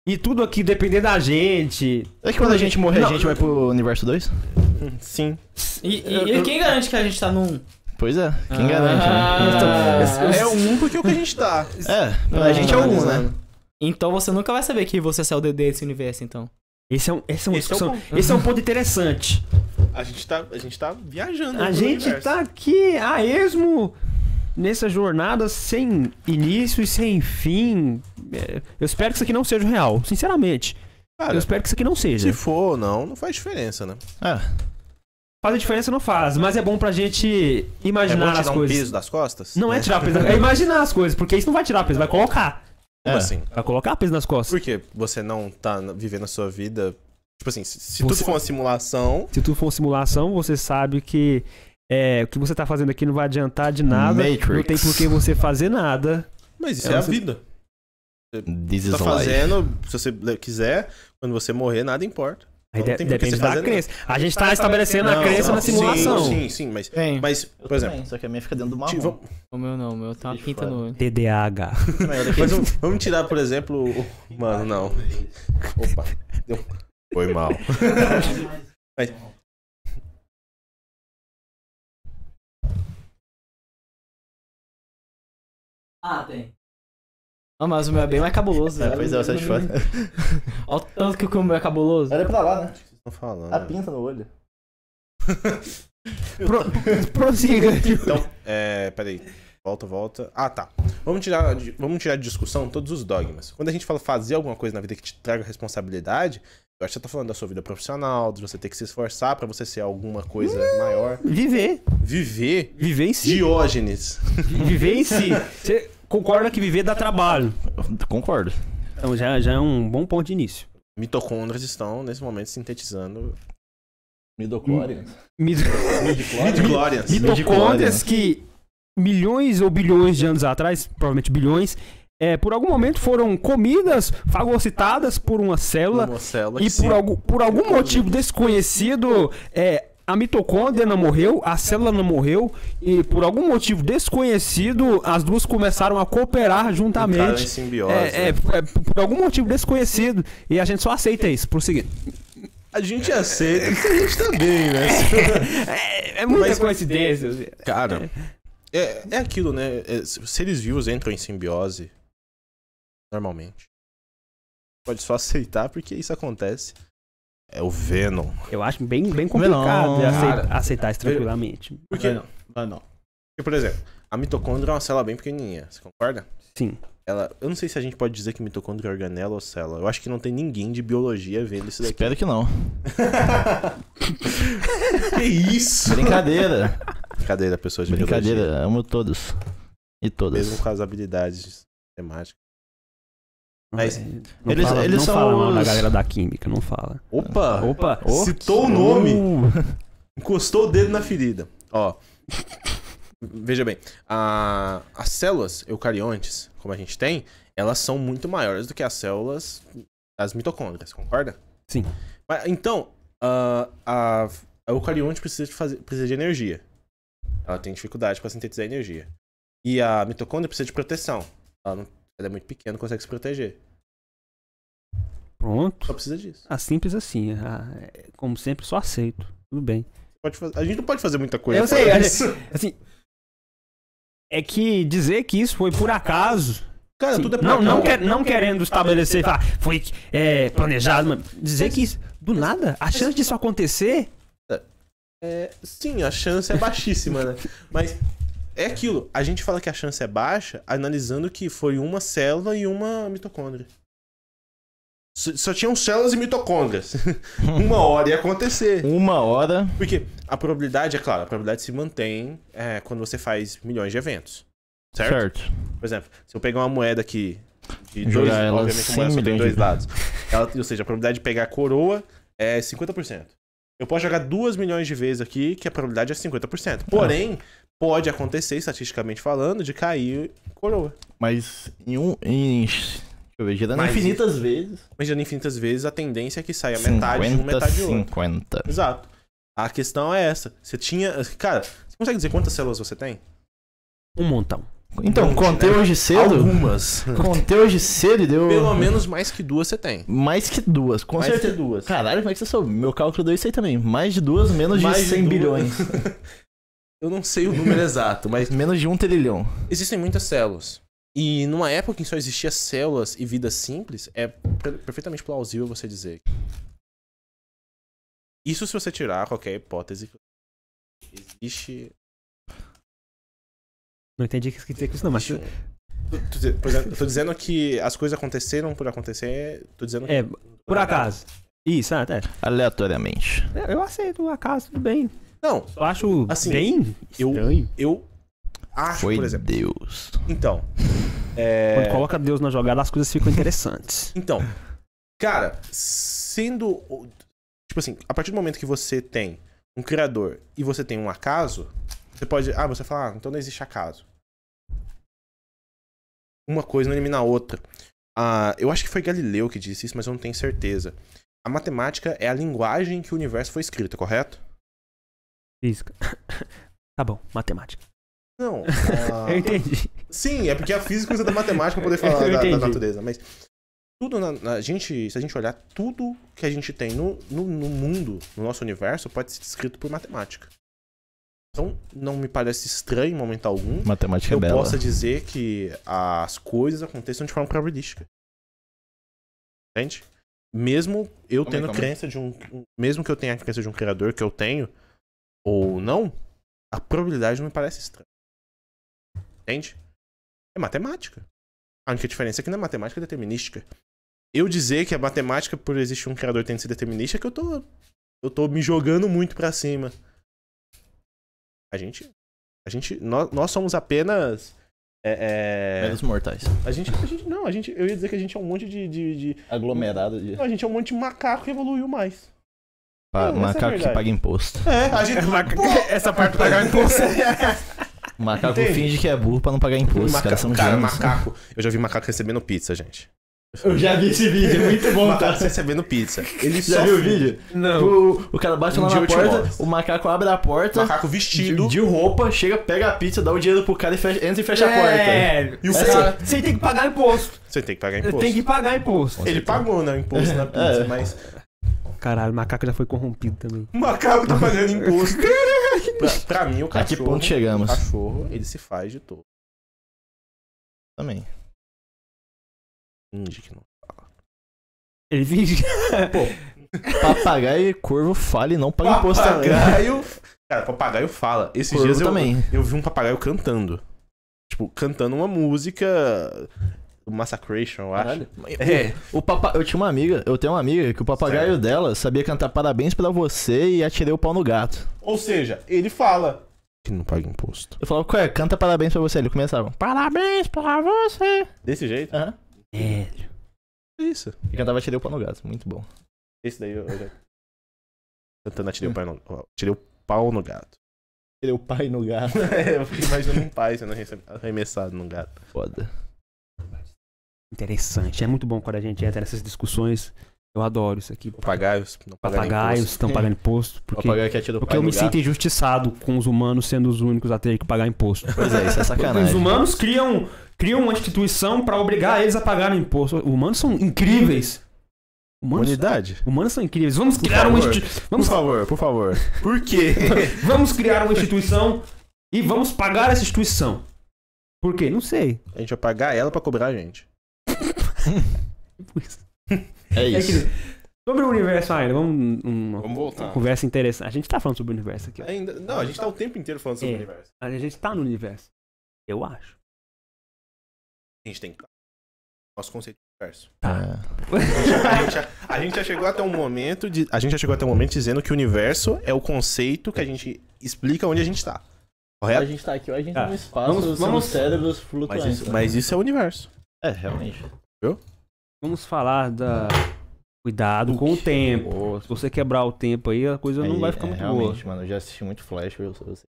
e tudo aqui depender da gente.
É que quando a gente morrer,
Não.
a gente vai pro universo 2?
Sim.
E, e- e quem garante que a gente tá num.
Pois é, quem garante,
Então,
Ah.
né?
É um porque é o que a gente tá.
Então, é, pra gente é um, né?
Então você nunca vai saber que você é o DD desse universo, então.
Esse é um, essa é uma
Esse é o
discussão- esse é um ponto interessante.
A gente tá, a gente tá viajando.
A
pelo
gente
universo.
tá aqui a esmo nessa jornada sem início e sem fim. É, Eu espero que isso aqui não seja real, sinceramente.
Cara,
Eu espero que isso aqui não seja.
se for ou não, não faz diferença, né?
É.
Faz a diferença não faz, mas é bom pra gente
É bom
imaginar as
tirar um
coisas.
peso das costas?
Não é tirar peso,
*laughs*
é imaginar as coisas, porque isso não vai tirar peso, vai colocar.
Como
É.
assim?
Vai colocar peso nas costas.
Por que você não tá na- vivendo a sua vida... Tipo assim, se, se
Você-
tudo for uma simulação...
Se tudo for uma simulação, você sabe que é, o que você tá fazendo aqui não vai adiantar de nada.
Matrix.
Não tem por que você fazer nada.
Mas isso
É,
é, a
você-
vida.
This
Você
is life.
tá fazendo, se você quiser, quando você morrer, nada importa.
Aí
Não
de-
tem por que
depende
você
da
fazer nada.
crença. A gente tá estabelecendo a
Não,
crença
não,
na simulação.
Sim, sim, sim, mas...
Tem.
Mas,
Eu
por exemplo...
também, só que a minha fica dentro do
ti-
marrom.
vamos-
O meu não, o meu tá uma
Deixa
pinta
fora.
no olho.
TDAH.
*laughs*
É,
mas vamos- vamos tirar, por exemplo... o-
*laughs*
Mano, não. Opa. Deu... um- Foi
Tá
*laughs* mal.
Ah, tem. Ah, mas o meu é bem mais
*laughs*
cabuloso.
É,
velho.
pois é, eu satisfaz.
Olha o tanto que o meu é cabuloso.
Olha pra lá, né?
Estão falando.
A pinta no olho.
*laughs* Prossiga.
Então, é, peraí. Volta, volta. Ah, tá. Vamos tirar, de- vamos tirar de discussão todos os dogmas. Quando a gente fala fazer alguma coisa na vida que te traga responsabilidade, eu acho que você tá falando da sua vida profissional, de você ter que se esforçar pra você ser alguma coisa maior.
Viver.
Viver
Viver em si.
Diógenes.
Viver em si. Você concorda que viver dá trabalho.
Eu Concordo.
Então já, já é um bom ponto de início.
Mitocôndrias estão, nesse momento, sintetizando.
Midochlorians.
Mito- *laughs*
Midichlorians.
mitocôndrias que milhões ou bilhões de anos atrás, provavelmente bilhões, é, por algum momento foram comidas, fagocitadas por uma célula.
Uma célula
E
que se-
por, algum- por algum motivo desconhecido, é, a mitocôndria não morreu, a célula não morreu, e por algum motivo desconhecido, as duas começaram a cooperar
entraram em
juntamente.
simbiose.
É, é,
né?
é, por algum motivo desconhecido, e a gente só aceita isso, por seguinte.
A gente aceita, porque a gente tá bem, né?
*laughs* É, é muita
Mas-
coincidência.
Cara, é, é aquilo, né? É, se- seres vivos entram em simbiose normalmente. Pode só aceitar porque isso acontece. É o Venom.
Eu acho bem, bem complicado de acei-
cara.
aceitar, isso tranquilamente.
Porque,
Não, não, não.
porque, por exemplo, a mitocôndria é uma célula bem pequenininha, você concorda?
Sim.
Ela, eu não sei se a gente pode dizer que mitocôndria é organela ou célula. Eu acho que não tem ninguém de biologia vendo isso daqui.
Espero que não.
*laughs* que isso?
Brincadeira.
Brincadeira, pessoas de biologia.
Brincadeira. Amo todos. E todas.
Mesmo com as habilidades temáticas. Mas-
não
Eles-
fala,
eles
não
são
fala mal da
os-
galera da química, não fala.
Opa!
Opa,
Oh. Uh.
Citou o nome! Encostou o dedo na ferida. Ó. Veja bem, a- as células eucariontes, como a gente tem, elas são muito maiores do que as células das mitocôndrias, concorda?
Sim.
Mas, então, a, a, a eucarionte precisa de, fazer, precisa de energia. Ela tem dificuldade para sintetizar energia. E a mitocôndria precisa de proteção. Ela, não- ela é muito pequena, não consegue se proteger.
pronto.
Só precisa disso.
Ah, simples assim. ah, é, como sempre, só aceito. Tudo bem.
Pode faz- a gente não pode fazer muita coisa.
Eu sei,
pra
a
isso.
Assim. É que dizer que isso foi por acaso.
Cara,
assim,
tudo é por
não,
acaso.
não, quer- não querendo estabelecer, falar, foi é, planejado, mas dizer que isso, do nada, a chance disso acontecer.
É, sim, a chance é baixíssima, *laughs* né? Mas é aquilo. A gente fala que a chance é baixa analisando que foi uma célula e uma mitocôndria. S- Só tinham células e mitocôndrias. *laughs* uma hora ia
*laughs*
acontecer.
Uma hora.
Porque a probabilidade, é claro, a probabilidade se mantém é, quando você faz milhões de eventos. Certo?
Certo.
Por exemplo, se eu pegar uma moeda aqui de dois,
Jogar ela né?
obviamente a
100
moeda só tem
milhões de
dois
vezes.
lados. Ela- ou seja, a probabilidade de pegar a coroa é 50%. Eu posso jogar duas milhões de vezes aqui, que a probabilidade é
Tá.
50%. Porém, pode acontecer, estatisticamente falando, de cair coroa.
Mas em um. Em, deixa eu ver, girando
Mas-
infinitas vezes.
Mas já infinitas vezes a tendência é que saia metade de um, metade de outro.
50.
Exato. A questão é essa. Você tinha. Cara, você consegue dizer quantas células você tem?
Um montão.
Então,
Monte,
contei
né?
hoje cedo. *laughs*
Algumas.
Contei hoje cedo e deu.
Pelo menos mais que duas você tem.
Mais que duas, com
mais
certeza.
que duas.
Caralho, como é que você soube? Meu cálculo deu isso aí também. Mais de duas, menos
Mais
de 100
duas.
bilhões.
*laughs* Eu não sei o número exato, mas
Menos de um trilhão.
existem muitas células. E numa época em que só existia células e vida simples, é per- perfeitamente plausível você dizer. Isso se você tirar qualquer hipótese que existe.
Não entendi o que você quer dizer com isso, não, mas.
existe um- Tô dizendo- Por exemplo, eu tô dizendo que as coisas aconteceram por acontecer. Tô dizendo que.
É, por acaso. Isso, ah, tá.
Aleatoriamente.
Eu aceito o acaso, tudo bem.
Não,
Eu acho
Assim,
bem
eu-
estranho.
eu acho,
Foi
por exemplo.
Deus.
Então. É...
Quando coloca Deus na jogada, as coisas ficam interessantes.
Então, cara, sendo. o- Tipo assim, a partir do momento que você tem um criador e você tem um acaso, você pode. Ah, você fala, ah, então não existe acaso. Uma coisa não elimina a outra. Ah, eu acho que foi Galileu que disse isso, mas eu não tenho certeza. A matemática é a linguagem que o universo foi escrito, correto?
Física. *laughs* Tá bom, matemática.
*laughs* Não.
Ah. Eu entendi.
Sim, é porque a física usa da matemática pra poder falar
Eu
da, da
entendi.
natureza. Mas tudo na, na- a gente, se a gente olhar tudo que a gente tem no, no, no mundo, no nosso universo, pode ser descrito por matemática. Então, não me parece estranho em momento algum que
Matemática é
eu
bela.
possa dizer que as coisas aconteçam de forma probabilística. Entende? Mesmo eu
Calma aí,
tendo
calma aí.
crença de um. Mesmo que eu tenha a crença de um criador que eu tenho, ou não, a probabilidade não me parece estranha. Entende? É matemática. A única diferença é que na matemática é determinística. Eu dizer que a matemática, por existir um criador, tem que ser determinista, é que eu tô. Eu tô me jogando muito pra cima. A gente. A gente. Nós, nós somos apenas. É, é,
Menos mortais.
a, gente, a gente. Não, a gente. Eu ia dizer que a gente é um monte de. de, de-
Aglomerado de.
não, a gente é um monte de macaco que evoluiu mais. É,
Pa-
essa é a
macaco que
verdade.
paga imposto.
*laughs* É, a gente.
Essa parte do pagamento.
O macaco
Entende?
finge que é burro pra não pagar imposto.
Maca-
Cara, são
cara,
gênios.
macaco. Eu já vi macaco recebendo pizza, gente.
Eu já vi esse vídeo, é muito bom, tá?
Macaco recebendo pizza. Ele
Já
só
viu o vídeo?
Não.
O, o cara bate
Um
lá
dia
na
eu te
porta,
mostro.
o macaco abre a porta,
é um Macaco vestido.
de, de roupa, chega, pega a pizza, dá o dinheiro pro cara e fecha- entra e fecha a porta.
E o
Essa-
É, cara.
Você tem que pagar imposto.
Você tem que pagar
Você
imposto.
Tem que pagar imposto.
Ele pagou, né? O imposto na pizza,
É.
mas.
Caralho, o macaco já foi corrompido também.
O *laughs* macaco tá pagando imposto. pra, pra mim, o
A que
cachorro.
ponto chegamos?
o cachorro, ele se faz de todo.
Também.
Finge que não.
Ele finge.
Papagaio e corvo fala e não paga imposto também.
Papagaio. *laughs* Cara, papagaio fala. Esses
Corvo
dias eu,
também.
eu vi um papagaio cantando. Tipo, cantando uma música. Massacration, eu acho. É.
O papa... Eu tinha uma amiga, eu tenho uma amiga que o papagaio dela sabia cantar parabéns pra você e atirei o pau no gato.
Ou seja, ele fala. Que não paga imposto.
Eu falava, ué, canta parabéns pra você. Ele começava, parabéns pra você.
Desse jeito?
Aham.
É isso.
E cantava atirei o pau no gato, muito bom.
Esse daí eu. eu já- *laughs* Cantando, atirei o pau no, ó, atirei o pau no gato.
Atirei o pai no *laughs* gato.
É, eu fiquei imaginando um pai sendo arremessado num gato.
Foda.
Interessante. É muito bom quando a gente entra nessas discussões. Eu adoro isso aqui.
Papagaios. Não pagaram
Papagaios
imposto.
estão pagando imposto. Porque,
Papagaio que atira o
porque
pai
eu
no
me
gato.
sinto injustiçado com os humanos sendo os únicos a terem que pagar imposto.
Pois é, isso é
Os
sacanagem.
humanos criam, criam uma instituição pra obrigar eles a pagarem imposto. Humanos são incríveis. Humanos,
Humanidade?
humanos são incríveis. Vamos criar uma
favor.
instituição.
Por
Vamos, *laughs*
favor, por favor. Por quê?
vamos criar uma instituição e vamos pagar essa instituição. Por quê? Não sei.
A gente vai pagar ela pra cobrar a gente.
É
É
isso.
que- sobre o universo ainda, vamos um- uma
Vamos
Tá.
voltar.
conversa interessante. A gente tá falando sobre o universo aqui. ó.
Ainda... Não, a gente tá o tempo inteiro falando sobre
É.
o universo.
A gente tá no universo. Eu acho.
A gente tem que. Nosso conceito de universo.
É.
A gente, já- a gente já chegou até um momento de. A gente já chegou até um momento dizendo que o universo é o conceito que a gente explica onde a gente tá.
A
Correto?
gente tá aqui, a gente
Ah,
no espaço,
vamos-
vamos,
vamos-
cérebros flutuantes. né?
Mas isso, mas isso é o universo.
É, realmente.
Vamos falar da. Cuidado com o tempo. Se você quebrar o tempo aí, a coisa não
Aí,
vai ficar
é,
muito boa.
realmente, mano, eu já assisti muito Flash, eu, eu sei.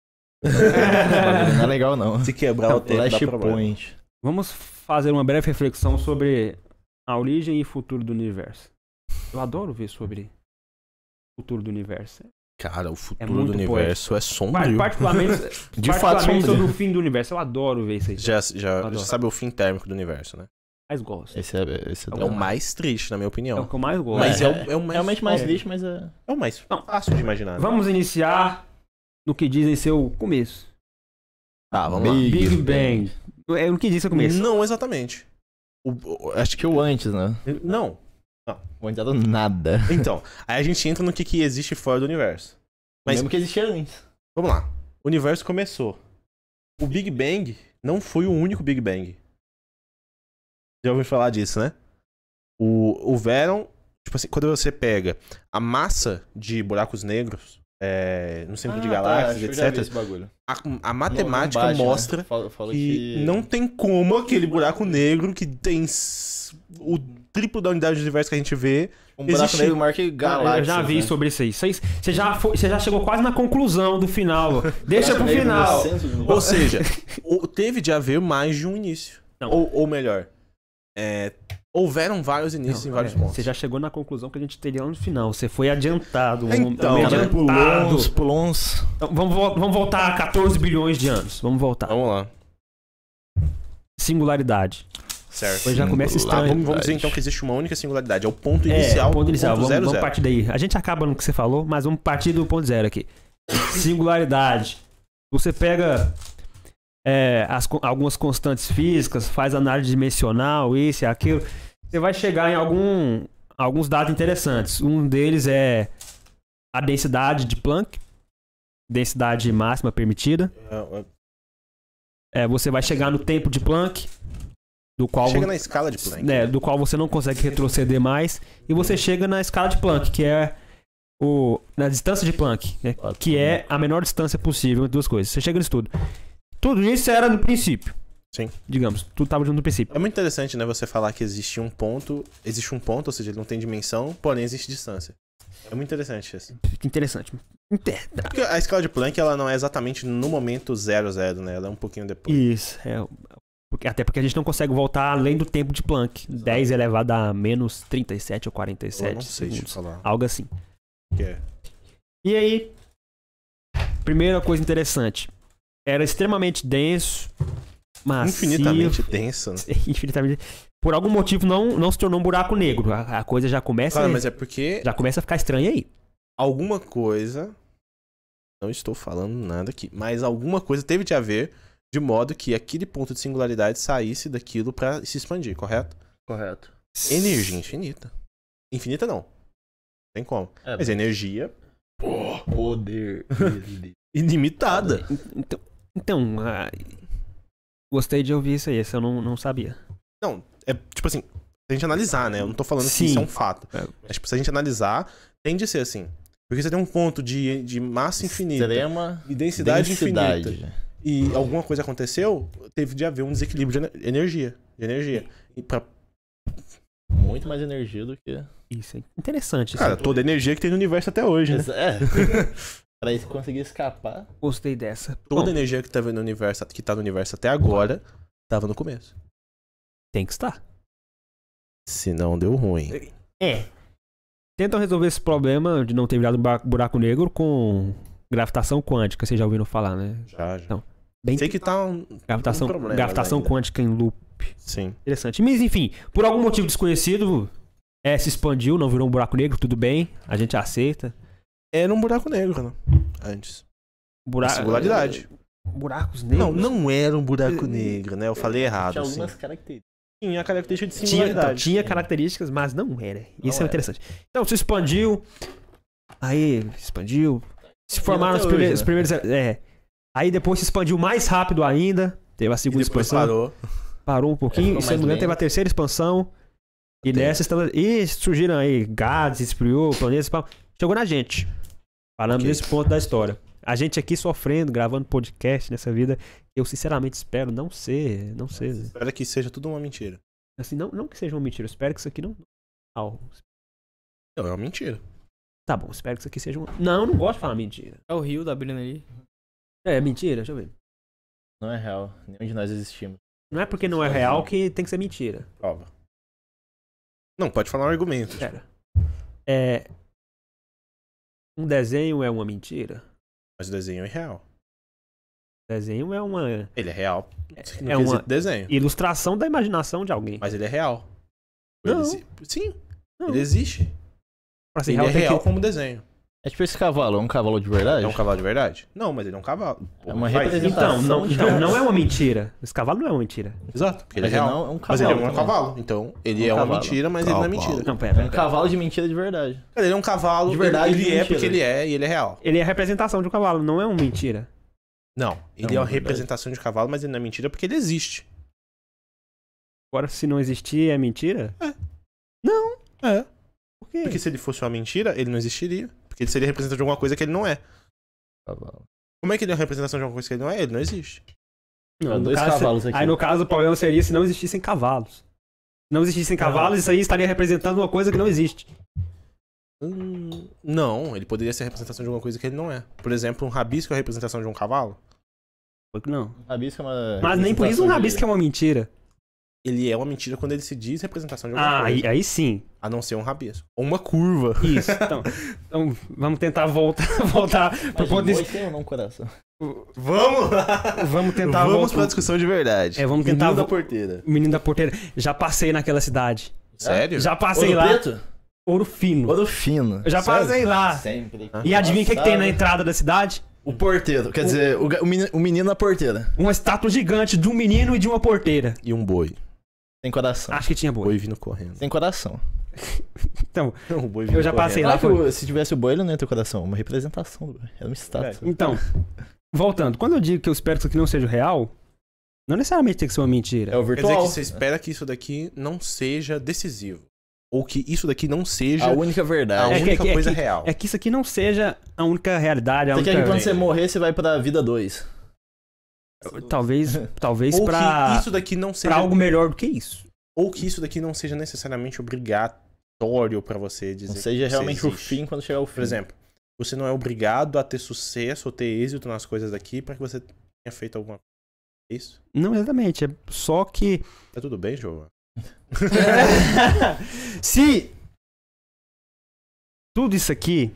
não é legal não.
Se quebrar
Então,
o tempo, dá problema.
Flashpoint.
Vamos fazer uma breve reflexão sobre a origem e futuro do universo. Eu adoro ver sobre o futuro do universo.
Cara, o futuro
muito
do universo é sombrio.
Particularmente,
De fato, um
particularmente sobre
sombrio.
o fim do universo. Eu adoro ver isso aí.
*laughs* Já, já,
Adoro.
já sabe o fim térmico do universo, né?
Mais gosto.
Esse é, esse é,
É o mais triste, na minha
É o
opinião.
que eu mais gosto.
Mas é,
É.
o, é o mais,
Realmente mais lixo, mas é...
é o mais
Não.
fácil de imaginar. né?
Vamos iniciar no que dizem seu começo.
Tá,
vamos lá.
Big, Bang. É no que diz seu começo.
Não exatamente. O- o- acho
Que o antes, né?
que. Não.
O antes era nada.
Então, aí a gente entra no que, que existe fora do universo. Mas-
Mas... Mesmo que existia antes.
Vamos lá. O universo começou. O Big Bang não foi o único Big Bang. Já ouviu falar disso, né? O, o Veron, tipo assim, quando você pega a massa de buracos negros é, no
Ah,
centro de
tá,
Ah, tá,
galáxias, etc.,
bagulho.
a, a matemática
né?
mostra
Fala, fala
que não tem como aquele buraco negro que tem s- o triplo da unidade do universo que a gente vê.
Um buraco
existe-
negro maior que galáxia.
Ah, eu já vi
né?
sobre isso aí. Isso aí- Você já, foi- você já chegou quase na conclusão do final. ó. Deixa pro
Buraco negro no
final.
centro do-
*laughs*
Ou seja, o- teve de haver mais de um início.
Não.
Ou, ou melhor, é, houveram vários inícios em vários
é,
pontos.
Você já chegou na conclusão que a gente teria lá no final. Você foi adiantado. um-
Então,
um
cara,
adiantado.
Os pulons.
Então, vamos, vo- vamos voltar a 14 bilhões de anos. Vamos voltar.
Vamos lá.
Singularidade.
Certo.
Hoje já começa
Ah,
estranho.
vamos, vamos dizer então que existe uma única singularidade. É o ponto
É,
inicial.
ponto inicial.
ponto
Vamos,
zero,
vamos
zero.
partir daí. A gente acaba no que você falou, mas vamos partir do ponto zero aqui. Singularidade. Você pega é, as co- algumas constantes físicas, faz análise dimensional, isso e aquilo. Você vai chegar em algum, alguns dados interessantes. Um deles é a densidade de Planck, densidade máxima permitida.
É,
É, você vai chegar no tempo de Planck, do qual
Chega na escala de Planck.
né, do qual você não consegue retroceder mais, e você chega na escala de Planck, que é o na distância de Planck, né, que é a menor distância possível entre duas coisas. Você chega nisso tudo. Tudo isso era no princípio.
Sim.
Digamos, tudo estava junto no princípio.
É muito interessante, né, você falar que existe um ponto, existe um ponto, ou seja, ele não tem dimensão, porém existe distância. É muito interessante isso.
Que interessante. Inter-
Porque a escala de Planck, ela não é exatamente no momento 00, né? Ela é um pouquinho depois.
Isso, é. porque- Até porque a gente não consegue voltar além do tempo de Planck. 10 elevado a menos 37 ou
Eu
47
não sei te
segundos.
falar.
Algo assim.
o que é.
E aí, primeira coisa interessante. Era extremamente denso, massivo,
Infinitamente denso, né?
*laughs* infinitamente- Por algum motivo não, não se tornou um buraco negro. A, a coisa já começa,
Claro, mas é porque
já começa a ficar estranha aí.
alguma coisa. Não estou falando nada aqui, mas alguma coisa teve de haver de modo que aquele ponto de singularidade saísse daquilo pra se expandir, correto?
Correto.
Energia infinita. Infinita não. Não Tem como.
É,
Mas energia
poder.
ilimitada.
Então, então, ah, gostei de ouvir isso aí, isso eu não, não sabia.
É tipo assim, se a gente analisar, né? Eu não tô falando
Sim.
que isso é um fato.
É.
Mas tipo, se a gente analisar, tem de ser assim. Porque você tem um ponto de, de massa infinita
Extrema
e é densidade,
densidade.
infinita. e alguma coisa aconteceu, teve de haver um desequilíbrio de ener- energia. De energia. E pra-
Muito mais energia do que.
Isso é interessante. isso
cara,
aí.
toda a energia que tem no universo até hoje, né?
É. pra isso conseguir escapar.
Gostei dessa.
Toda
Bom,
energia que tava no universo, que tá no universo até agora, tava no começo.
tem que estar.
Se não deu ruim.
É. Tentam resolver esse problema de não ter virado um ba- buraco negro com gravitação quântica, vocês já ouviram falar, né?
Já, já.
Não, Bem
Sei que tá um.
gravitação,
tem né? problemas
gravitação
ainda.
quântica em loop.
Sim.
Interessante. Mas enfim, por algum motivo desconhecido, é, se expandiu, não virou um buraco negro, tudo bem, a gente aceita.
Era um buraco negro, né? Antes.
Bura...
Singularidade.
Buracos negros.
Tá, é, Não, não era um buraco
Eh,
negro, né? Eu falei errado.
Tinha
Assim.
algumas características.
Tinha a característica de
Tinha, então,
singularidade.
tinha características, mas não era. Isso é
era.
interessante. Então, se expandiu. Aí, expandiu. Se formaram os
até
primeiros.
hoje,
os primeiros- é. Aí depois se expandiu mais rápido ainda. Teve a
E
segunda
depois
expansão. Parou,
parou.
um
Ficou
pouquinho. E, se eu
mais
não me engano,
lento.
teve a terceira expansão. E
Tem.
nessa estamos. E surgiram aí gases, esfriou, planetas. pá. Chegou na gente. Falando
Ok.
nesse ponto da história. A gente aqui sofrendo, gravando podcast nessa vida. Eu sinceramente espero não ser. Não ser.
Espera que seja tudo uma mentira.
Assim, não, não que seja uma mentira, eu espero que isso aqui não. Au.
Não, é uma mentira.
Tá bom, espero que isso aqui seja uma. Não, eu não gosto de falar mentira.
É o rio da Brina ali.
É, mentira, deixa eu ver.
Não é real. Nenhum de nós existimos.
Não é porque não é real que tem que ser mentira.
Prova. Não, pode falar um argumento.
Pera. É. Um desenho é uma mentira?
Mas o desenho é real.
Desenho é uma
Ele é real. No
é
quesito
uma-
desenho.
ilustração da imaginação de alguém.
Mas ele é real.
Não.
exi- Sim,
Não,
ele existe.
pra ser
ele
real,
é
tem
real
que...
como desenho.
É tipo esse cavalo, é um cavalo de verdade?
É um cavalo de verdade? Não, mas ele é um cavalo.
É uma
Vai.
representação.
Então, não,
de
então,
verdade.
não é uma mentira. Esse cavalo não é uma mentira.
Exato, porque ele
Mas
é
ele
real.
não é um
mas ele é
cavalo,
um
né?
cavalo. Então, ele
Um
é uma
cavalo.
mentira, mas ele não é mentira.
Não, pera.
É um cavalo de mentira de verdade.
Cara, ele é um cavalo.
De verdade,
ele
de
é
mentira.
porque ele é e ele é real.
Ele é a representação de um cavalo, não é uma mentira.
Não, ele
uma
é, uma
verdade.
representação de cavalo, mas ele não é mentira porque ele existe.
Agora, se não existir, é mentira?
É.
Não.
É.
Por quê?
Porque se ele fosse uma mentira, ele não existiria. Porque ele seria representante de alguma coisa que ele não é.
Cavalo.
Como é que ele é uma representação de alguma coisa que ele não é? Ele não existe.
Não,
Ah,
no
dois
caso,
cavalos aqui.
Aí no caso o problema seria se não existissem cavalos. Se não existissem cavalos, isso aí estaria representando uma coisa que não existe.
Hum, não, ele poderia ser a representação de alguma coisa que ele não é. Por exemplo, um rabisco é a representação de um cavalo.
Porque Não.
Um rabisco é uma.
Mas nem por isso um rabisco é uma mentira.
Ele é uma mentira quando ele se diz representação de
Ah,
alguma é coisa.
aí, aí sim.
A não ser um rabisco. Ou uma curva.
Isso. Então, então, vamos tentar voltar, *laughs* voltar pro ponto de...
Tem ou não coração?
Vamos lá!
Vamos tentar
Vamos
voltar.
pra discussão de verdade.
É, vamos tentar
Menino da
vo-
porteira.
Menino da porteira. Já passei naquela cidade.
Sério?
Já passei
Ouro
Ah, lá.
preto?
Ouro fino.
Ouro fino.
Eu já
Sério?
passei lá.
Sempre.
Ah. E adivinha o que, que tem na entrada da cidade?
O porteiro, quer dizer, o, ga- o meni- o menino na porteira.
Uma estátua gigante de um menino e de uma porteira.
E um boi.
Tem coração.
Acho que tinha boi.
Boi vindo correndo. *laughs*
Tem coração.
Não, o Um boi
Eu já passei lá.
Claro que
foi-
o- se tivesse o boi, ele não ia ter coração. Uma representação do boi. Era uma estátua.
Então, voltando, quando eu digo que eu espero que isso aqui não seja real, não necessariamente tem que ser uma mentira.
É o
Quer dizer
virtual.
que você espera que isso daqui não seja decisivo. Ou que isso daqui não seja
A
a,
única verdade.
É que-
única
é que-
coisa real.
É que isso aqui não seja a única realidade, a
Você quer que
única.
quando você morrer, você vai pra vida 2.
Talvez, talvez
Ou
pra,
que isso daqui não seja.
pra algo melhor do que isso.
Ou que isso daqui não seja necessariamente obrigatório. obrigatório pra você dizer
Não seja
que você
realmente o
existe.
fim quando chegar o fim.
Por exemplo, você não é obrigado a ter sucesso ou ter êxito nas coisas daqui pra que você tenha feito alguma coisa. É Isso?
Não, exatamente. É só que
Tá tudo bem, Giovanni?
*laughs* se tudo isso aqui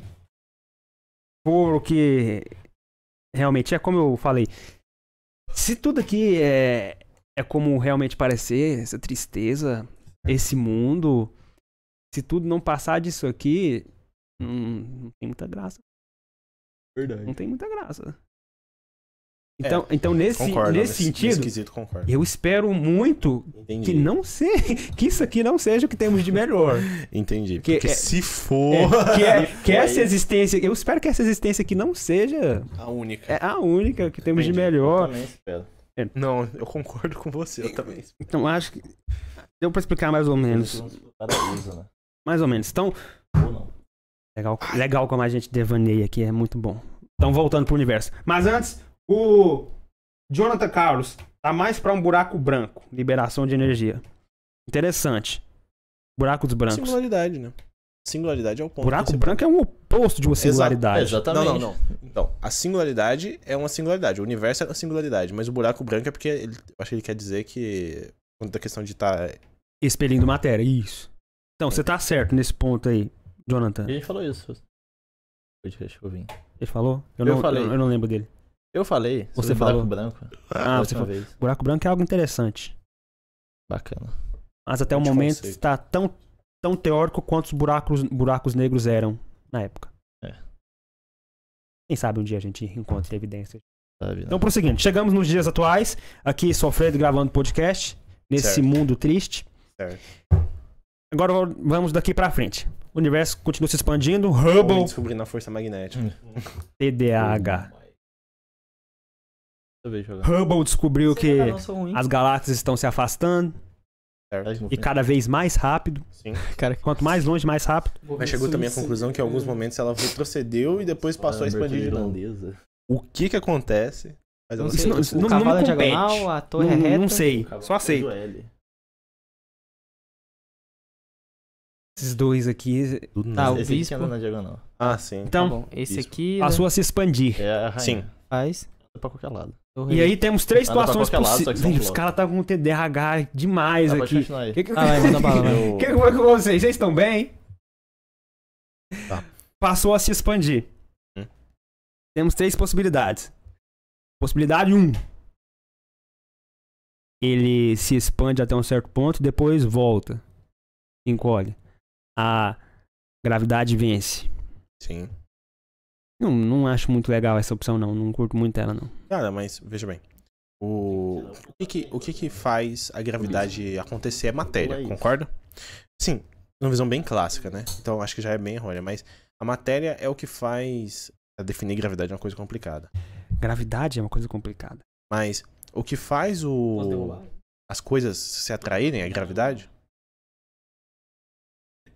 for o que realmente é, como eu falei, se tudo aqui é, é como realmente parecer, essa tristeza, esse mundo, se tudo não passar disso aqui, não, não tem muita graça. Verdade. Não tem muita graça.
É,
Então, então nesse,
Concordo.
nesse sentido,
Esquisito, concordo.
eu espero muito
Entendi.
que não se, *laughs* que isso aqui não seja o que temos de melhor.
Entendi.
Que
Porque
é-
se
É,
for
que, é- que essa existência, eu espero que essa existência aqui não seja
a única.
é a única que temos de
Entendi.
melhor.
Também espero.
Não, eu concordo com você, eu também.
Então acho que deu pra explicar mais ou menos,
é Paraíso, né?
mais ou menos. Então
Ou não.
legal, legal como a gente devaneia aqui, é muito bom. Então voltando pro universo. Mas antes, o Jonathan Carlos tá mais pra um buraco branco, liberação de energia. Interessante. Buracos brancos.
Singularidade, né? Singularidade é o ponto.
Buraco
principal.
branco é um oposto de uma
É,
singularidade.
exatamente.
Não, não, Então, a singularidade é uma singularidade. O universo é uma singularidade, mas o buraco branco é porque ele, eu acho que ele quer dizer que. Quando da questão de tá estar.
Expelindo matéria, isso. Então, você tá certo nesse ponto aí, Jonathan.
A gente falou isso. Podcast que eu vim.
Ele falou? Eu,
Eu
não,
falei.
Eu, eu não lembro dele.
Eu falei. sobre
Você
buraco
falou.
branco.
Ah,
da
você
última
falou.
vez.
Buraco branco é algo interessante.
Bacana.
Mas até o
Grande
momento
conceito.
está tão, tão teórico quanto os buracos, buracos negros eram na época.
É.
Quem sabe um dia a gente encontre evidências.
Sabe, né?
Então, pro seguinte, chegamos nos dias atuais, aqui sofrendo gravando podcast, nesse
Certo.
mundo triste.
Certo.
Agora vo- vamos daqui pra frente. O universo continua se expandindo, Hubble,
descobrindo a força magnética.
TDAH.
Deixa eu ver jogar.
Hubble descobriu que
Ah, não, sou ruim.
as galáxias estão se afastando
Certo.
e cada vez mais rápido.
Sim.
Cara, quanto mais longe, mais rápido.
Mas chegou também à conclusão que em alguns momentos ela retrocedeu e
um
depois passou a expandir de novo.
irlandesa.
O que que acontece? Mas eu não
Isso
sei.
não- isso
O
não-
cavalo é
compete.
diagonal, a torre é
não,
reta.
não sei, só
aceito.
aceito. Esses dois aqui.
Tá, o
um
Esse aqui
bispo.
anda na diagonal.
Ah, sim.
Tá
Então,
bom, esse
Isso.
aqui
a
né,
sua se expandir.
É a rainha.
Sim.
faz.
Pra qualquer lado.
torre
E aí temos três
Anda pra
situações
qualquer lado, só que tá um
possíveis.
são
Ih, Os
flores.
caras estão com TDAH demais
Tá, pode
aqui. é
continuar aí.
Que que...
Ah, vai, manda
*laughs*
bala, vai.
que que foi com vocês? Vocês estão bem?
Tá.
Passou a se expandir.
Hum.
Temos três possibilidades. Possibilidade 1. Um. Ele se expande até um certo ponto, depois volta. Encolhe. A gravidade vence.
Sim.
Não, não acho muito legal essa opção, não. Não curto muito ela, não.
Cara, mas veja bem. O, o, que, que, o que que faz a gravidade acontecer é matéria, concorda? Sim, numa visão bem clássica, né? Então acho que já é bem errônea, mas a matéria é o que faz. Definir gravidade é uma coisa complicada.
Gravidade é uma coisa complicada.
Mas o que faz o. As coisas se atraírem é a gravidade?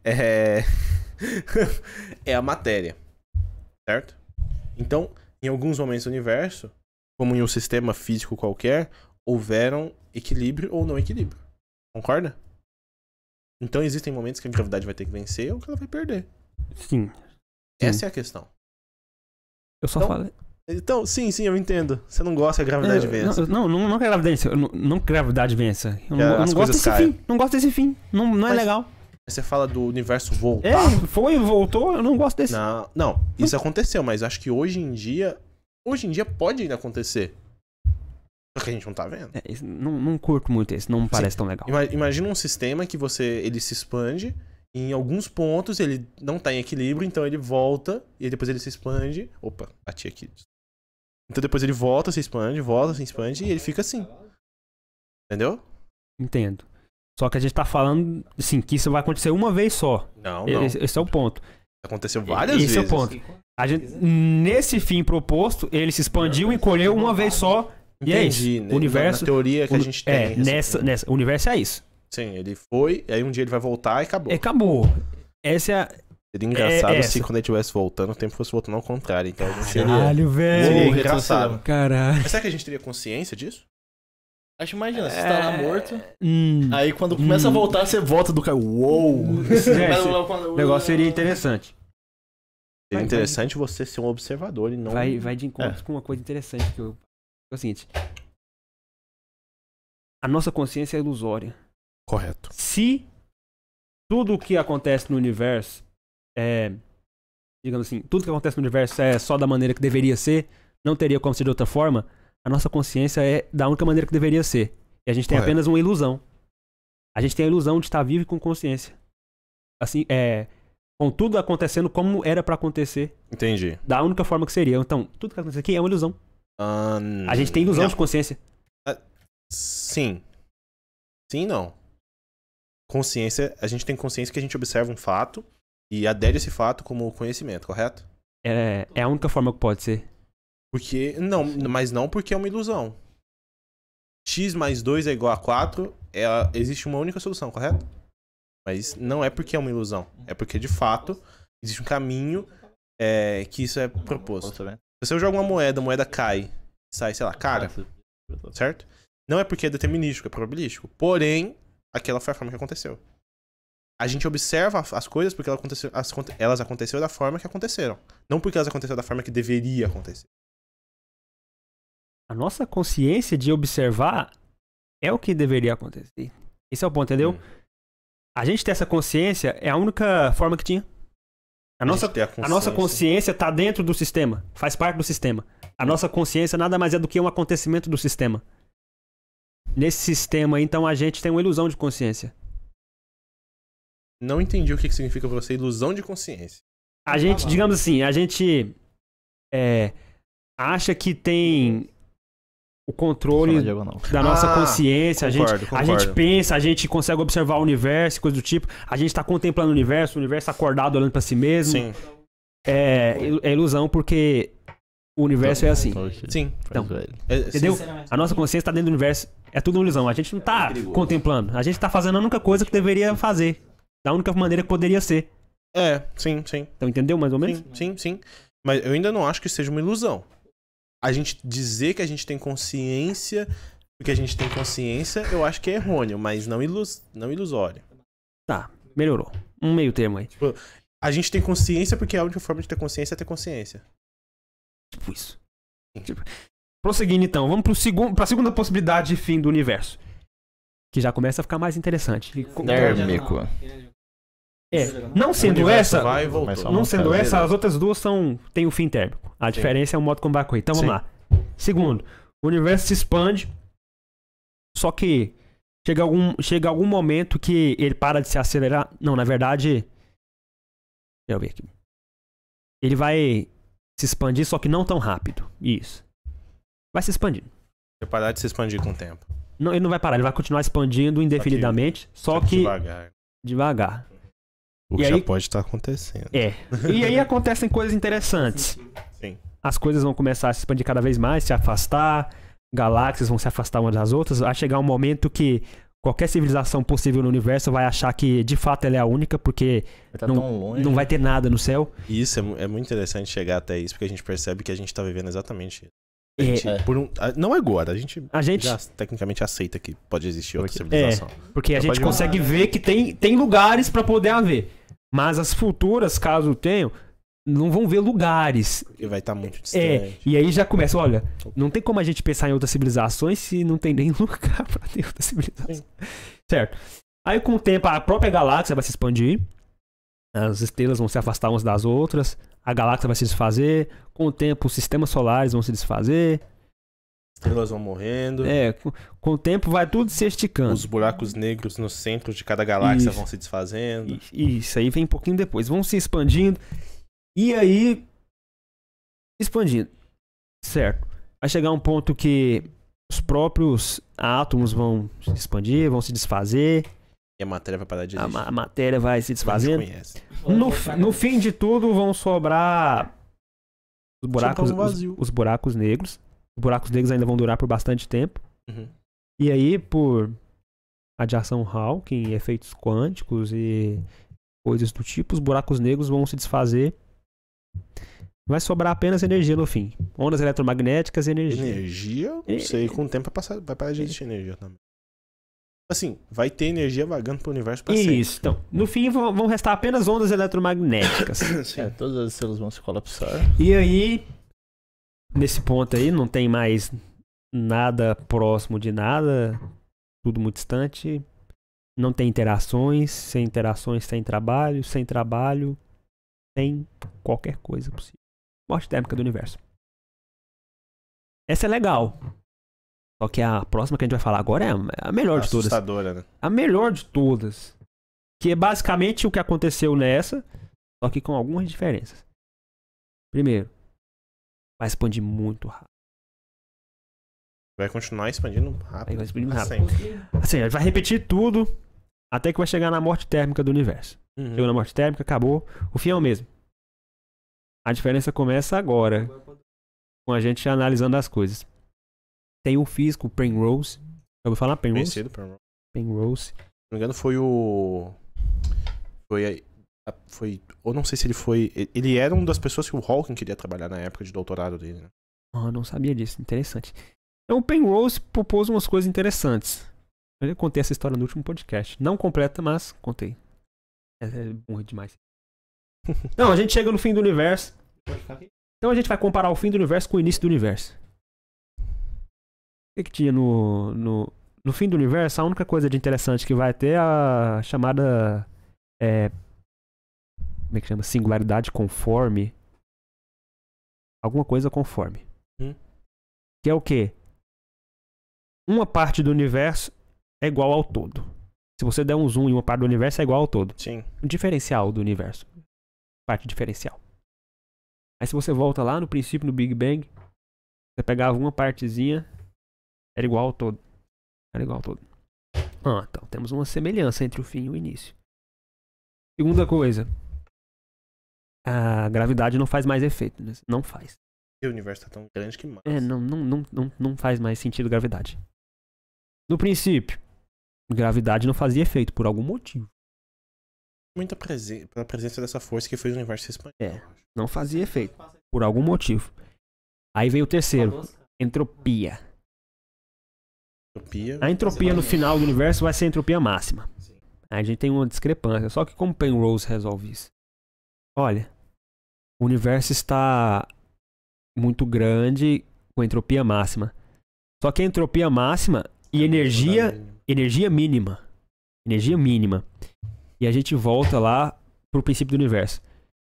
É. *laughs* é a matéria. Certo? Então, em alguns momentos do universo, como em um sistema físico qualquer, houveram equilíbrio ou não equilíbrio. Concorda? Então existem momentos que a gravidade vai ter que vencer ou que ela vai perder.
Sim.
Essa é a questão.
Eu só
Então,
falei.
Então, sim, sim, eu entendo. Você não gosta que a gravidade
É,
vença.
Não, não, não que a gravidade vença. eu Não, não que a gravidade vença. Eu não,
É,
eu não
as
gosto
coisas
desse
caem.
fim. Não gosto desse fim. Não, não é
Mas-
legal.
Você fala do universo voltar.
É, foi, voltou. Eu não gosto desse.
Não, não, isso aconteceu, mas acho que hoje em dia. Hoje em dia pode ainda acontecer. Só que a gente não tá vendo.
É, esse- não, não curto muito esse. Não me parece tão legal.
Ima- Imagina um sistema que você. ele se expande. e em alguns pontos ele não tá em equilíbrio, então ele volta e aí depois ele se expande. Opa, bati aqui. Então depois ele volta, se expande, volta, se expande e ele fica assim. Entendeu?
Entendo. Só que a gente tá falando, assim, que isso vai acontecer uma vez só.
Não, não.
Esse, esse é o ponto.
Aconteceu várias
esse
vezes.
é o ponto. A gente, nesse fim proposto, ele se expandiu, encolheu uma vez só. E é isso.
Entendi, né?
O universo-
Na teoria que a gente tem.
é,
assim.
nessa, nessa. O universo é isso.
Sim, ele foi, aí um dia ele vai voltar e acabou.
E acabou. Essa é a.
Seria engraçado
É, é
se
essa.
quando ele estivesse voltando, o tempo fosse voltando ao contrário. Então a gente seria.
Caralho,
Seria
velho.
engraçado.
*laughs* Caralho.
Mas será que a gente teria consciência disso?
Acho imagina, você tá lá morto,
É. Hum.
aí quando começa a voltar, você volta do cara. Uou!
*laughs* O negócio seria interessante.
Seria interessante você ser um observador e não. É.
Vai, vai de encontro com uma coisa interessante que eu. É o seguinte. A nossa consciência é ilusória.
Correto.
Se tudo o que acontece no universo é. Digamos assim, tudo que acontece no universo é só da maneira que deveria ser, não teria como ser de outra forma, a nossa consciência é da única maneira que deveria ser. E a gente tem
Correto.
apenas uma ilusão. A gente tem a ilusão de estar vivo e com consciência. Assim, é. Com tudo acontecendo como era pra acontecer,
Entendi.
da única forma que seria. Então, tudo que acontece aqui é uma ilusão.
Ahn,
A gente tem ilusão
não.
de consciência.
Sim. Sim, não. Consciência, a gente tem consciência que a gente observa um fato e adere esse fato como conhecimento, correto?
É, é a única forma que pode ser.
Porque. Não, mas não porque é uma ilusão. X mais 2 é igual a 4, ela, existe uma única solução, correto? Mas não é porque é uma ilusão. É porque, de fato, existe um caminho é, que isso é proposto. Se você joga uma moeda, a moeda cai, sai, sei lá, cara, certo? Não é porque é determinístico, é probabilístico. Porém, aquela foi a forma que aconteceu. A gente observa as coisas porque ela aconteceu- as conte- elas aconteceram da forma que aconteceram. Não porque elas aconteceram da forma que deveria acontecer.
A nossa consciência de observar é o que deveria acontecer. Esse é o ponto, entendeu?
Hum.
A gente ter essa consciência é a única forma que tinha. A nossa,
gente ter
a nossa consciência tá dentro do sistema, faz parte do sistema. A nossa consciência nada mais é do que um acontecimento do sistema. Nesse sistema, então, a gente tem uma ilusão de consciência.
Não entendi o que que significa pra você ilusão de consciência.
A gente, digamos assim, a gente é, acha que tem o controle da nossa
Ah,
consciência, a gente
concordo,
a gente
concordo.
pensa, a gente consegue observar o universo, coisa do tipo. A gente tá contemplando o universo, o universo tá acordado olhando pra si mesmo.
Sim,
É, ilu- é ilusão porque o universo é assim.
sim.
Então,
É, é,
Entendeu? A nossa consciência tá dentro do universo. É tudo uma ilusão. A gente não tá contemplando. A gente tá fazendo a única coisa que deveria fazer. Da única maneira que poderia ser.
É, sim, sim.
Então entendeu mais ou menos?
Sim, sim, sim. Mas eu ainda não acho que seja uma ilusão. A gente dizer que a gente tem consciência, porque a gente tem consciência, eu acho que é errôneo, mas não, ilus... não ilusório.
Melhorou. Um meio termo aí.
A gente tem consciência porque a única forma de ter consciência é ter consciência.
Tipo isso. Tipo- Prosseguindo então, vamos pro segun... pra segunda possibilidade de fim do universo. Que já começa a ficar mais interessante.
Dérmico.
É, não
Né, O
sendo
universo
essa,
Vai e voltou.
Mas só-
não sendo
Beleza.
essa, as outras duas são têm o fim térmico. A diferença é o modo como vai ocorrer. Então vamos
Sim.
lá. Segundo, o universo se expande, só que chega algum, chega algum momento que ele para de se acelerar. Não, na verdade. Deixa eu ver aqui. Ele vai se expandir, só que não tão rápido. Isso. Vai se expandindo.
Vai parar de se expandir com o tempo.
Não, ele não vai parar, ele vai continuar expandindo indefinidamente, só que
Devagar.
devagar.
O
E
que já
aí-
pode estar acontecendo.
É. E aí acontecem coisas interessantes.
Sim.
As coisas vão começar a se expandir cada vez mais, se afastar, galáxias vão se afastar umas das outras, vai chegar um momento que qualquer civilização possível no universo vai achar que de fato ela é a única, porque
Vai tá
Não-
tão longe.
não vai ter nada no céu.
E isso é, mu- é muito interessante chegar até isso, porque a gente percebe que a gente tá vivendo exatamente isso. A
É.
gente, por um, a- não agora, a gente
A gente,
já tecnicamente aceita que pode existir outra
Porque-
civilização.
porque a
Só
gente
pode- né?
consegue ver que tem, tem lugares pra poder haver, mas as futuras, caso tenham, não vão ver lugares.
Porque vai estar muito
É,
distante.
e aí já começa, olha, não tem como a gente pensar em outras civilizações se não tem nem *laughs* lugar pra ter outra civilização. Certo. Aí com o tempo a própria galáxia vai se expandir, as estrelas vão se afastar umas das outras, a galáxia vai se desfazer, com o tempo os sistemas solares vão se desfazer,
Estrelas vão morrendo.
é, com, com o tempo vai tudo se esticando.
Os buracos negros no centro de cada galáxia
Isso.
vão se desfazendo.
E- Isso aí vem um pouquinho depois. Vão se expandindo. E aí. Expandindo. Certo. Vai chegar um ponto que os próprios átomos vão se expandir, vão se desfazer,
E a matéria vai parar de
a,
existir.
ma- a matéria vai se
A gente
desfazendo.
conhece.
No, fi- no fim de tudo, vão sobrar os buracos,
um vazio.
os, os buracos negros. Os buracos negros ainda vão durar por bastante tempo.
Uhum.
E aí, por radiação Hawking, efeitos quânticos e coisas do tipo, os buracos negros vão se desfazer Vai sobrar apenas energia no fim. Ondas eletromagnéticas e energia.
Energia, eu
É.
não sei. Com o tempo vai, passar, vai parar de existir energia também. Assim, vai ter energia vagando pro universo pra sempre.
Isso, então. No fim vão vão restar apenas ondas eletromagnéticas.
*clears throat*
É, todas as células vão se colapsar.
E aí, nesse ponto aí, não tem mais nada próximo de nada, tudo muito distante. Não tem interações, sem interações sem trabalho, sem trabalho, sem qualquer coisa possível. Morte térmica do universo. Essa é legal. Só que a próxima que a gente vai falar agora é a- a melhor de todas
Assustadora, né?
a melhor de todas. Que é basicamente o que aconteceu nessa, só que com algumas diferenças. Primeiro, vai expandir muito rápido.
Vai continuar expandindo rápido.
Vai expandir muito
pra
rápido.
sempre.
Assim, vai repetir tudo até que vai chegar na morte térmica do universo. Chegou na morte térmica, acabou. O fim é o mesmo. A diferença começa agora, com a gente analisando as coisas. Tem um físico, Penrose. Eu vou falar Penrose?
Conhecido, por- se não
Penrose.
me engano, foi o. Foi. a- a- Foi. Ou não sei se ele foi. e- Ele era uma das pessoas que o Hawking queria trabalhar na época de doutorado dele, né?
Ah, não sabia disso. Interessante. Então, o Penrose propôs umas coisas interessantes. Eu já contei essa história no último podcast. Não completa, mas contei. É, é burro demais. *laughs* Não, a gente chega no fim do universo. Então a gente vai comparar o fim do universo com o início do universo. O que, que tinha no, no, no fim do universo? A única coisa de interessante que vai ter é a chamada. é, como é que chama? Singularidade conforme. Alguma coisa conforme.
Hum.
Que é o quê? Uma parte do universo é igual ao todo. Se você der um zoom em uma parte do universo, é igual ao todo
Sim.
um diferencial do universo. Parte diferencial. Aí se você volta lá no princípio, no Big Bang, você pegava uma partezinha, era igual ao todo. Era igual ao todo. Ah, então temos uma semelhança entre o fim e o início. Segunda coisa. A gravidade não faz mais efeito. né? Não faz.
E o universo tá tão grande que mata.
É, não, não, não, não, não faz mais sentido gravidade. No princípio, gravidade não fazia efeito por algum motivo.
Muita presen pela presença dessa força que fez o universo se expandir.
É, não fazia efeito. Por algum motivo. Aí veio o terceiro, entropia.
Utopia.
A entropia no final do universo vai ser a entropia máxima. Aí a gente tem uma discrepância. Só que como Penrose resolve isso? Olha, o universo está muito grande com entropia máxima. Só que a entropia máxima e energia energia mínima. Energia mínima. E a gente volta lá pro princípio do universo.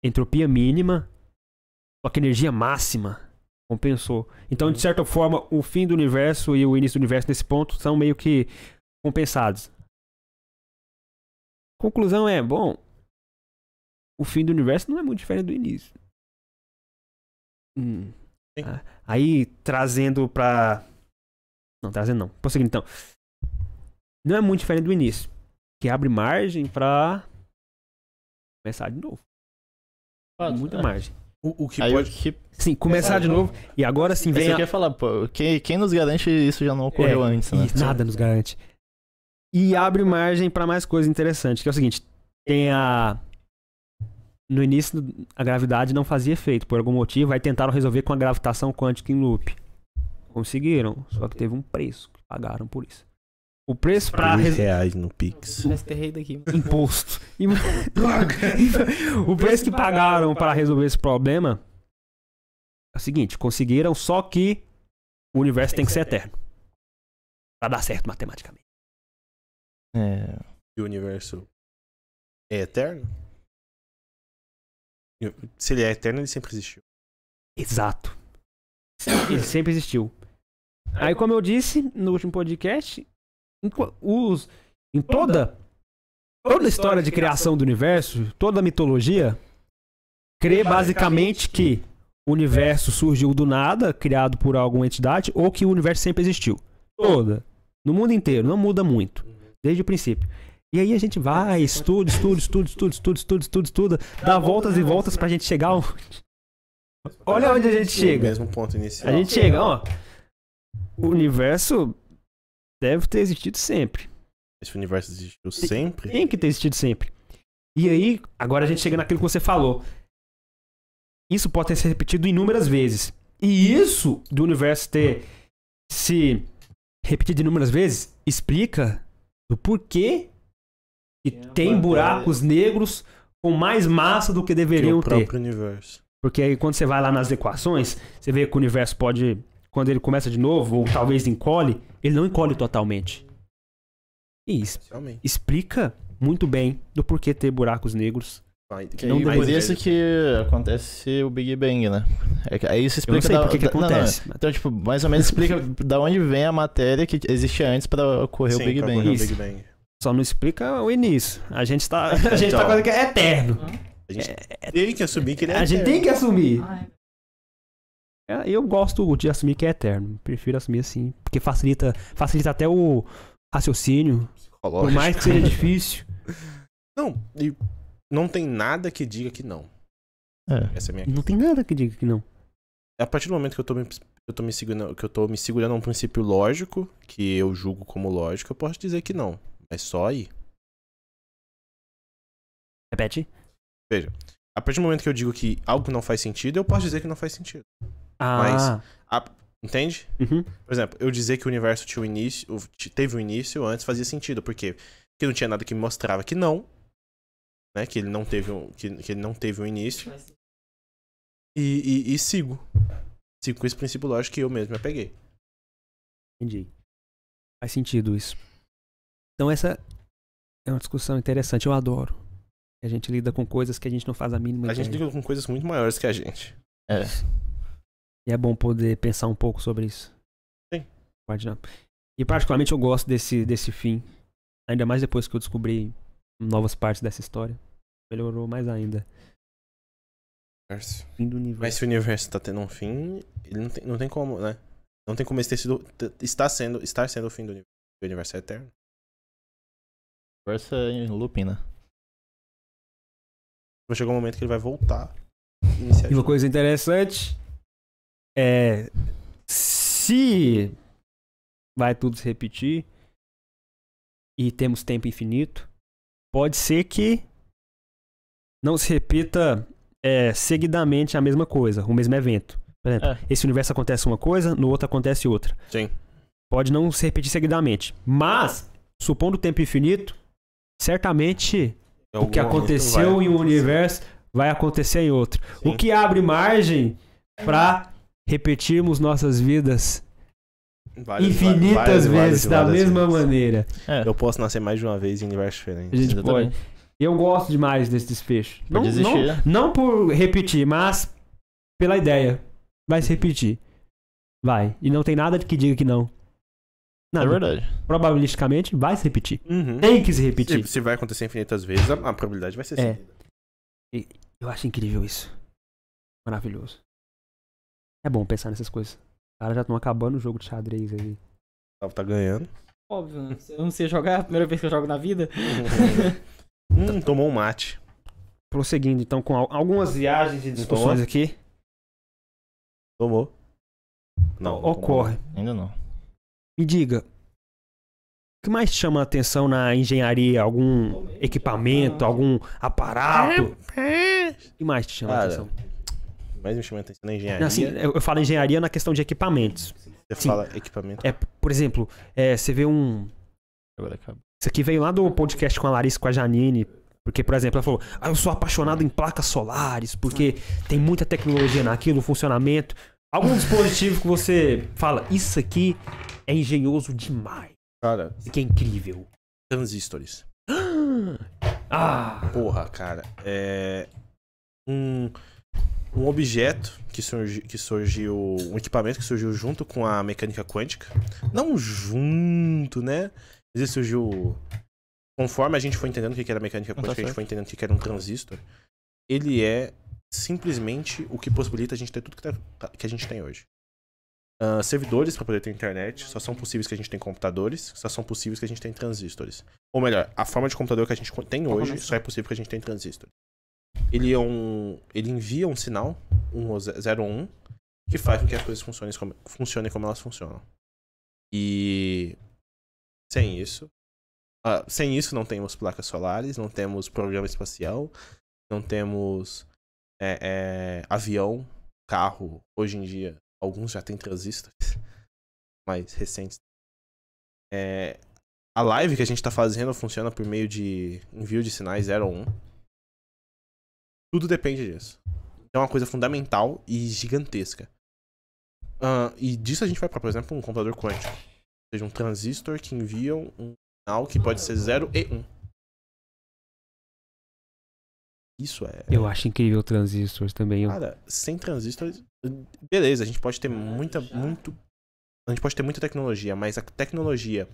Entropia mínima, só que energia máxima compensou. Então, de certa forma, o fim do universo e o início do universo nesse ponto são meio que compensados. Conclusão é, bom, o fim do universo não é muito diferente do início. Hum.
Sim.
Ah, Aí, trazendo pra... Não, trazendo não. Prosseguindo, então não é muito diferente do início, que abre margem pra começar de novo. É Muita margem.
O, o que
Ah, Aí
pode.
o que... Ah,
Sim, começar de novo e agora sim
Vem
vem
eu
a...
queria falar, pô, quem, quem nos garante isso já não é ocorreu
É,
antes, né?
e nada nos garante. E abre margem pra mais coisa interessante, que é o seguinte, tem a no início a gravidade não fazia efeito por algum motivo, aí tentaram resolver com a gravitação quântica em loop. Conseguiram, só que teve um preço que pagaram por isso. O preço pra
Dois
é
res-
reais no Pix.
Né?
Mas terrei daqui. mano.
imposto. *laughs* E- o preço que pagaram para resolver esse problema é o seguinte: conseguiram, só que o universo tem que ser eterno. Pra dar certo matematicamente.
É,
E o universo é eterno? Eu- Se ele é eterno, ele sempre existiu.
Exato. Ele sempre existiu. Aí, como eu disse no último podcast, em, co- os, em toda toda a história de criação do universo, toda a mitologia, crê basicamente que o universo surgiu do nada, criado por alguma entidade, ou que o universo sempre existiu. Toda. No mundo inteiro, não muda muito. Desde o princípio. E aí a gente vai, estuda, estuda, estuda, estuda, estuda, estuda, estuda, estuda, dá voltas e voltas né? pra gente chegar onde. Olha onde a gente
O
chega.
mesmo ponto inicial.
A gente chega, ó. O universo deve ter existido sempre.
Esse universo existiu sempre.
Tem que ter existido sempre. E aí, agora a gente chega naquilo que você falou. isso pode ter se repetido inúmeras vezes. E isso do universo ter se repetido inúmeras vezes explica do porquê que tem buracos negros com mais massa do que
Que é
deveriam
o
ter.
próprio universo.
Porque aí quando você vai lá nas equações, você vê que o universo pode, quando ele começa de novo, ou talvez encolhe, ele não encolhe totalmente. E isso
Realmente.
explica muito bem do porquê ter buracos negros.
Vai,
Que
Não
aí,
deu
por
mais
isso que acontece o Big Bang, né? É que- Aí isso
Eu não
explica
sei
da-
por que que
da- não, não,
acontece. mas-
Então, tipo, mais ou menos
*laughs*
explica da onde vem a matéria que existia antes pra ocorrer
Sim,
o Big
pra
Bang.
correr o
Isso.
Big Bang.
Só não explica o início. A gente tá, *laughs* a gente tá
Então.
quase que é eterno. É,
A gente tem que assumir que ele é
A gente
eterno.
tem que assumir. É, Eu gosto de assumir que é eterno. Prefiro assumir assim, porque facilita, facilita até o raciocínio. Por mais que seja difícil.
*laughs* Não, e não tem nada que diga que não.
É.
Essa é a minha.
Não tem nada que diga que não.
A partir do momento que eu tô me, eu tô me segurando, que eu tô me segurando a um princípio lógico, que eu julgo como lógico, eu posso dizer que não. Mas só aí.
Repete.
A partir do momento que eu digo que algo não faz sentido, eu posso dizer que não faz sentido.
Ah.
Entende?
Uhum.
Por exemplo, eu dizer que o universo tinha um início, o- t- teve um início antes fazia sentido, por quê? Porque não tinha nada que me mostrava que não, né? Que ele não teve um, que, que ele não teve um início. E, e- e sigo. Sigo com esse princípio lógico que eu mesmo me apeguei.
Entendi. Faz sentido isso. Então essa é uma discussão interessante, eu adoro. A gente lida com coisas que a gente não faz a mínima
A
ideia.
gente liga com coisas muito maiores que a gente.
É.
E é bom poder pensar um pouco sobre isso.
Sim.
Pode não. E particularmente eu gosto desse, desse fim. Ainda mais depois que eu descobri novas partes dessa história. Melhorou mais ainda. Fim do
Mas
universo.
se o universo tá tendo um fim, ele não tem, não tem como, né? Não tem como esse ter sido. t- Está sendo, estar sendo o fim do universo. O universo é eterno.
Força em looping, né?
Vai chegar um momento que ele vai voltar. e Iniciar
E
de
uma
novo.
coisa interessante é se vai tudo se repetir e temos tempo infinito, pode ser que não se repita é, seguidamente a mesma coisa, o mesmo evento. Por exemplo,
É.
esse universo acontece uma coisa, no outro acontece outra.
Sim.
Pode não se repetir seguidamente. Mas, supondo o tempo infinito, certamente
Em
o
algum
que
momento
aconteceu
Então, vai
em um
acontecer.
universo vai acontecer em outro.
Sim.
O que abre margem pra repetirmos nossas vidas
Várias,
infinitas
várias,
vezes
várias,
da
várias
mesma
vezes.
maneira.
É.
Eu posso nascer mais de uma vez em universos diferentes.
A gente
Exatamente.
pode. Eu gosto demais desse desfecho. Não,
Pode
não,
existir. É
não por repetir, mas pela ideia. Vai se repetir. Vai. E não tem nada que diga que não.
É
Nada.
verdade.
Probabilisticamente vai se repetir.
Uhum.
Tem que se
Se,
repetir.
se vai acontecer infinitas vezes, a, a probabilidade vai ser
É.
sim.
Eu acho incrível isso. Maravilhoso. É bom pensar nessas coisas. Os caras já estão acabando o jogo de xadrez aí.
Tá, tá ganhando. *laughs*
Óbvio, né? Eu não sei jogar, é a primeira vez que eu jogo na vida.
*laughs*
Hum, tomou um mate.
Prosseguindo então com al- algumas viagens e discussões aqui.
Tomou. Não. não tomou.
ocorre.
Ainda não.
Me diga, o que mais te chama a atenção na engenharia? Algum
Ah.
equipamento, algum aparato? O que mais te chama a
É. Cara,
atenção?
Mas me chama a atenção na engenharia.
Não, assim, eu, eu falo engenharia na questão de equipamentos.
você
sim.
fala equipamento.
É, por exemplo, é, você vê um,
Agora acaba.
Isso aqui veio lá do podcast com a Larissa e com a Janine. Porque, por exemplo, ela falou: ah, eu sou apaixonado em placas solares, porque tem muita tecnologia naquilo, funcionamento. Algum dispositivo que você fala, isso aqui é engenhoso demais.
Cara,
Isso aqui é incrível.
transistores.
Ah!
Porra, cara. É. Um. Um objeto que, surgi, que surgiu. Um equipamento que surgiu junto com a mecânica quântica. Não junto, né? Mas ele surgiu. Conforme a gente foi entendendo o que que era mecânica
tá
quântica, a gente
certo.
foi entendendo o que que era um transistor. Ele é simplesmente o que possibilita a gente ter tudo que, tá- que a gente tem hoje. Ah, servidores para poder ter internet, só são possíveis que a gente tem computadores, só são possíveis que a gente tem transistores. Ou melhor, a forma de computador que a gente tem hoje só é possível que a gente tem transistor. Ele é um. Ele envia um sinal, um 01, que faz com que as coisas funcionem como, funcionem como elas funcionam. E sem isso. ah, sem isso não temos placas solares, não temos programa espacial, não temos é, é, avião, carro. Hoje em dia, alguns já têm transistores mais recentes. É, a live que a gente tá fazendo funciona por meio de envio de sinais 01. Tudo depende disso. Então é uma coisa fundamental e gigantesca. Ah, e disso a gente vai pra, por exemplo, um computador quântico. Ou seja, um transistor que envia um sinal que pode ser 0 e 1. Isso é.
Eu acho incrível transistores também. Eu...
Cara, sem transistores. Beleza, a gente pode ter muita. Muito, a gente pode ter muita tecnologia, mas a tecnologia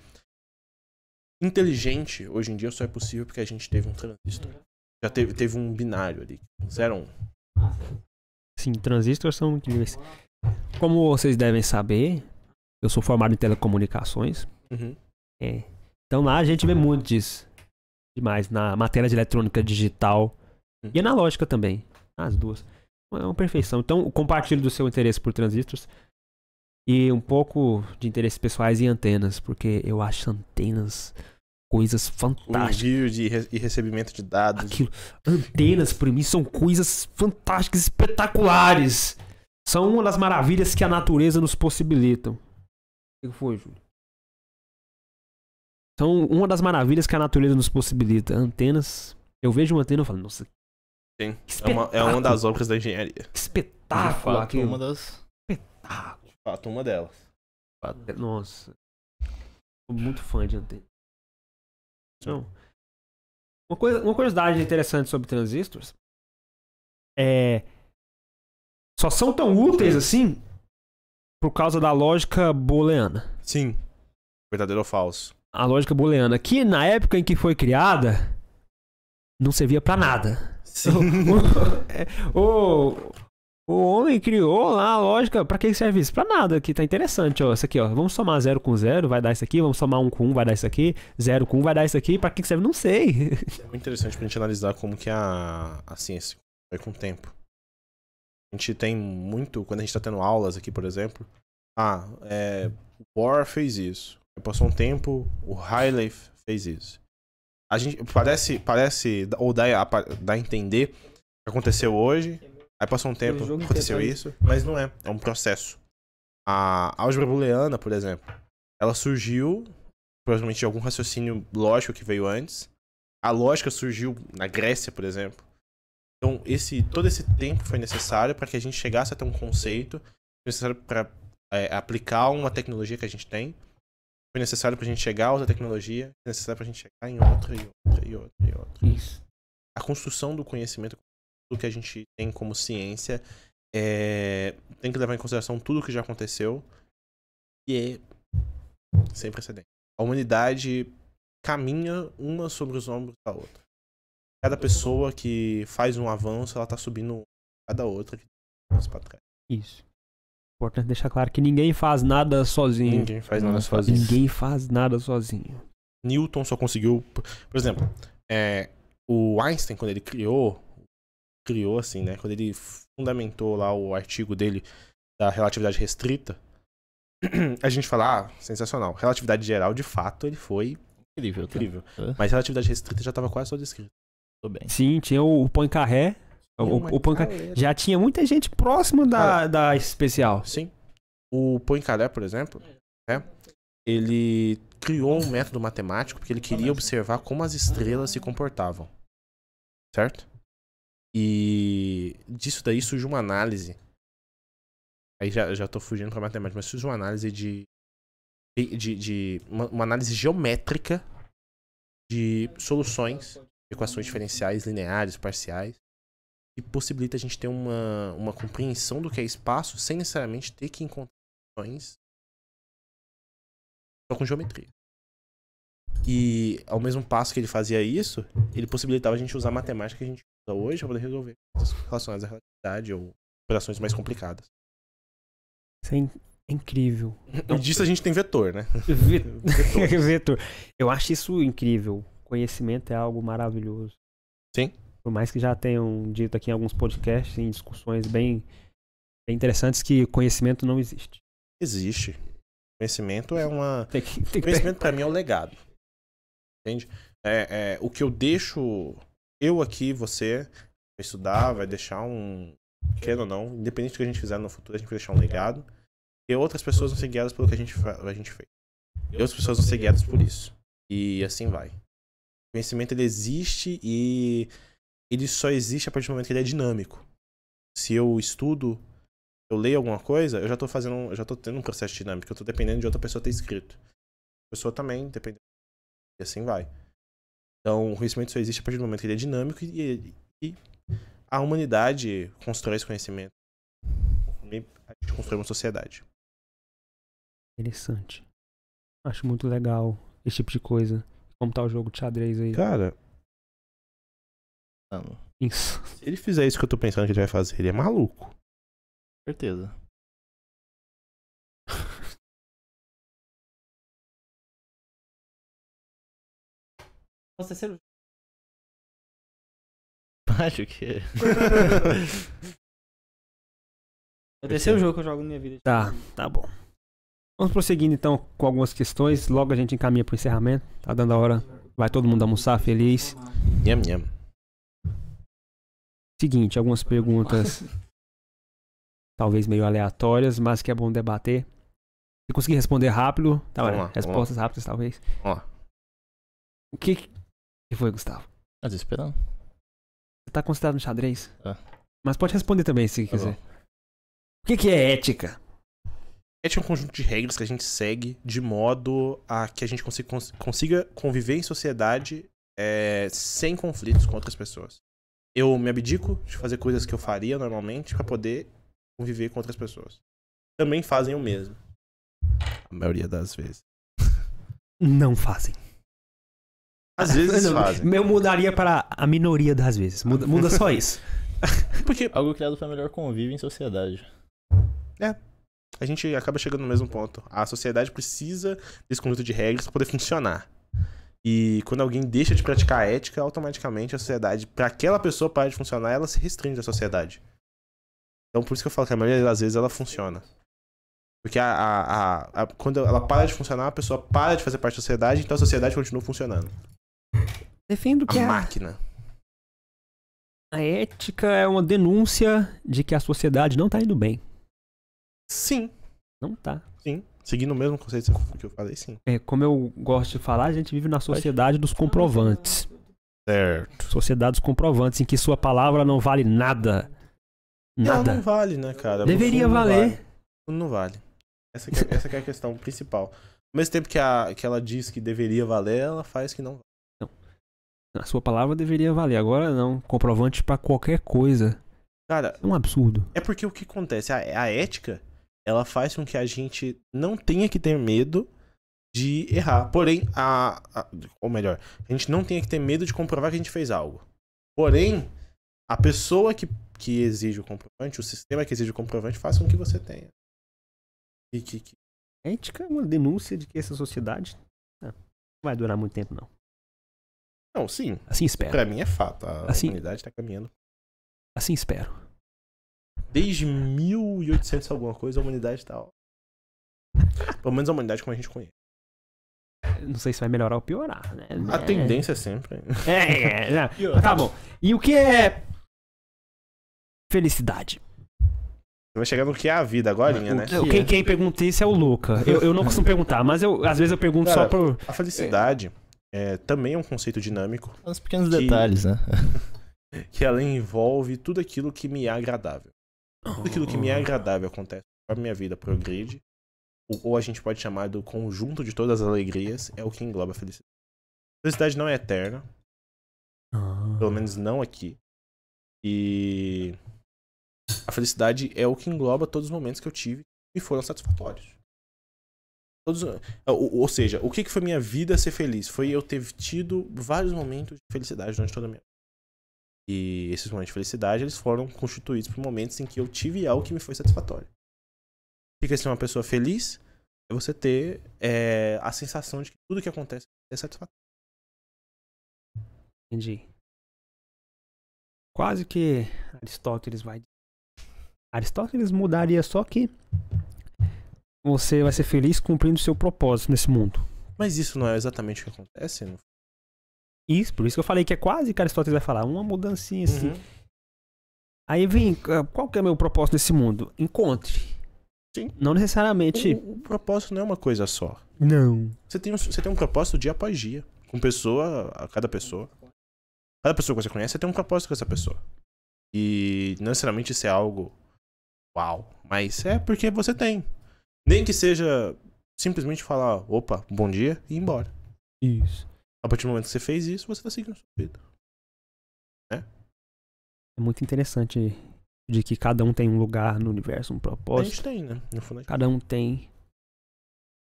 inteligente hoje em dia só é possível porque a gente teve um transistor. Já teve, teve um binário ali. um. 0 1.
Sim, transistores são incríveis. Como vocês devem saber, eu sou formado em telecomunicações.
Uhum.
É. Então lá a gente vê muito disso. Demais. Na matéria de eletrônica digital e analógica também. As duas. É uma perfeição. Então compartilhe do seu interesse por transistores e um pouco de interesses pessoais em antenas, porque eu acho antenas coisas
O
fantásticas.
Um envio de re- e recebimento de dados.
Aquilo. Antenas, pra mim, são coisas fantásticas, espetaculares. São uma das maravilhas que a natureza nos possibilita. O que foi, Júlio? São uma das maravilhas que a natureza nos possibilita. Antenas. Eu vejo uma antena e falo, nossa, que
Sim. É, uma,
espetáculo.
é uma das obras da engenharia.
De
espetáculo
fato,
aquilo.
uma das.
Ah,
De fato, uma delas.
Nossa. Sou muito fã de antena. Não. Uma, coisa, uma curiosidade interessante sobre transistores é. Só são tão úteis assim por causa da lógica booleana.
Sim. Verdadeiro ou falso?
A lógica booleana, que na época em que foi criada, não servia pra nada. *laughs* O, o, o homem criou lá a lógica. Pra que serve isso? Pra nada, que tá interessante, ó. Isso aqui, ó. Vamos somar 0 com 0, vai dar isso aqui. Vamos somar 1 um com 1, um, vai dar isso aqui. 0 com 1, um, vai dar isso aqui. Pra que que serve? Não sei. *laughs*
É muito interessante pra gente analisar como que a, a ciência vai com o tempo. A gente tem muito, quando a gente tá tendo aulas aqui, por exemplo, ah, é, o Bohr fez isso. Aí Passou um tempo, o Rayleigh fez isso. A gente parece, parece ou dá, a- dá a entender que aconteceu hoje, aí passou um tempo,
jogo
aconteceu
inteiro.
isso, mas não é, é um processo. A álgebra booleana, por exemplo, ela surgiu provavelmente de algum raciocínio lógico que veio antes. A lógica surgiu na Grécia, por exemplo. Então, esse, todo esse tempo foi necessário para que a gente chegasse até um conceito, necessário para aplicar uma tecnologia que a gente tem, foi necessário para a gente chegar a outra tecnologia, foi necessário para a gente chegar em outra, e outra, e outra, e outra.
Isso.
A construção do conhecimento, do que a gente tem como ciência, é, tem que levar em consideração tudo o que já aconteceu e é sem precedente. A humanidade caminha uma sobre os ombros da outra. Cada pessoa que faz um avanço, ela tá subindo cada outra que passa pra trás.
Isso. Importante deixar claro que ninguém faz nada sozinho.
Ninguém faz nada
Nossa,
sozinho.
Ninguém faz nada sozinho.
Newton só conseguiu. Por exemplo, é, o Einstein, quando ele criou, criou assim, né? Quando ele fundamentou lá o artigo dele da relatividade restrita, *clears throat* a gente fala, ah, sensacional. Relatividade geral, de fato, ele foi
Incrível, tá?
incrível.
É.
Mas relatividade restrita já estava quase toda escrita.
Tô bem.
Sim, tinha o, o Poincaré. O, o Poincaré. Já tinha muita gente próxima da,
Cara.
da especial.
Sim. O Poincaré, por exemplo, né? ele criou um método matemático porque ele queria observar como as estrelas se comportavam. Certo? E disso daí surge uma análise. Aí já, já tô fugindo pra matemática, mas surge uma análise de. de, de uma, uma análise geométrica de soluções, equações diferenciais, lineares, parciais e possibilita a gente ter uma, uma compreensão do que é espaço sem necessariamente ter que encontrar soluções só com geometria. E ao mesmo passo que ele fazia isso, ele possibilitava a gente usar a matemática que a gente usa hoje para poder resolver coisas relacionadas à relatividade ou operações mais complicadas.
Isso é in- é incrível.
E disso a gente tem vetor, né? Então.
Vitor. Vitor, eu acho isso incrível. Conhecimento é algo maravilhoso.
Sim.
Por mais que já tenham dito aqui em alguns podcasts, em discussões bem, bem interessantes, que conhecimento não existe. *laughs*
Existe. Conhecimento é uma
Tem que, tem que ter-
Conhecimento pra mim é um legado. Entende? É, é, o que eu deixo eu aqui, você, estudar, vai deixar um. Queira ou não, independente do que a gente fizer no futuro, a gente vai deixar um legado. E outras pessoas vão ser guiadas pelo que a gente, fa- a gente fez. E outras pessoas vão ser guiadas por isso. E assim vai. O conhecimento ele existe e ele só existe a partir do momento que ele é dinâmico. Se eu estudo, eu leio alguma coisa, eu já tô fazendo, um- eu já tô tendo um processo dinâmico, eu tô dependendo de outra pessoa ter escrito. A pessoa também, dependendo. E assim vai. Então, o conhecimento só existe a partir do momento que ele é dinâmico e, e a humanidade constrói esse conhecimento. E a gente constrói uma sociedade.
Interessante. Acho muito legal esse tipo de coisa. Como tá o jogo de xadrez aí.
Cara,
Mano,
Isso.
se ele fizer isso que eu tô pensando que ele vai fazer, ele é maluco.
certeza.
Nossa, terceiro
*laughs* Acho que.
É o terceiro jogo que eu jogo na minha vida.
Tá, tá bom. Vamos prosseguindo então com algumas questões. Logo a gente encaminha pro encerramento. Tá dando a hora. Vai todo mundo almoçar feliz.
Nham, nham.
Seguinte, algumas
*laughs*
perguntas talvez meio aleatórias, mas que é bom debater. Se conseguir responder rápido, tá
Vamos
olha,
lá, vamos
respostas rápidas talvez.
Vamos lá.
O que que foi, Gustavo?
Mas esperando.
Você tá considerado no xadrez?
Tá.
Mas pode responder também se
Tá bom.
quiser. O que, que é ética?
Ética é um conjunto de regras que a gente segue de modo a que a gente consiga, cons- consiga conviver em sociedade é, sem conflitos com outras pessoas. Eu me abdico de fazer coisas que eu faria normalmente pra poder conviver com outras pessoas. Também fazem o mesmo. A maioria das vezes.
Não fazem. *laughs*
Às vezes
Não,
fazem.
Eu mudaria para a minoria das vezes. Muda, muda só
*laughs*
isso.
Porque
Algo criado pra melhor convívio em sociedade.
a gente acaba chegando no mesmo ponto. A sociedade precisa desse conjunto de regras pra poder funcionar. E quando alguém deixa de praticar a ética, automaticamente a sociedade, pra aquela pessoa parar de funcionar, ela se restringe à sociedade. Então por isso que eu falo que a maioria das vezes ela funciona. Porque a, a- a- a- quando ela para de funcionar, a pessoa para de fazer parte da sociedade, então a sociedade continua funcionando.
Defendo que é
A
a,
máquina.
a ética é uma denúncia de que a sociedade não tá indo bem.
Sim,
Não tá.
sim. Seguindo o mesmo conceito que eu falei, sim.
É, como eu gosto de falar, a gente vive na sociedade dos comprovantes.
Certo.
Sociedade dos comprovantes, em que sua palavra não vale nada.
Não, não
Nada.
vale, né, cara? No
Deveria
fundo, não
valer.
vale. Não vale. Essa que, é- essa que é a questão principal. Ao mesmo tempo que, a, que ela diz que deveria valer, ela faz que não vale.
A sua palavra deveria valer. Agora não. Comprovante pra qualquer coisa.
Cara,
É um absurdo.
é porque o que acontece? A, a ética, ela faz com que a gente não tenha que ter medo de errar. Porém, a, a- Ou melhor, a gente não tenha que ter medo de comprovar que a gente fez algo. Porém, a pessoa que, que exige o comprovante, o sistema que exige o comprovante, faz com que você tenha. E que, que
Ética é uma denúncia de que essa sociedade ah, não vai durar muito tempo, não.
Não, sim.
Assim espero.
Pra mim é fato. A
Assim-
humanidade tá caminhando.
Assim espero.
Desde 1800 e alguma coisa, a humanidade tá. ó. Pelo menos a humanidade como a gente conhece.
*laughs* Não sei se vai melhorar ou piorar, né?
A tendência é sempre. *laughs*
É, é, é. Tá bom. E o que é felicidade?
Você vai chegar no que é a vida agora, né?
Eu- Quem, quem pergunta isso é o Luca. Eu, eu não costumo perguntar, mas eu, às vezes eu pergunto só
Cara,
por.
A felicidade é, também é um conceito dinâmico
São os pequenos
Que-
detalhes, né? *laughs*
que ela envolve tudo aquilo que me é agradável. Tudo aquilo que me é agradável acontece. A minha vida progride. Ou, ou a gente pode chamar do conjunto de todas as alegrias, é o que engloba a felicidade. Felicidade não é eterna. Pelo menos não aqui. E a felicidade é o que engloba todos os momentos que eu tive e foram satisfatórios. Todos, ou, ou seja, o que, que foi minha vida ser feliz? Foi eu ter tido vários momentos de felicidade durante toda a minha vida. E esses momentos de felicidade, eles foram constituídos por momentos em que eu tive algo que me foi satisfatório. O que que é ser uma pessoa feliz? É você ter é, a sensação de que tudo que acontece é satisfatório.
Entendi. Quase que Aristóteles vai. Aristóteles mudaria só que você vai ser feliz cumprindo o seu propósito nesse mundo.
Mas isso não é exatamente o que acontece? Não?
Isso, por isso que eu falei que é quase que Aristóteles vai falar. Uma mudancinha assim.
Uhum.
Aí vem, ah, qual que é o meu propósito nesse mundo? Encontre.
Sim.
Não necessariamente.
O, o propósito não é uma coisa só.
Não.
Você tem um, você tem um propósito dia após dia. Com pessoa, a cada pessoa. Cada pessoa que você conhece, você tem um propósito com essa pessoa. E não necessariamente isso é algo uau, mas é porque você tem. Nem que seja simplesmente falar, opa, bom dia e ir embora.
Isso.
A partir do momento que você fez isso, você tá seguindo a sua vida.
É muito interessante de que cada um tem um lugar no universo, um
A
propósito.
gente tem, né? No fundo, a gente
Cada um tem.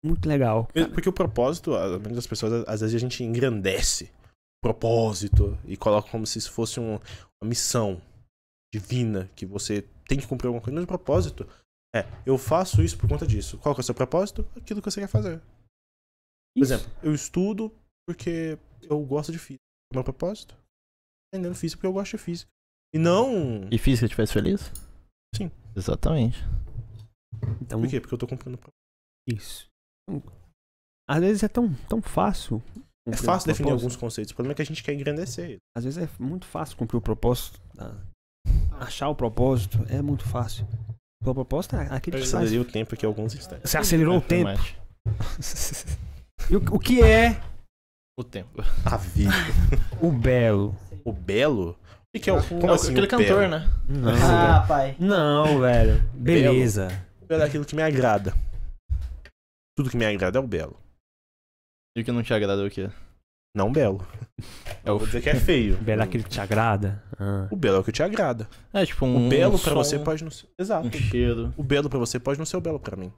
Muito legal.
Mesmo Porque o propósito, a- a maioria das pessoas, às vezes a gente engrandece o propósito e coloca como se isso fosse um- uma missão divina que você tem que cumprir alguma coisa. Mas o propósito é, eu faço isso por conta disso. Qual que é o seu propósito? Aquilo que você quer fazer. Por
Isso.
exemplo, eu estudo porque eu gosto de física. O meu propósito? Aprendendo física porque eu gosto de física. E não.
E fiz que eu estivesse feliz?
Sim.
Exatamente.
Então,
Por quê? Porque eu tô cumprindo. o propósito.
isso. Então, às vezes é tão, tão fácil.
É
cumprir
fácil
o
definir
propósito.
alguns conceitos. O problema é que a gente quer engrandecer ele.
Às vezes é muito fácil cumprir o propósito. tá?
Ah.
Achar o propósito é muito fácil. O propósito é aquele
Eu
que faz.
acelerei o tempo aqui alguns instantes.
Você acelerou o
É, Foi
tempo.
mais.
*laughs* E o, o que é
O *laughs* tempo.
A vida.
o belo?
O Belo? O que que é o. Como
Não,
assim?
aquele
o
cantor,
belo?
né?
Não,
pai.
Ah, não velho. Beleza.
O belo é aquilo que me agrada. Tudo que me agrada é o belo.
E o que não te agradou o quê?
Não o belo.
É o
Vou dizer que é feio.
Belo é aquele que te agrada. Ah.
O belo é o que te agrada.
*laughs* É tipo
O
um.
belo
um
pra
som,
você pode não ser. Exato.
Um cheiro.
O belo pra você pode não ser o belo pra mim.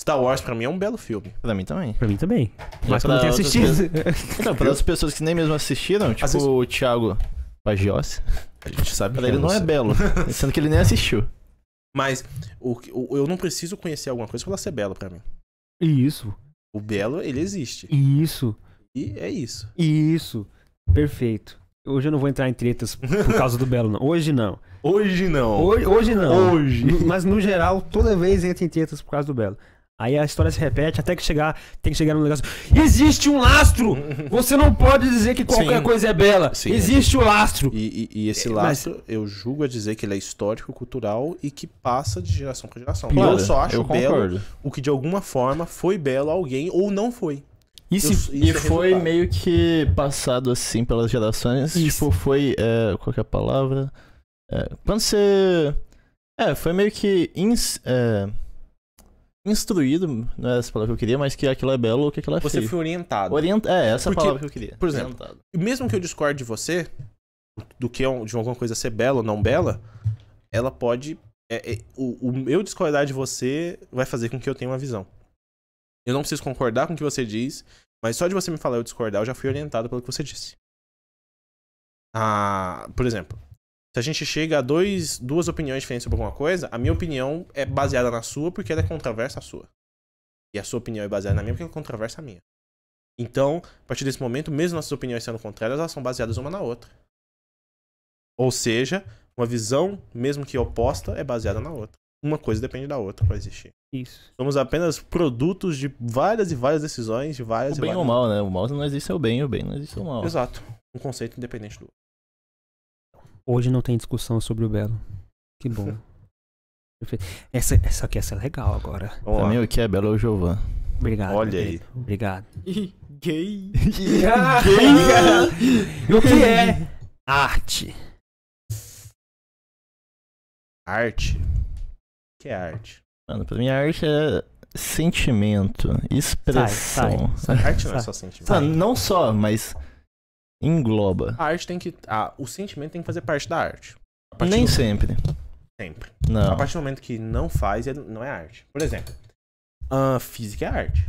Star Wars pra mim é um belo filme.
Pra mim também.
Pra mim também.
E
Mas que eu
pra
não tenho
outras
assistido.
pessoas- Não, pra as pessoas que nem mesmo assistiram, tipo
vezes-
o Thiago Pagiossi,
A gente sabe
pra ele não é belo. Sendo que ele nem assistiu.
*laughs* Mas o, que- o- eu não preciso conhecer alguma coisa pra ela ser belo pra mim.
*laughs* Isso,
O belo, ele existe.
isso,
E é isso.
isso. Perfeito. Hoje eu não vou entrar em tretas por causa do Belo, não. Hoje não.
Hoje não.
Hoje, hoje não.
Hoje.
No- Mas no geral, toda vez entra em tretas por causa do Belo. Aí a história se repete até que chegar, tem que chegar num negócio. Existe um lastro! Você não pode dizer que qualquer
Sim.
coisa é bela.
Sim.
Existe o *laughs* lastro.
E, e- e esse
É,
laço, eu julgo a dizer que ele é histórico, cultural e que passa de geração pra geração. *laughs* Então, eu
Claro,
só acho
eu
belo
concordo.
o que de alguma forma foi belo a alguém ou não foi.
E
Isso, isso
E
é
foi
resultado.
meio que passado assim pelas gerações.
Isso.
Tipo, foi. É, qual que é a palavra? É, quando você. É, foi meio que. ins- é, instruído, não é essa palavra que eu queria, mas que aquilo é belo ou que aquilo é
Você
feio.
foi orientado.
Orienta... É, essa
Porque,
palavra que eu queria.
por exemplo,
Orientado.
E mesmo que eu discorde de você, do que é um- de alguma coisa ser bela ou não bela, ela pode. é- é- o, o eu discordar de você vai fazer com que eu tenha uma visão. Eu não preciso concordar com o que você diz, mas só de você me falar eu discordar, eu já fui orientado pelo que você disse. Ah, por exemplo, se a gente chega a dois, duas opiniões diferentes sobre alguma coisa, a minha opinião é baseada na sua porque ela é controversa à sua. E a sua opinião é baseada na minha porque ela é controversa à minha. Então, a partir desse momento, mesmo nossas opiniões sendo contrárias, elas são baseadas uma na outra. Ou seja, uma visão, mesmo que oposta, é baseada na outra. Uma coisa depende da outra para existir.
Isso.
Somos apenas produtos de várias e várias decisões, de várias
O
e
bem
várias.
ou o mal, né? O mal não existe é o bem, e o bem não existe é o mal.
Exato. Um conceito independente do outro.
Hoje não tem discussão sobre o Belo. Que bom. Perfeito. Essa, essa aqui essa é legal agora.
Vamos
Pra
lá.
mim, o que é belo é o Jovan.
Obrigado.
Olha
Pedro.
aí.
Obrigado. E
Gay.
*laughs* o que é arte?
Arte. O que é
*laughs*
arte?
Mano, pra mim, a arte é sentimento, expressão.
Arte não é
Sabe.
só sentimento.
Ah, não só, mas engloba.
A arte tem que. ah, o sentimento tem que fazer parte da arte. A partir
Nem
do-
sempre.
sempre.
Não.
A partir do momento que não faz, é- não é arte. Por exemplo, ah, física é arte.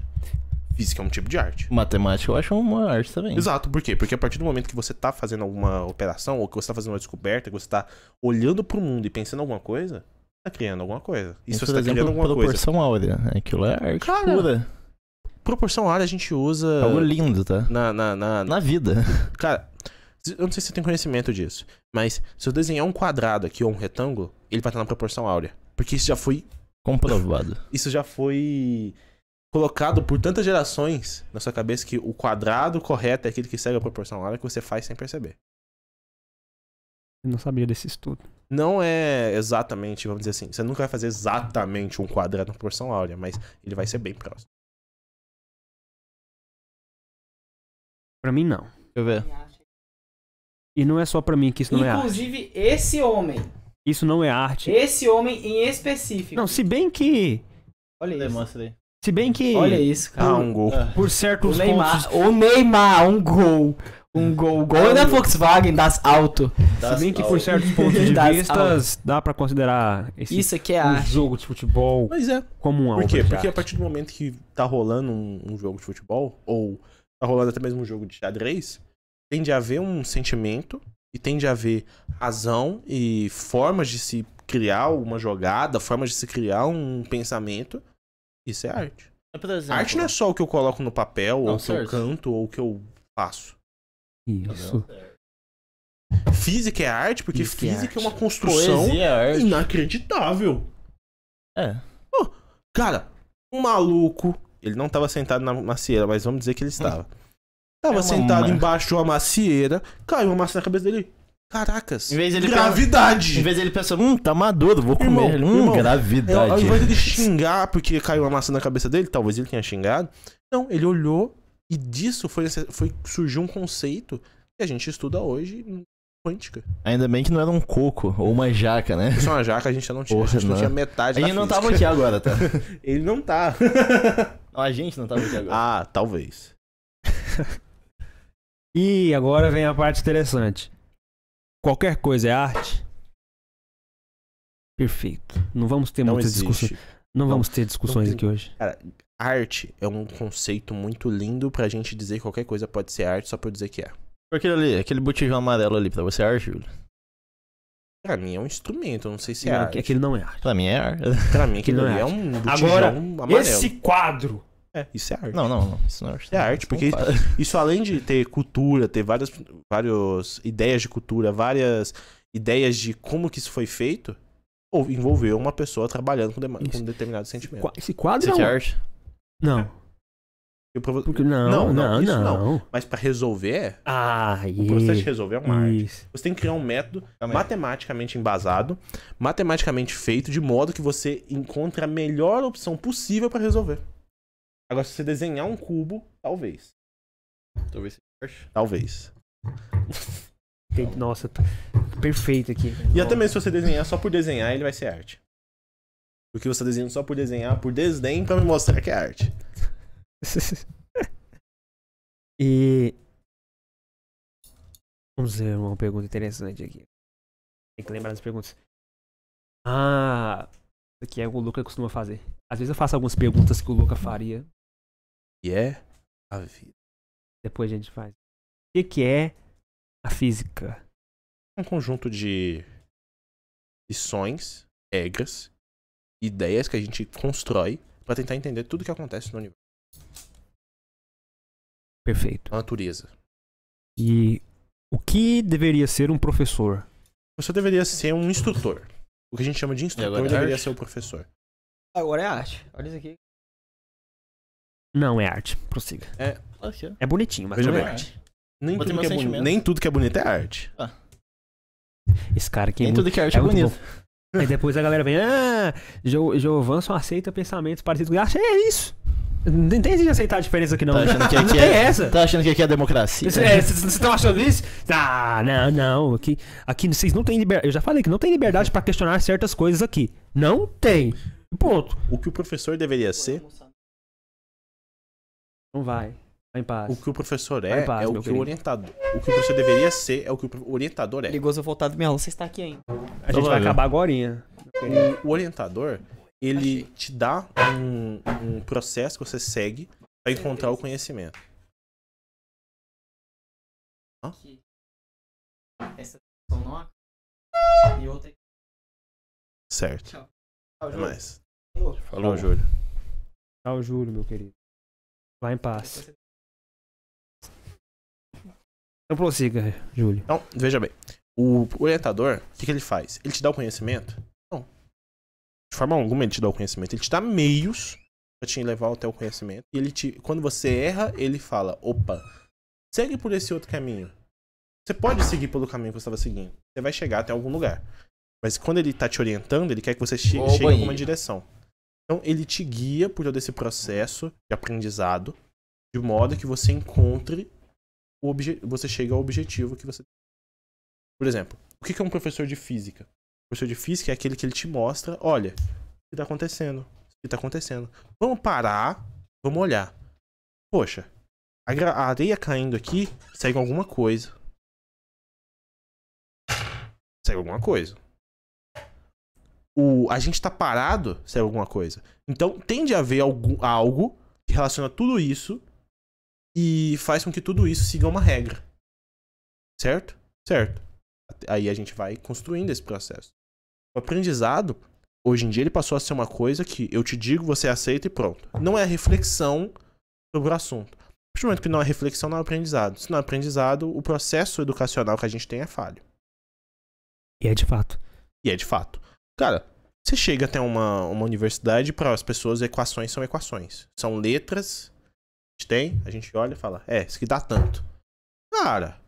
Física é um tipo de arte.
Matemática eu acho uma arte também.
Exato, por quê? Porque a partir do momento que você tá fazendo alguma operação, ou que você tá fazendo uma descoberta, que você tá olhando pro mundo e pensando em alguma coisa, você tá criando alguma coisa. E se
Por
você tá criando
exemplo,
alguma coisa.
proporção áurea. Aquilo é arte
Cara,
pura.
Proporção área a gente usa.
Algo lindo, tá?
Na, na, na,
Na vida.
Cara, se- eu não sei se você tem conhecimento disso, mas se eu desenhar um quadrado aqui ou um retângulo, ele vai estar na proporção áurea. Porque isso já foi
Comprovado.
isso já foi colocado por tantas gerações na sua cabeça que o quadrado correto é aquele que segue a proporção área que você faz sem perceber.
Eu não sabia desse estudo.
Não é exatamente, vamos dizer assim, você nunca vai fazer exatamente um quadrado na proporção áurea, mas ele vai ser bem próximo.
Pra mim, não.
Deixa eu ver.
E não é só pra mim que isso não é arte.
Inclusive, esse homem.
Isso não é arte.
Esse homem em específico.
Não, se bem que.
Olha isso.
Demonstra aí.
Se bem que.
Olha isso, cara.
Ah, um gol.
Por
O
certos pontos. Ah,
Neymar, o Neymar, um gol. Um gol. Gol da Volkswagen, das alto.
Se bem que por certos pontos de
*laughs* Das
vista,
aulas.
dá pra considerar esse
Isso aqui é
um
arte.
jogo de futebol
Mas é.
como um
Por quê?
alvo de
Porque a
arte.
partir do momento que tá rolando um, um jogo de futebol, ou tá rolando até mesmo um jogo de xadrez, tende a haver um sentimento e tende a haver razão e formas de se criar uma jogada, formas de se criar um pensamento. Isso é arte.
Por exemplo,
Arte não é só o que eu coloco no papel, ou
Não,
o que eu
certo.
canto, ou o que eu faço.
Isso.
Física é arte porque
Física é
física é, uma construção
poesia é arte.
inacreditável.
É.
Cara, um maluco. Ele não tava sentado na macieira, mas vamos dizer que ele estava. Tava
É uma
sentado
merda.
embaixo de uma macieira, caiu uma massa na cabeça dele. Caracas.
Em vez dele Em
gravidade.
vez ele pensar, hum, tá maduro, vou comer.
Irmão,
ele, hum,
irmão, Eu,
gravidade.
ao invés dele xingar porque caiu uma maçã na cabeça dele, talvez ele tenha xingado. Não, ele olhou e disso foi, necess- foi surgiu um conceito que a gente estuda hoje em quântica.
Ainda bem que não era um coco ou uma jaca, né?
Isso é uma jaca, a gente já não tinha, a
Porra,
gente não
não.
tinha metade
*laughs* A gente
da
não
física.
tava aqui agora, tá?
*laughs* Ele não tá.
*laughs* Não, a gente não tava aqui agora.
ah, talvez.
E agora vem a parte interessante. Qualquer coisa é arte? Perfeito. Não vamos ter
Não
muitas
existe.
discussões. Não vamos ter discussões
tem.
aqui hoje.
Arte é um conceito muito lindo pra gente dizer que qualquer coisa pode ser arte só pra eu dizer que é.
Aquele ali, aquele botijão amarelo ali pra você é arte, Júlio.
Pra mim é um instrumento, eu não sei se é
Não,
arte.
Aquele não é arte.
Pra mim é arte. *laughs*
Pra mim aquilo
não é
ali é, um botijão
Agora,
amarelo.
Esse quadro.
É, isso é arte.
Não, não, não. Isso não é arte.
É arte,
*laughs*
porque-
Não,
Isso além de ter cultura, ter várias, várias ideias de cultura, várias ideias de como que isso foi feito, ou envolveu uma pessoa trabalhando com, dema- com
Isso.
um determinado sentimento.
Qua- Esse quadro
Isso aqui é
não.
arte.
Não.
Eu provo-
Porque- não,
Não,
não,
não,
não.
isso Mas pra resolver,
Ah,
o processo de resolver é uma arte.
isso.
Você tem que criar um método
Calma aí.
matematicamente embasado, matematicamente feito, de modo que você encontre a melhor opção possível pra resolver. Agora, se você desenhar um cubo, talvez.
Talvez seja é arte.
Talvez.
Tem- Nossa, tá perfeito aqui.
E até mesmo se você desenhar só por desenhar, ele vai ser arte. Porque você tá desenhando só por desenhar, por desdém, pra me mostrar que é arte.
*laughs* e. Vamos ver uma pergunta interessante aqui. Tem que lembrar das perguntas. Ah, isso aqui é o que o Luca costuma fazer. Às vezes eu faço algumas perguntas que o Luca faria,
E é a vida.
depois a gente faz. O que, que é a física?
Um conjunto de lições, regras, ideias que a gente constrói pra tentar entender tudo que acontece no universo.
Perfeito.
Na natureza.
E o que deveria ser um professor?
Você deveria ser um instrutor. O que a gente chama de
E
instrutor
agora é
deveria
arte?
ser o professor.
Agora é arte. Olha isso aqui.
Não é arte. Prossiga.
Ok.
É bonitinho, mas
Veja
não é
bem.
arte.
Nem
Botei meu
tudo, que é boni-
sentimento.
nem tudo que é bonito é arte.
Esse cara aqui é
Nem
muito
tudo que é arte é
é muito
bonito.
Aí depois a galera vem, ah, Jo- Jovan só aceita pensamentos parecidos com acha é isso. Não tem de aceitar a diferença aqui não. né?
Tá achando que
não
aqui
tem
*laughs* é.
essa.
Tá achando que aqui é democracia?
Vocês é, vocês- vocês estão achando isso? Ah, não, não. Aqui, aqui vocês não têm liberdade. Eu já falei que não tem liberdade pra questionar certas coisas aqui. Não tem. Ponto.
O que o professor deveria ser,
Não Então vai. Vai em paz.
o que o professor
Vai
é,
em paz,
é o
meu
que o
querido.
orientador. O que o professor deveria ser é o que o pro- orientador é.
Ligou seu voltado minha aula. Você está aqui ainda.
A gente vai
valeu.
acabar agorinha.
O orientador, ele te dá um, um processo que você segue pra encontrar o conhecimento.
Essa são não E outra
Certo. Até mais.
Falou, Júlio.
Tchau, Júlio, meu querido. Vai em paz. Então prossiga, Júlio.
Então, veja bem. O orientador, o que, que ele faz? Ele te dá o conhecimento? Não. De forma alguma ele te dá o conhecimento. Ele te dá meios pra te levar até o conhecimento. E ele te. Quando você erra, ele fala: opa, segue por esse outro caminho. Você pode seguir pelo caminho que você estava seguindo. Você vai chegar até algum lugar. Mas quando ele tá te orientando, ele quer que você che
Ou
chegue em alguma
banheiro.
direção. Então ele te guia por todo esse processo de aprendizado, de modo que você encontre o obje você chegue ao objetivo que você Por exemplo, o que que é um professor de física? O professor de física é aquele que ele te mostra, olha, o que tá acontecendo? O que tá acontecendo? Vamos parar, vamos olhar. Poxa, a gra- a areia caindo aqui segue alguma coisa. Segue alguma coisa. O, a gente tá parado, segue alguma coisa. Então, tende a haver algu- algo que relaciona tudo isso e faz com que tudo isso siga uma regra. Certo? Certo. Até- Aí a gente vai construindo esse processo. O aprendizado, hoje em dia, ele passou a ser uma coisa que eu te digo, você aceita e pronto. Não é reflexão sobre o assunto. A partir do momento que não é reflexão, não é aprendizado. Se não é aprendizado, o processo educacional que a gente tem é falho.
E é de fato.
E é de fato. Cara, você chega até uma, uma universidade para as pessoas, equações são equações. São letras. A gente tem, a gente olha e fala, é, isso aqui dá tanto. Cara.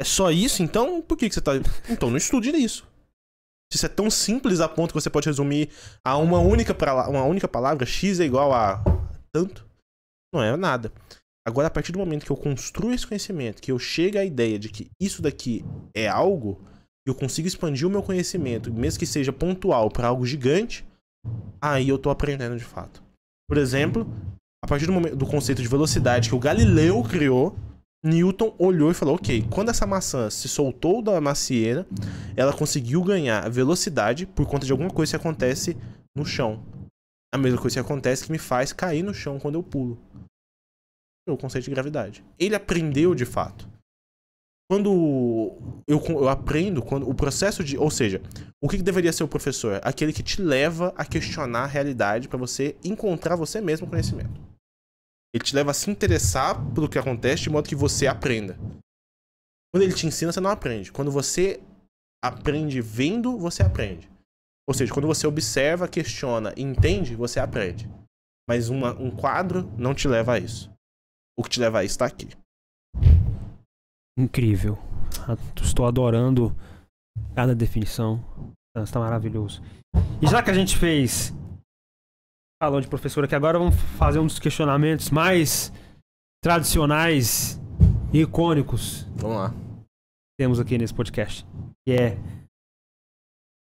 É só isso? Então, por que, que você tá. Então, não estude isso. Se isso é tão simples a ponto que você pode resumir a uma única, pra... uma única palavra, x é igual a tanto, não é nada. Agora, a partir do momento que eu construo esse conhecimento, que eu chego à ideia de que isso daqui é algo, e eu consigo expandir o meu conhecimento, mesmo que seja pontual para algo gigante, aí eu tô aprendendo de fato. Por exemplo, a partir do, momento, do conceito de velocidade que o Galileu criou, Newton olhou e falou: ok, quando essa maçã se soltou da macieira, ela conseguiu ganhar velocidade por conta de alguma coisa que acontece no chão. A mesma coisa que acontece que me faz cair no chão quando eu pulo. É O conceito de gravidade. Ele aprendeu de fato quando eu, con- eu aprendo, quando o processo de. Ou seja, o que, que deveria ser o professor? Aquele que te leva a questionar a realidade para você encontrar você mesmo o conhecimento. Ele te leva a se interessar pelo que acontece de modo que você aprenda. Quando ele te ensina, você não aprende. Quando você aprende vendo, você aprende. Ou seja, quando você observa, questiona e entende, você aprende. Mas uma- um quadro não te leva a isso. O que te leva a isso está aqui.
Incrível. Ah, Estou adorando cada definição. Ah, Está maravilhoso. E já que a gente fez falando de professor aqui, agora vamos fazer um dos questionamentos mais tradicionais e icônicos
Vamos lá.
que temos aqui nesse podcast. Que é.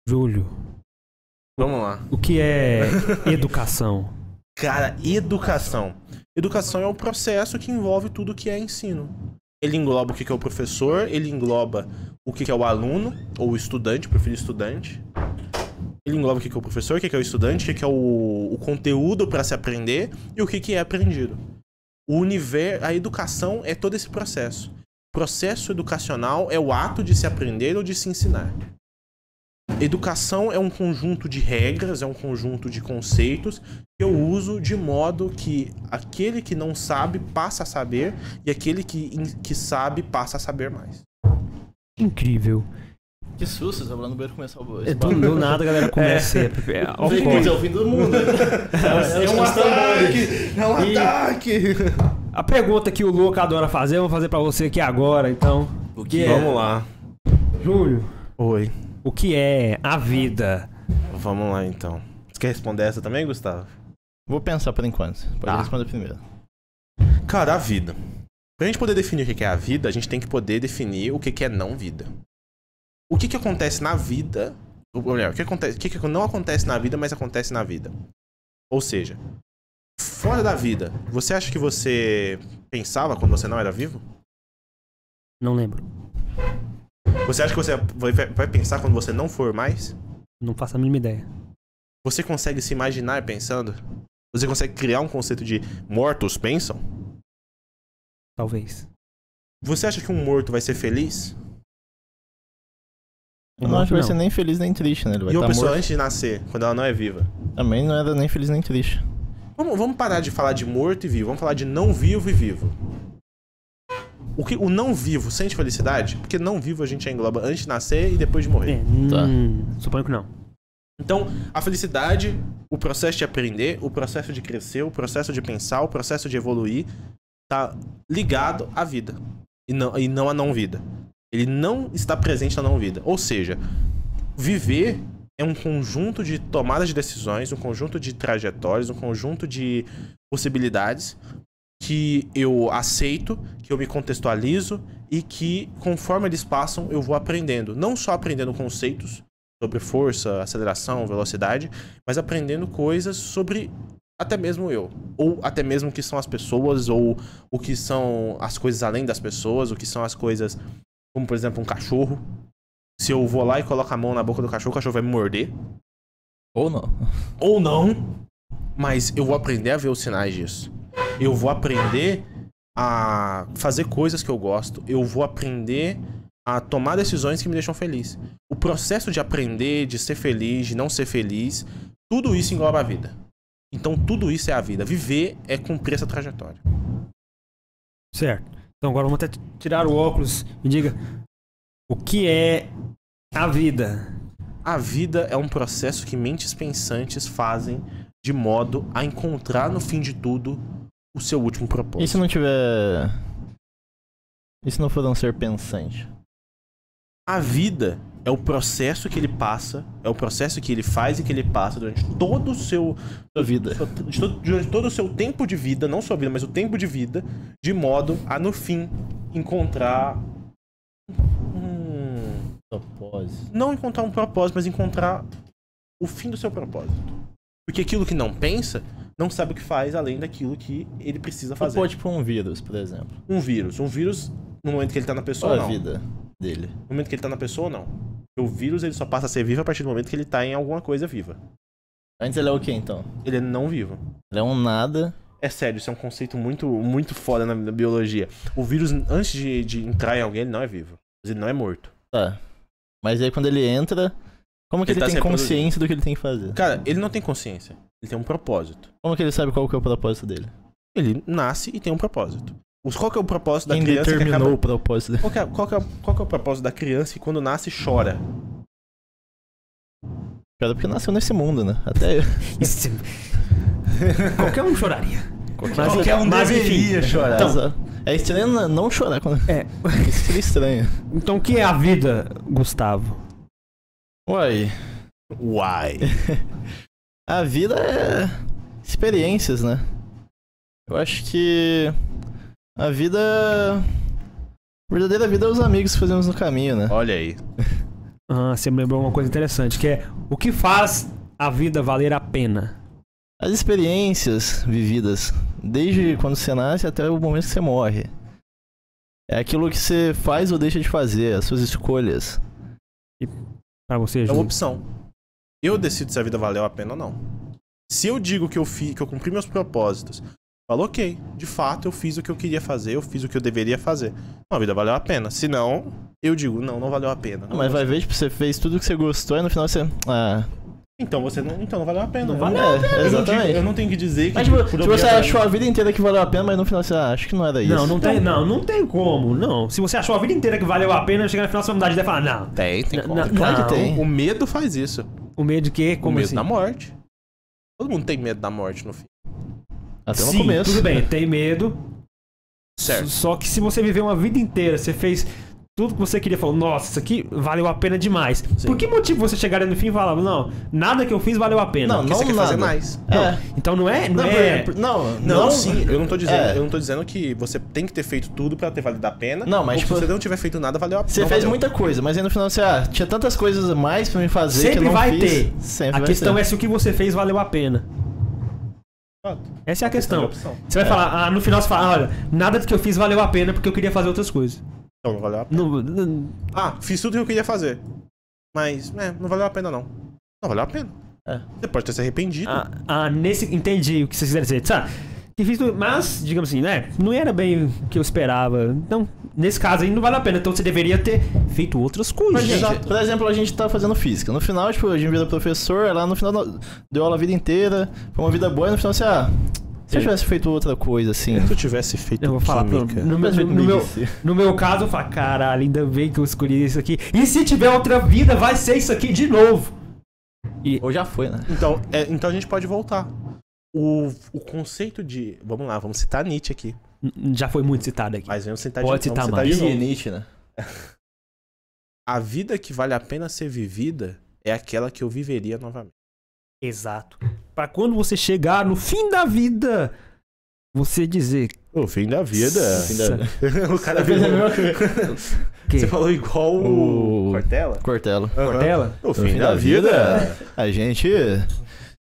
Júlio,
Vamos lá.
o que é educação?
Cara, educação. Educação é um processo que envolve tudo que é ensino. Ele engloba o que que é o professor, ele engloba o que que é o aluno, ou o estudante, prefiro estudante. Ele engloba o que que é o professor, o que que é o estudante, o que que é o, o conteúdo para se aprender e o que que é aprendido. O universo, a educação é todo esse processo. Processo educacional é o ato de se aprender ou de se ensinar. Educação é um conjunto de regras, é um conjunto de conceitos que eu uso de modo que aquele que não sabe passa a saber e aquele que, que sabe passa a saber mais.
Incrível.
Que susto, você tá falando banheiro começar o
É, Do, do nada a galera começa. a- é, ó, pô.
o fim do *laughs* mundo. é, um ataque! É um
E-
ataque!
a pergunta que o Louco adora fazer, eu vou fazer pra você aqui agora, então.
O que é?
Vamos lá.
Júlio,
Oi.
o que é a vida?
Vamos lá então. Você quer responder essa também, Gustavo?
Vou pensar por enquanto. Pode
Tá.
responder primeiro.
Cara, a vida. Pra gente poder definir o que que é a vida, a gente tem que poder definir o que que é não vida. O que que acontece na vida. Ou melhor, o que, acontece, o que que não acontece na vida, mas acontece na vida. Ou seja, fora da vida, você acha que você pensava quando você não era vivo?
Não lembro.
Você acha que você vai- vai vai pensar quando você não for mais?
Não faço a mínima ideia.
Você consegue se imaginar pensando? Você consegue criar um conceito de mortos pensam?
Talvez.
Você acha que um morto vai ser feliz?
Eu não acho que vai
Não.
ser nem feliz nem triste, né? Ele vai
e uma
estar
pessoa
morto.
antes de nascer, quando ela não é viva?
Também não era nem feliz nem triste.
Vamos, vamos parar de falar de morto e vivo, vamos falar de não vivo e vivo. O, que, o não vivo sente felicidade? Porque não vivo a gente já engloba antes de nascer e depois de morrer.
É,
Tá.
hum, suponho que não.
Então, a felicidade, o processo de aprender, o processo de crescer, o processo de pensar, o processo de evoluir, tá ligado à vida. e não, e não a não-vida. Ele não está presente na não-vida. Ou seja, viver é um conjunto de tomadas de decisões, um conjunto de trajetórias, um conjunto de possibilidades que eu aceito, que eu me contextualizo e que, conforme eles passam, eu vou aprendendo. Não só aprendendo conceitos sobre força, aceleração, velocidade, mas aprendendo coisas sobre até mesmo eu. Ou até mesmo o que são as pessoas, ou o que são as coisas além das pessoas, o que são as coisas, como por exemplo um cachorro. Se eu vou lá e coloco a mão na boca do cachorro, o cachorro vai me morder.
Ou não.
Ou não, mas eu vou aprender a ver os sinais disso. Eu vou aprender a fazer coisas que eu gosto. Eu vou aprender a tomar decisões que me deixam feliz. O processo de aprender, de ser feliz, de não ser feliz, tudo isso engloba a vida. Então tudo isso é a vida. Viver é cumprir essa trajetória.
Certo. Então agora vamos até t- tirar o óculos. Me diga, o que é a *laughs* vida?
A vida é um processo que mentes pensantes fazem de modo a encontrar no fim de tudo o seu último propósito.
E se não tiver. E se não for um ser pensante?
A vida é o processo que ele passa, é o processo que ele faz e que ele passa durante todo o seu
Sua vida.
sua- de todo- durante todo o seu tempo de vida, não sua vida, mas o tempo de vida, de modo a no fim encontrar um,
Propósito.
não encontrar um propósito, mas encontrar o fim do seu propósito. Porque aquilo que não pensa não sabe o que faz além daquilo que ele precisa fazer.
Ou tipo um vírus, por exemplo.
Um vírus, um vírus no momento que ele tá na pessoa,
Só a
não.
vida dele.
No momento que ele tá na pessoa, não. Porque o vírus ele só passa a ser vivo a partir do momento que ele tá em alguma coisa viva.
Antes ele é o que então?
Ele é não vivo.
Ele é um nada.
É sério, isso é um conceito muito, muito foda na, na biologia. O vírus, antes de, de entrar em alguém, ele não é vivo. Mas ele não é morto.
Tá. Mas aí quando ele entra, como que
Ele
ele,
tá se
tem
reproduzindo.
consciência do que ele tem que fazer?
Cara, ele não tem consciência. Ele tem um propósito.
Como que ele sabe qual que é o propósito dele?
Ele nasce e tem um propósito. Os, qual que é o propósito da
Quem
criança que
determinou
acaba...
o propósito dele?
Qual que, é, qual, que é, qual que é o propósito da criança que quando nasce chora?
Cara, porque nasceu nesse mundo, né? Até eu.
Isso- Qualquer um choraria. Mas- mas, enfim,
chorar.
Então, é estranho n- não chorar quando.
É.
*laughs* Isso seria estranho.
Então o que é a vida, Gustavo?
Uai.
Uai.
*laughs* A vida é. experiências, né? Eu acho que. A vida. A verdadeira vida é os amigos que fazemos no caminho, né?
Olha aí.
Ah, você me lembrou uma coisa interessante, que é o que faz a vida valer a pena?
As experiências vividas, desde quando você nasce até o momento que você morre. É aquilo que você faz ou deixa de fazer, as suas escolhas.
Pra você,
É uma
Júlio.
opção. Eu decido se a vida valeu a pena ou não. Se eu digo que eu fiz, que eu cumpri meus propósitos, falo, ok, de fato eu fiz o que eu queria fazer, eu fiz o que eu deveria fazer. Não, a vida valeu a pena. Se não, eu digo, não, não valeu a pena.
Ah, Mas vai ver, tipo, você fez tudo que você gostou e no final você. Ah.
Então você não. Então não valeu a pena. Não
valeu a pena.
Eu não, digo-
Exatamente.
eu não tenho que dizer que.
Mas, tipo,
por
se
eu
você
ver a-
achou a vida inteira que valeu a pena, mas no final você ah, acho que não era isso.
Não, não tem, não, não tem como, não. Se você achou a vida inteira que valeu a pena, chegar no final da sua mudar de ideia e falar, não.
Tem, É tem
Não,
como.
não, Claro que não.
tem.
O medo faz isso.
O medo de quê?
o
Como
medo
assim?
da morte. Todo mundo tem medo da morte no fim.
Até no
Sim,
começo.
tudo bem, tem medo.
Certo.
S- Só que se você viveu uma vida inteira, você fez tudo que você queria, falou, nossa, isso aqui valeu a pena demais. Por que motivo você chegaria no fim e falava, não, nada que eu fiz valeu a pena?
Não,
Porque você quer fazer mais.
É.
Então não é, não,
Não,
é.
por- não,
Não, sim, eu não tô dizendo,
É.
eu não tô dizendo que você tem que ter feito tudo pra ter valido a pena.
Não, mas,
ou
tipo,
se você não tiver feito nada, valeu a pena.
Você fez muita coisa, mas aí no final você, ah, tinha tantas coisas a mais pra me fazer que eu
Sempre
não
vai
fiz.
ter.
Sempre
A
vai
questão
ter.
é se o que você fez valeu a pena. Essa é a questão.
opção.
Você vai
É.
falar, ah, no final você fala, olha, nada do que eu fiz valeu a pena porque eu queria fazer outras coisas.
Então, não valeu a pena.
Não- não-
Ah, fiz tudo o que eu queria fazer. Mas, é, não valeu a pena, não. Não valeu a pena.
É.
Você pode ter se arrependido.
ah, ah, nesse, entendi o que vocês quiserem dizer. Sabe? Que fiz tudo- Mas, digamos assim, né? Não era bem o que eu esperava. Então, nesse caso aí não vale a pena. Então você deveria ter feito outras coisas.
Mas, gente, por exemplo, a gente tá fazendo física. No final, tipo, a gente vira professor, lá no final no- deu aula a vida inteira, foi uma vida boa, e no final você, ah, se eu tivesse feito outra coisa assim.
Se
*laughs*
eu tivesse feito
Eu vou falar pro,
química-
no, meu, no, meu, no meu caso, eu falo, caralho, ainda bem que eu escolhi isso aqui. E se tiver outra vida, vai ser isso aqui de novo.
Ou já foi, né?
Então, é, então a gente pode voltar. O, o conceito de. Vamos lá, vamos citar Nietzsche aqui.
N- Já foi muito citado aqui.
Mas vamos sentar
Pode
de novo.
citar
vamos
mais.
sentar de novo.
Nietzsche, né?
A vida que vale a pena ser vivida é aquela que eu viveria novamente.
Exato. Pra quando você chegar no fim da vida, você dizer.
O fim da
Fim da-
o cara virou.
*laughs* Que?
Você falou igual o.
O-
Cortella?
Cortelo.
Cortella?
É O fim da vida.
A gente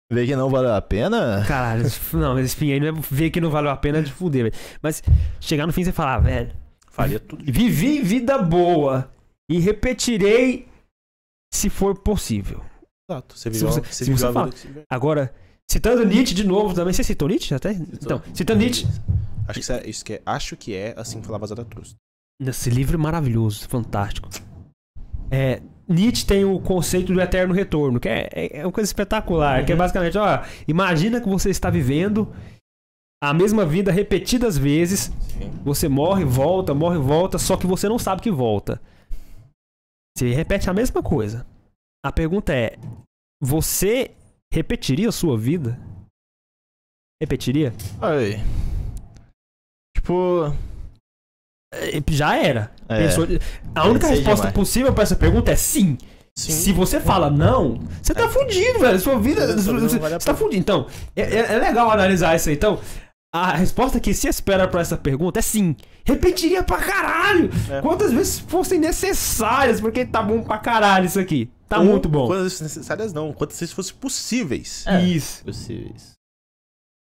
vê que não valeu a pena.
Caralho, esse- não, mas enfim, aí não é ver que não valeu a pena de fuder, velho. Mas chegar no fim você falar, velho,
Faria tudo.
vivi vida boa e repetirei se for possível.
Exato. Você viveu,
você-
você,
se
viveu
você
a
fala-
vida que você viveu.
Agora, citando Nietzsche de novo também. Você citou Nietzsche até? Então, citando Nietzsche.
Acho que, isso é- isso que é, acho que é assim que falava Zaratustra.
Esse livro é maravilhoso, fantástico. É, Nietzsche tem o conceito do eterno retorno, que é, é- é uma coisa espetacular.
Uhum.
Que é basicamente, ó, imagina que você está vivendo a mesma vida repetidas vezes. Você morre, volta, morre, volta, só que você não sabe que volta. Você repete a mesma coisa. A pergunta é: você repetiria a sua vida? Repetiria?
Aí. Tipo.
É, Já era.
É.
Pensou- A única
Pensei
resposta
demais.
possível pra essa pergunta é sim. Se você fala não, você tá fudido, velho. Sua vida.
Sua vida não
Você
vale a
tá fudido. Então, é, é- é legal analisar isso aí. Então, a resposta que se espera pra essa pergunta é sim. Repetiria pra caralho.
É.
Quantas vezes fossem necessárias, porque tá bom pra caralho isso aqui. Tá
Ou
muito bom. É.
Quantas vezes necessárias não, quantas vezes fossem possíveis.
Isso.
tipo, Possíveis.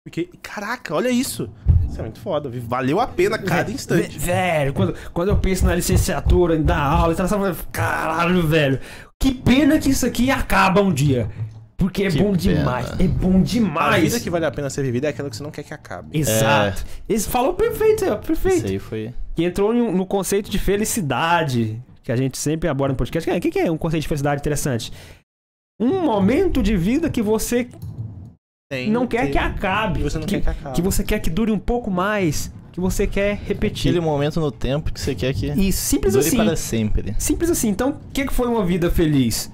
Porque, caraca, olha isso. Isso é muito foda. viu? Valeu a pena cada
Ve-
instante.
Velho, quando, quando eu penso na licenciatura, em dar aula, e tal, sabe, caralho, velho. Que pena que isso aqui acaba um dia. Porque é
Que
bom
pena.
demais. É bom
A
demais.
vida que É. vale a pena ser vivida é aquela que você não quer que acabe.
Exato. Esse falou perfeito, aí, ó, perfeito.
Isso aí foi.
que entrou em um- no conceito de felicidade, que a gente sempre aborda no podcast. O que, que é um conceito de felicidade interessante? Um momento de vida que você
Tem
não quer que
E
acabe.
você não quer que acabe.
que você quer que dure um pouco mais. Que você quer repetir.
Aquele momento no tempo que você quer que
E simples
dure
assim.
para sempre.
Simples assim. Então, o que, que foi uma vida feliz?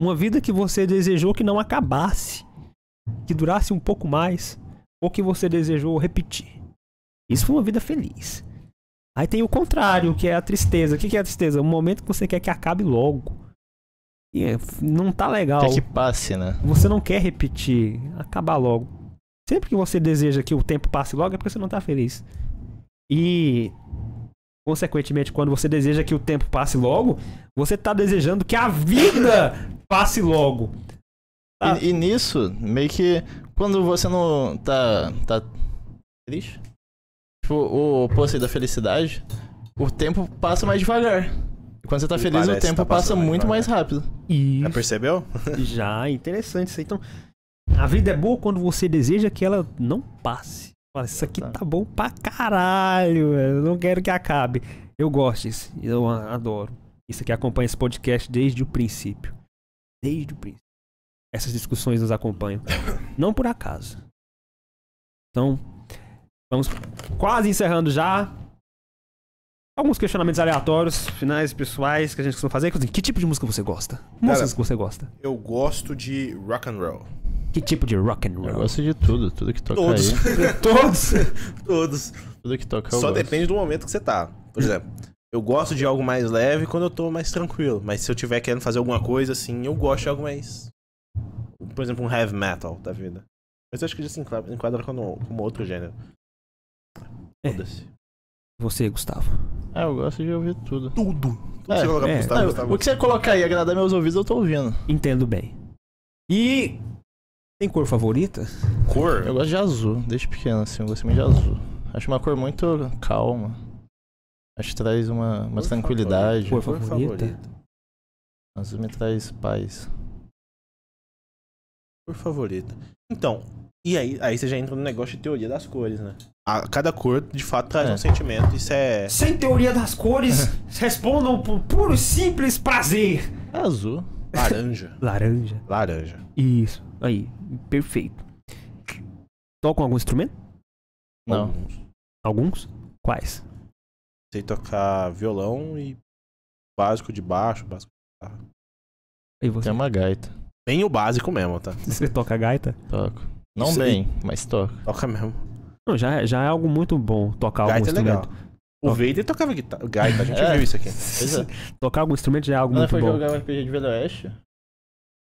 Uma vida que você desejou que não acabasse. Que durasse um pouco mais. Ou que você desejou repetir. Isso foi uma vida feliz. Aí tem o contrário, que é a tristeza. O que, que é a tristeza? Um momento que você quer que acabe logo. E é, f- não tá legal.
Quer que passe, né?
Você não quer repetir. Acabar logo. Sempre que você deseja que o tempo passe logo, é porque você não tá feliz. E, consequentemente, quando você deseja que o tempo passe logo, você tá desejando que a vida *laughs* passe logo. Ah.
E, e nisso, meio que quando você não tá. tá triste, tipo, o oposto aí da felicidade, o tempo passa mais devagar. E quando você tá
E
feliz, o
parece que
tempo
tá
passa
passando mais
muito mais
devagar.
rápido.
E
Já percebeu?
*laughs* já é interessante isso aí. Então, a vida é boa quando você deseja que ela não passe. Fala, isso aqui tá bom pra caralho, velho. eu não quero que acabe. Eu gosto disso, eu a- adoro. Isso aqui acompanha esse podcast desde o princípio. Desde o princípio. Essas discussões nos acompanham. Não por acaso. Então, vamos quase encerrando já. Alguns questionamentos aleatórios, finais pessoais que a gente costuma fazer. Que tipo de música você gosta? Músicas que você gosta?
Eu gosto de rock and roll.
Que tipo de rock and
Eu
roll?
gosto de tudo, tudo que toca
Todos.
aí.
*laughs* Todos.
*laughs* Todos.
Tudo que toca eu
Só
gosto.
depende do momento que você tá. Por exemplo, eu gosto de algo mais leve quando eu tô mais tranquilo. Mas se eu tiver querendo fazer alguma coisa, assim, eu gosto de algo mais. Por exemplo, um heavy metal da vida. Mas eu acho que isso enquadra, enquadra como, como outro gênero.
É.
Foda-se.
Você, Gustavo.
Ah, eu gosto de ouvir tudo.
Tudo. Tudo
É,
você coloca
é.
pro
Ah,
Gustavo,
eu-
Gustavo.
o que você colocar aí e agradar meus ouvidos, eu tô ouvindo.
Entendo bem. E tem cor favorita?
Cor?
Eu gosto de azul, desde pequeno, assim, eu gosto muito de azul. Acho uma cor muito calma. Acho que traz uma, uma
Cor
tranquilidade.
Cor favorita?
Azul me traz paz.
Cor favorita. Então, e aí, aí você já entra no negócio de teoria das cores, né? A, cada cor, de fato, traz
É.
um sentimento. Isso é.
Sem teoria das *laughs* cores, respondam por puro e simples prazer.
É azul.
Laranja.
Laranja.
Laranja.
Isso. Aí, perfeito. Tocam algum instrumento?
Não.
Alguns.
Alguns? Quais?
Sei tocar violão e básico de baixo, básico.
E você?
Tem uma gaita.
Bem o básico mesmo, tá?
Você toca gaita?
Toco. Não
Isso aí.
bem, mas toco.
Toca mesmo.
Não, já, já é algo muito bom tocar algum
Gaita é legal.
instrumento.
O Vader tocava guitarra. Gaita, a gente
É.
viu
*laughs*
isso aqui.
Pois é.
Tocar algum instrumento já é algo
Quando eu
muito
for
bom.
jogar um RPG de Velho Oeste,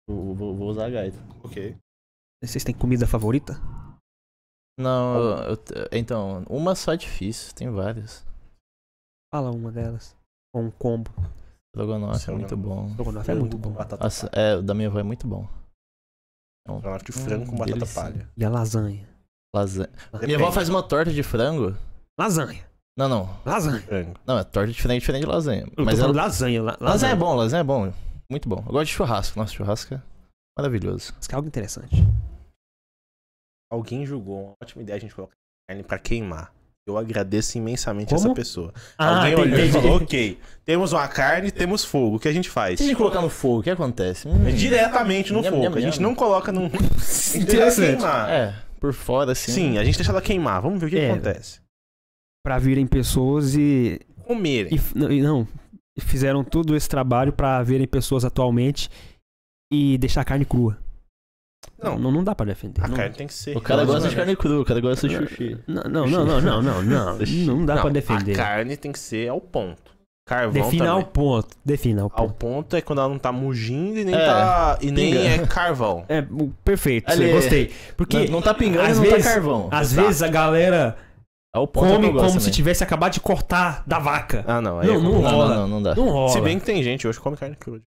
eu vou, vou usar a gaita.
Ok.
Vocês têm comida favorita?
Não, eu- eu te- então, uma só é difícil, tem várias.
Fala uma delas. Ou um combo.
Dragonoff é
Sei lá.
muito bom.
Estrogonofe é
um
muito bom.
Batata
Nossa, é, o da minha avó é muito bom.
Estrogonofe de frango com batata
Hum, delícia.
palha.
E a lasanha.
Lasanha.
Depende.
Minha avó faz uma torta de frango.
Lasanha.
Não, não.
Lasanha.
frango.
Não, é torta diferente, diferente de lasanha.
Eu
Mas
tô
ela...
falando lasanha. la- lasanha.
lasanha é bom, lasanha é bom. Muito bom. Eu gosto de churrasco. Nossa, churrasco é maravilhoso.
Isso que é algo interessante.
Alguém julgou uma ótima ideia a gente colocar carne pra queimar. Eu agradeço imensamente
Como?
essa pessoa.
Ah,
Alguém olhou e falou, ok, temos uma carne, temos fogo. O que a gente faz?
Se a gente colocar no fogo, o que acontece?
É
Hum,
diretamente no
Nham,
fogo.
nham,
A gente
nham.
não
*laughs*
coloca num. *laughs*
Interessante.
Queimar.
É, por fora, assim.
Sim, a gente deixa ela queimar. Vamos ver o que
É.
acontece.
Pra virem pessoas e.
Comerem.
e f- não, e não. Fizeram todo esse trabalho pra virem pessoas atualmente e deixar a carne crua.
Não.
Não, não dá pra defender.
A
não,
carne tem que ser.
O cara gosta de
relacionada.
carne crua, o cara gosta de sushi.
Não, não, não, não, não, não,
*laughs*
não. Não dá
Não,
pra defender.
A carne tem que ser ao ponto. Carvão
Defina
também.
ao ponto. Defina ao
Ao
ponto.
ponto é quando ela não tá mugindo e nem,
É,
tá, e nem
pinga.
é carvão.
É, o- perfeito.
Ali-
Gostei. Porque
Não, não tá pingando,
às
não
vezes-
tá carvão.
às vezes a galera
É o ponto que
come
eu gosto
como se
também.
tivesse acabado de cortar da vaca.
Ah, não. Aí
Não,
é
não
complicado.
Não,
rola.
não, não, não dá.
Não rola.
Se bem que tem gente hoje que come carne crua.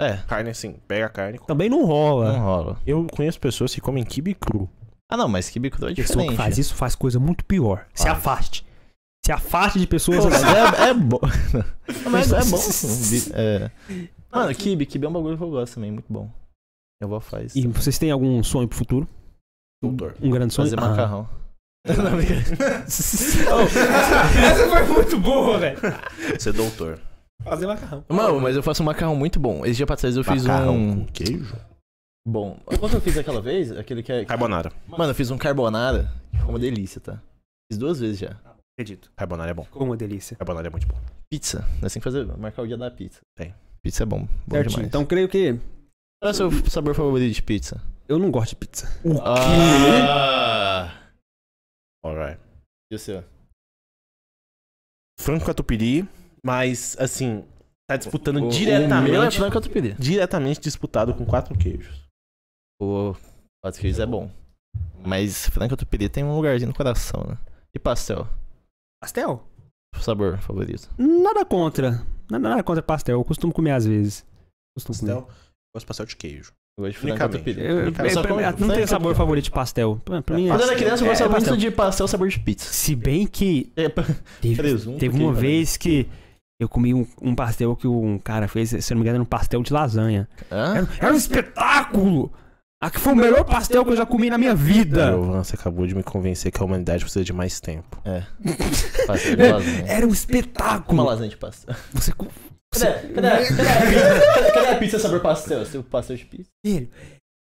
É.
Carne assim, pega a carne. e come.
Também não rola.
Não rola.
Eu conheço pessoas que comem kibe cru.
Ah, não, mas que bico é
pessoa que
diferente. Ah.
faz isso faz coisa muito pior. Se afaste. Se afaste de pessoas.
Pô, mas
assim.
é, é bom. *laughs* Não, mas é bom. Bi- É.
*laughs*
Mano, kibe, kibe é um bagulho que eu gosto também, muito bom. Minha avó faz.
E vocês têm algum sonho pro futuro?
Doutor.
Um grande sonho?
Fazer
Ah.
*laughs* macarrão.
*laughs* Essa foi muito boa, velho.
Ser é doutor.
Fazer macarrão.
Mano, mas eu faço um macarrão muito bom. Esse dia pra trás eu fiz
Macarrão
um.
com queijo?
Bom. Quanto eu fiz aquela vez? Aquele que é.
Carbonara.
Mano, eu fiz um carbonara. que Foi uma delícia, tá? Fiz duas vezes já.
Acredito.
Carbonara é bom.
Ficou Ah, uma delícia.
Carbonara é muito bom.
Pizza. Nós temos que fazer, marcar o dia da pizza.
Tem.
Pizza é bom. Bom
Certinho.
demais.
Então creio que
Qual é o seu sabor favorito de pizza?
eu não gosto de pizza.
O ah,
Alright.
E o seu?
Franco Catupiry, mas assim, tá disputando
O- O meu é
diretamente.
frango catupiry.
Diretamente disputado com quatro queijos.
O quatro queijos é bom. Mas frango catupiry tem um lugarzinho no coração, né? E pastel?
Pastel?
O sabor favorito?
Nada contra. Nada, nada contra pastel. Eu costumo comer às vezes. Costumo
Pastel. Eu gosto de pastel de queijo.
Eu gosto de frango
Unicamente.
catupiry.
comer. Eu, eu,
Cara, só
pra mim,
come-
não
Então, só
tem
come-
sabor favorito de pastel. Pra, pra mim é-
Quando eu era criança, eu gostava
É, pastel.
muito de pastel sabor de pizza.
Se bem que
É, pa-
teve,
presunto.
teve uma
queijo,
vez que eu comi um, um pastel que um cara fez, se eu não me engano, era um pastel de lasanha.
Hã?
Era, era um espetáculo! Aqui foi o melhor pastel que eu já comi na minha vida!
Giovanna, você acabou de me convencer que a humanidade precisa de mais tempo.
Pastel de
*laughs*
é lasanha.
Era um
Uma
espetáculo!
lasanha
*laughs*
de pastel.
Você co-
Cadê? Cadê? Cadê? Cadê a pizza sabor pastel? Seu pastel de pizza?
Filho,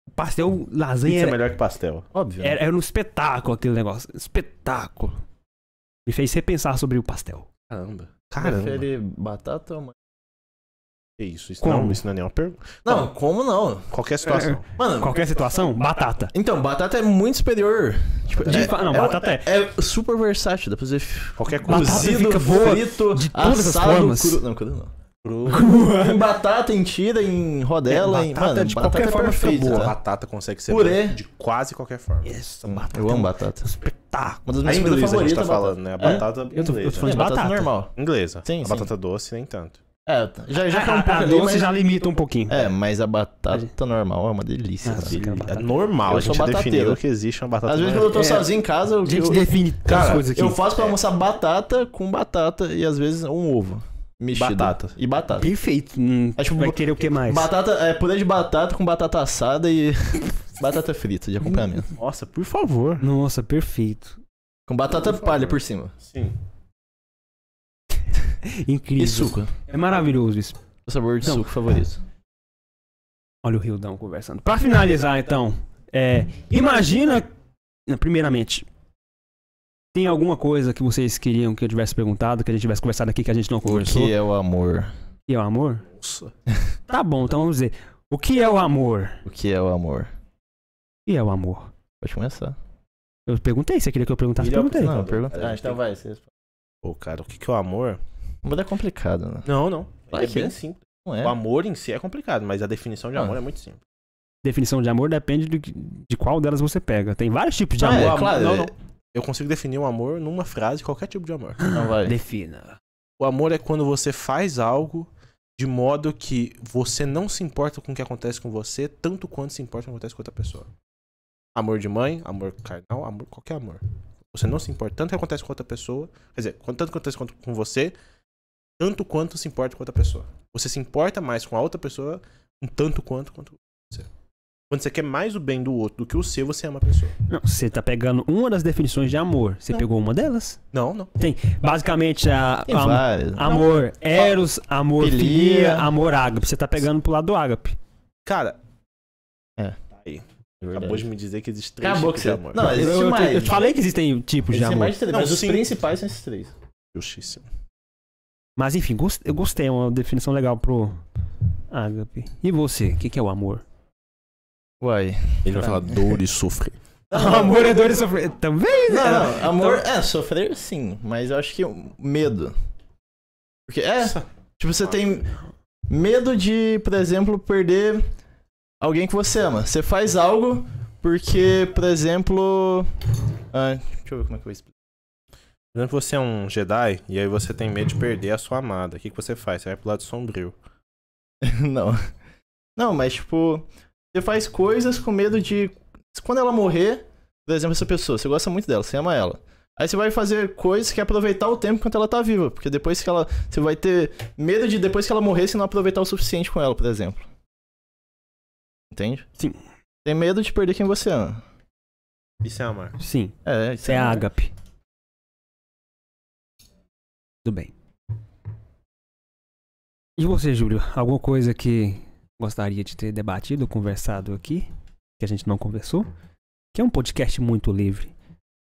o pastel lasanha
Pizza é
era,
melhor que pastel.
Óbvio.
era, era um espetáculo aquele negócio. Espetáculo. Me fez repensar sobre o pastel.
Caramba. Caramba.
Prefere batata ou maionese?
Que isso? Isso
Como?
não, isso não é nenhuma pergunta.
Não, como não?
Qualquer situação.
Mano,
Qualquer situação, batata.
então, batata é muito superior. Tipo,
De
é-
fa- não,
é-
batata é.
É super versátil, dá pra fazer f-
Qualquer
Batata
coisa.
cozido,
fica boa
frito,
de todas as
assado,
formas.
Cru... Não, cru não.
Crua.
Em batata, em tira, em rodela, em...
Batata
Mano,
de
batata
qualquer
é
forma fica
perfeita,
boa.
tá?
Batata consegue ser
Purê.
boa de quase qualquer forma. Hum.
Essa batata.
Eu
é um
amo batata.
Espetáculo.
Uma das minhas
Ainda
comidas
a gente
favoritas
tá
é batata.
falando, né? A
É?
batata
Eu tô- eu tô
inglesa.
falando
É,
de
batata
batata.
normal.
Inglesa.
Sim,
a
sim.
batata doce, nem tanto.
É, tá. já, já
A-
cai um
a-
pouco
a
ali,
doce
mas-
Ah, já limita um pouquinho.
É, mas a batata normal é uma delícia.
Ah,
cara.
sim, cara,
É
batata.
normal,
Eu
a
sou
gente definiu
batateiro.
que existe uma batata
Às vezes
normal.
quando eu tô
É.
sozinho em casa, eu,
A gente
eu,
define tantas
Cara,
coisas aqui.
eu faço pra almoçar batata com batata e às vezes um ovo. Mexido.
Batata.
E batata.
Perfeito. Hum,
Acho que
vai
bo-
querer o que mais?
Batata, é purê de batata com batata assada e *laughs* batata frita de acompanhamento.
Nossa, por favor.
Nossa, perfeito.
Com batata palha por cima.
Sim.
Incrível.
E suco.
É maravilhoso isso.
O sabor de
Não.
suco favorito.
Olha o Rildão conversando. Pra finalizar, então, é, imagina. Não, Primeiramente, tem alguma coisa que vocês queriam que eu tivesse perguntado, que a gente tivesse conversado aqui que a gente não
O
conversou?
que é o amor?
Que é o amor?
Nossa.
Tá bom, então vamos dizer. O que é o amor?
O que é o amor?
O que é o amor?
Pode começar.
Eu perguntei, você queria que eu perguntasse?
Ele é o
Perguntei.
Não,
Não, pergunta.
peraí,
Ah, então vai, você responde.
Pô, cara, o que, que é o amor?
Mas é complicado, né?
Não, não.
Vai
é
que
bem
é.
simples.
Não é.
O amor em si é complicado, mas a definição de
Ah.
amor é muito simples.
Definição de amor depende do que- de qual delas você pega. Tem vários tipos de
Ah,
amor.
é,
amor,
claro.
não, não. Eu consigo definir um amor numa frase, qualquer tipo de amor.
Não vai.
Defina.
O amor é quando você faz algo de modo que você não se importa com o que acontece com você, tanto quanto se importa com o que acontece com outra pessoa. Amor de mãe, amor carnal, amor, qualquer amor. Você não se importa tanto que acontece com outra pessoa, quer dizer, quanto- tanto que acontece com- com você, tanto quanto se importa com outra pessoa. Você se importa mais com a outra pessoa, um tanto quanto quanto você. Quando você quer mais o bem do outro do que o seu, você ama a pessoa.
Não, você tá pegando uma das definições de amor. Você
Não.
pegou uma delas.
Não, não.
Basicamente, a,
Tem
a-
várias.
amor eros, amor
Filia.
filia, amor ágape. Você tá pegando pro lado do ágape.
Cara,
É verdade.
acabou de me dizer que existe três
Acabou
tipos
que
de
você-
amor.
Não, existe
eu, eu-
mais.
eu te falei que existem tipos de
Existem
amor.
mais de três,
Não,
mas os
sim.
principais são esses três.
Justíssimo.
Mas enfim, gos- eu gostei. É uma definição legal pro ágape. E você? O que, que é o
*laughs*
amor?
Uai.
Ele vai falar dor e *laughs* sofre.
é dor e sofrer. Também,
Não, não, amor. É, sofrer sim, mas eu acho que o medo. Porque é. Tipo, você tem medo de, por exemplo, perder alguém que você ama. Você faz algo porque, por exemplo. ah, deixa eu ver como é que eu explico.
Por exemplo, você é um Jedi e aí você tem medo de perder a sua amada. O que, que você faz? Você vai pro lado sombrio.
*laughs* não. Não, mas tipo. Você faz coisas com medo de. Quando ela morrer, por exemplo, essa pessoa, você gosta muito dela, você ama ela. Aí você vai fazer coisas que é aproveitar o tempo enquanto ela tá viva. Porque depois que ela. Você vai ter medo de depois que ela morrer, você não aproveitar o suficiente com ela, por exemplo. Entende?
Sim.
Tem medo de perder quem você ama.
Isso é amar.
Sim,
É, isso
você é
amor.
ágape. Tudo bem. E você, Júlio? Alguma coisa que gostaria de ter debatido, conversado aqui, que a gente não conversou? Que é um podcast muito livre.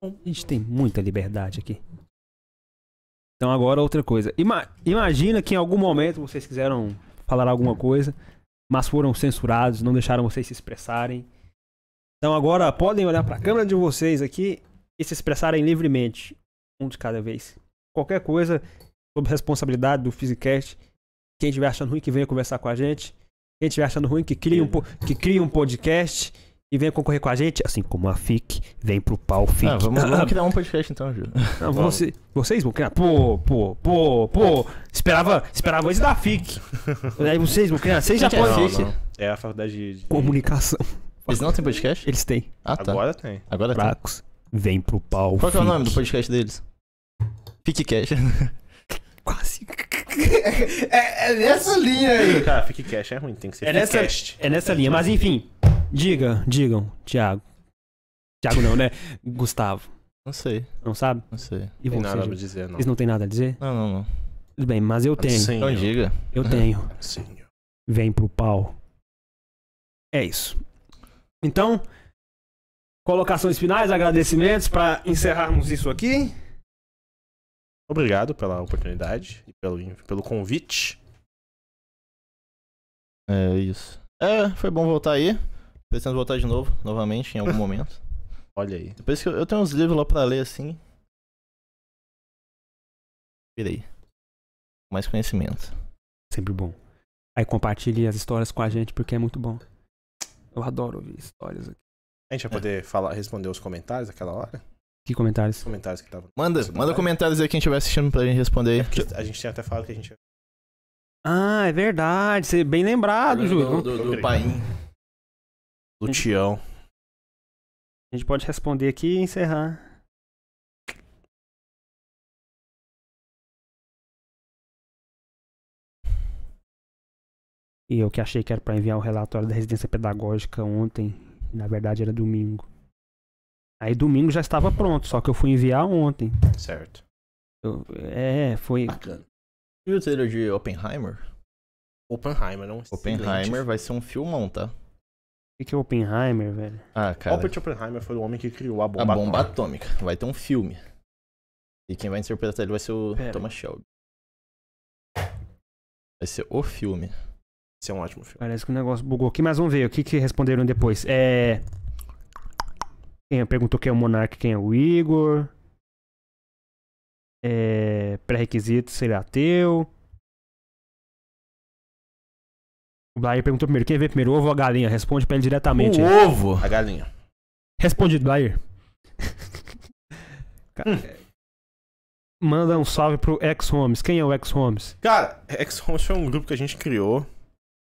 A gente tem muita liberdade aqui. Então agora outra coisa. Ima- imagina que em algum momento vocês quiseram falar alguma coisa, mas foram censurados, não deixaram vocês se expressarem. Então agora podem olhar para a câmera de vocês aqui e se expressarem livremente, um de cada vez. Qualquer coisa sob responsabilidade do Physicast. Quem estiver achando ruim que venha conversar com a gente. Quem estiver achando ruim que crie um, po- que crie um podcast e venha concorrer com a gente, assim como a FIC vem pro pau FIC.
Ah, vamos, vamos criar um podcast então, Ju.
Não, você- vocês vão criar. Pô, pô, pô, pô. Esperava, esperava isso da
*laughs*
FIC. Aí vocês vão criar. Vocês já
Gente, é
podem.
Não,
fique.
não. É a faculdade de. de-
Comunicação.
Eles não têm podcast?
Eles têm.
Ah, tá. Agora,
Agora tem.
tem.
Fracos. Vem pro pau.
Qual que é o
Fic.
nome do podcast deles? Fique Cash. *laughs*
Quase.
é nessa linha aí.
Cara, fique cash é ruim, tem que ser
É nessa-
Ficast.
É nessa linha. Mas enfim. Diga, digam, Thiago. Thiago não, né? Gustavo.
Não sei,
Não sabe?
não sei.
E
Não tem
você?
nada pra
Ju?
dizer, não.
Vocês não têm nada a dizer?
Não, não, não.
Tudo bem, mas eu tenho.
Sim,
Então diga.
Eu tenho.
sim.
vem pro pau. É isso. Então, colocações finais, agradecimentos para encerrarmos isso aqui.
Obrigado pela oportunidade e pelo, pelo convite.
É isso. É, foi bom voltar aí. Pretendo voltar de novo, novamente, em algum *laughs* momento.
Olha aí.
Depois que eu, eu tenho uns livros lá pra ler assim. Virei. Mais conhecimento.
Sempre bom. Aí compartilhe as histórias com a gente porque é muito bom. Eu adoro ouvir histórias aqui.
A gente vai poder falar, responder os comentários aquela hora?
Que
Os
comentários?
comentários que estavam.
Manda, manda comentários aí quem estiver assistindo pra gente responder aí.
A gente tinha até falado que a gente.
Ah, é verdade. Você bem lembrado, Júlio.
do,
do- do
Paim.
Do Tião.
A gente pode responder aqui e encerrar. E eu que achei que era para enviar o relatório da residência pedagógica ontem, na verdade era domingo. Aí domingo já estava pronto, só que eu fui enviar ontem.
Certo.
Eu- é, foi.
Bacana.
E o trailer de Oppenheimer?
Oppenheimer, não?
Oppenheimer vai ser um filmão, tá?
O que é Oppenheimer, velho?
Ah, cara.
Albert Oppenheimer foi o homem que criou a
A
bomba.
bomba
atômica.
atômica. Vai ter um filme. E quem vai interpretar ele vai ser o
Pera.
Thomas Shelby. Vai ser o filme.
Esse é um ótimo filme.
Parece que o negócio bugou aqui, mas vamos ver o que, que responderam depois. É. Quem perguntou quem é o Monark, quem é o Igor. É, Pré-requisitos, se ele é ateu. O Blair perguntou primeiro: quem vê primeiro, ovo ou a galinha? Responde pra ele diretamente.
O
aí.
ovo.
A galinha.
Respondido, Blair. *laughs* Ca-
É,
Manda um salve pro X-Homes. Quem é o X-Homes?
Cara, X-Homes foi um grupo que a gente criou.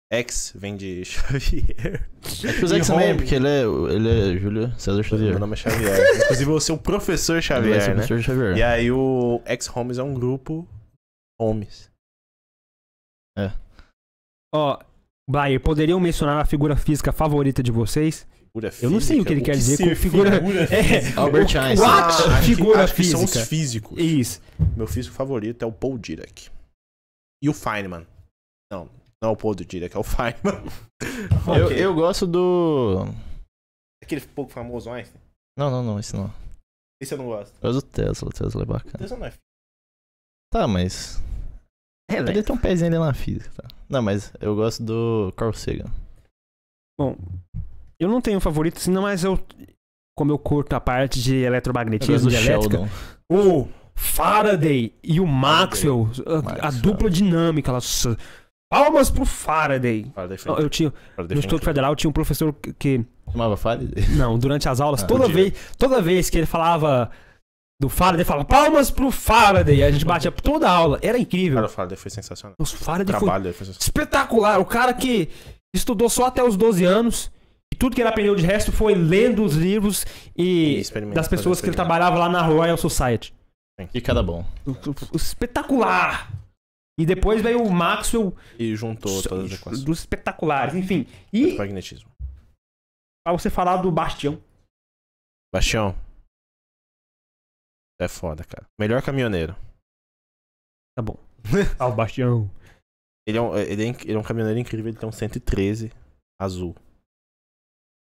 X vem de *laughs* Xavier.
Acho que o Zack
E
também,
Rome.
porque ele é, ele é Júlio César
Meu
Xavier.
nome é
*laughs*
Xavier. Inclusive, eu sou o professor
Ele é
Xavier, né?
professor Xavier.
E aí o X-Homes é um grupo Homes.
Ó, Blair, poderiam mencionar a figura física favorita de vocês?
Figura
Eu não sei o que ele quer dizer
ser
com figura- *laughs* É.
física?
Albert Einstein.
What?
Acho que-
Figura
acho que são os
física.
físicos.
Isso.
Meu físico favorito é o Paul Dirac. E o Feynman. Não, não é o Paul Dirac, é o Feynman.
Eu,
Ok.
eu gosto do.
Aquele pouco famoso Einstein.
Não, não, não, esse não.
Esse eu não gosto.
Eu gosto do Tesla, o Tesla é bacana.
Esse eu não é
Tá, mas.
É,
Ele tem um pezinho ali na física, tá? Não, mas eu gosto do Carl Sagan.
Bom, eu não tenho favorito, senão, mas eu. Como eu curto a parte de
Eu gosto
eletromagnetismo,
do
de elétrica,
Sheldon.
o Faraday e o Maxwell, a, a
Maxwell.
dupla dinâmica, elas. Palmas pro Faraday.
Para defender.
Eu tinha,
para
no Instituto Federal tinha um professor que- que
Chamava Faraday.
Não, durante as aulas,
Ah,
toda,
entendi.
vez, toda vez que ele falava do Faraday, ele falava palmas pro Faraday. A gente batia toda a aula. Era incrível.
Cara, o Faraday foi é sensacional.
Nossa, o
O
Faraday
trabalho dele foi sensacional.
foi espetacular. O cara que estudou só até os 12 anos. E tudo que ele aprendeu de resto foi lendo os livros e
experimentar,
das pessoas que ele
experimentar.
trabalhava lá na Royal Society.
Que cara bom.
Espetacular! E depois veio o Maxwell
E juntou todas as equações. É
dos espetaculares, enfim. E
Magnetismo.
pra você falar do Bastião.
Bastião. É foda, cara. Melhor caminhoneiro.
Tá bom. Ah, o Bastião.
Ele é um, ele é, inc- ele é um caminhoneiro incrível, ele tem um 113 azul.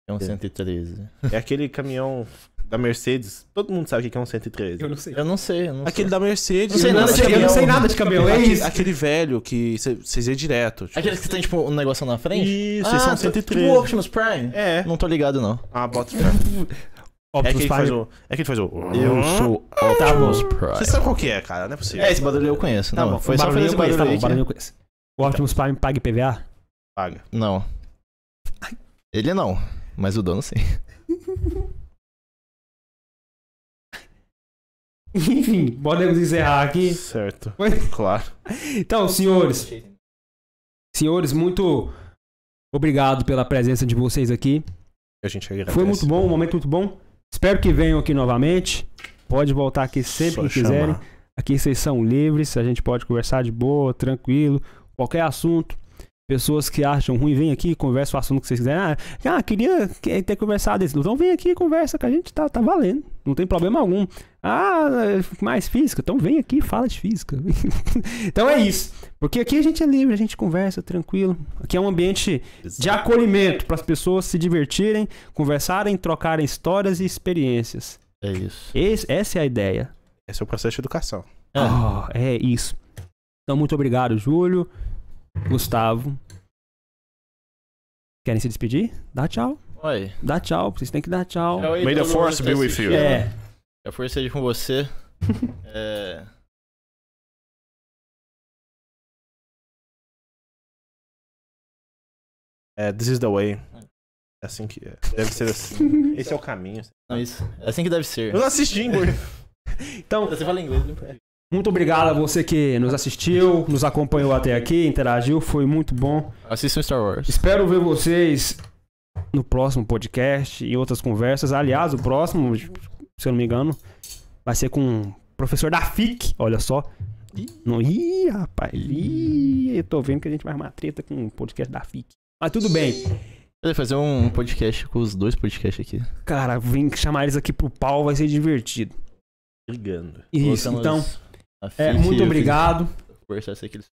É um 113.
É aquele caminhão da Mercedes. Todo mundo sabe o que é um 113.
Eu não sei.
Eu não sei, eu não
Aquele
sei.
da Mercedes.
Não sei nada de
aquele-
Eu não sei nada de cabelo, é
Aquele,
isso.
aquele velho que vocês vê direto. tipo.
Aqueles que tem, tipo, um negócio na frente?
Isso,
ah,
esse é um
tu- tipo
113.
o Optimus Prime?
É.
Não tô ligado, não.
Ah, bota. É
Óbvio,
aquele
os pais-
que faz o. É aquele que faz o.
Eu
Uhum.
sou Optimus Prime.
Você sabe qual que é, cara? Não é possível.
É, esse barulho eu conheço.
Tá
não,
bom,
foi
o
só fazer
barulhinho
esse
eu conheço, tá
barulho
bom,
aí
o
que-
barulhinho eu conheço. O Optimus Prime paga IPVA?
Paga.
Não. Ele não, mas o dono sim.
Enfim, podemos encerrar aqui.
Certo.
Foi?
Claro.
Então, senhores. Senhores, muito obrigado pela presença de vocês aqui.
A gente agradece.
Foi muito bom, um momento muito bom. Espero que venham aqui novamente. Pode voltar aqui sempre
Só
que quiserem.
chamar.
Aqui vocês são livres, a gente pode conversar de boa, tranquilo, qualquer assunto. Pessoas que acham ruim, vem aqui, conversa o assunto que vocês quiserem. Ah, ah, queria que- ter conversado isso. Então vem aqui, conversa com a gente, tá, tá valendo. Não tem problema algum. Ah, é mais física? Então vem aqui, fala de física. *laughs* então é isso. Porque aqui a gente é livre, a gente conversa tranquilo. Aqui é um ambiente de acolhimento para as pessoas se divertirem, conversarem, trocarem histórias e experiências.
É isso.
Esse- essa é a ideia.
Esse é o processo de educação.
Ah, é isso. Então, muito obrigado, Júlio, Gustavo. Querem se despedir? Dá tchau.
Oi.
Dá tchau. Vocês têm que dar tchau.
May the force be with you.
É.
A força seja com
*laughs*
você. É...
É, this is the way. É assim que. é. Deve ser
*laughs*
assim. Esse é o caminho.
Não, isso. É assim que deve ser.
Eu não assisti, hein, gordo.
Então,
Você fala inglês, não importa.
muito obrigado a você que nos assistiu, nos acompanhou até aqui, interagiu. Foi muito bom.
Assista um Star Wars.
Espero ver vocês no próximo podcast e outras conversas. Aliás, o próximo, se eu não me engano, vai ser com o professor da FIC. Olha só. Não, ih, rapaz. Ih, eu tô vendo que a gente vai arrumar treta com o podcast da FIC. Mas tudo bem.
Eu ia fazer um podcast com os dois podcasts aqui.
Cara, vim chamar eles aqui pro pau, vai ser divertido.
Brigando.
Isso,
Colocamos
então.
a
É,
Fifi e
muito
o
obrigado.
Felipe Conversar sei que eles-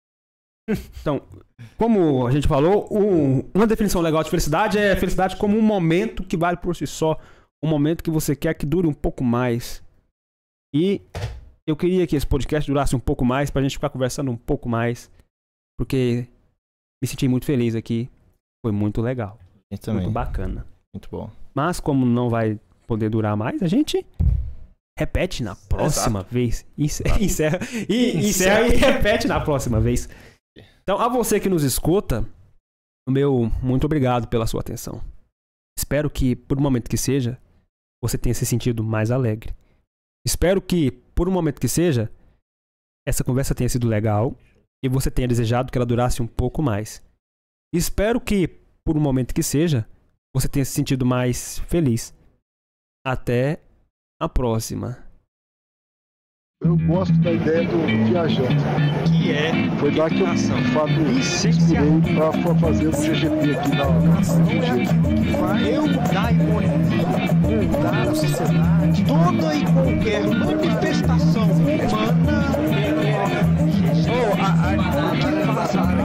Como a gente falou, um- uma definição legal de felicidade é felicidade como um momento que vale por si só, um momento que você quer que dure um pouco mais. E eu queria que esse podcast durasse um pouco mais pra gente ficar conversando um pouco mais, porque me senti muito feliz aqui. Foi muito legal,
A gente também.
muito
Muito,
bacana.
bom.
Mas como não vai poder durar mais, a gente repete na próxima vez. Encer- *laughs* Encerra, e, encerra e repete na próxima vez. Então, a você que nos escuta, o meu muito obrigado pela sua atenção. Espero que, por um momento que seja, você tenha se sentido mais alegre. Espero que, por um momento que seja, essa conversa tenha sido legal e você tenha desejado que ela durasse um pouco mais. Espero que, por um momento que seja, você tenha se sentido mais feliz. Até a próxima.
né? Eu gosto da ideia do viajante.
que é
Foi lá que eu
meditação.
faturei pra pra fazer o CGP aqui na na-
é Eu mudar a economia, mudar a sociedade, toda e qualquer manifestação humana. Ou a, a, a,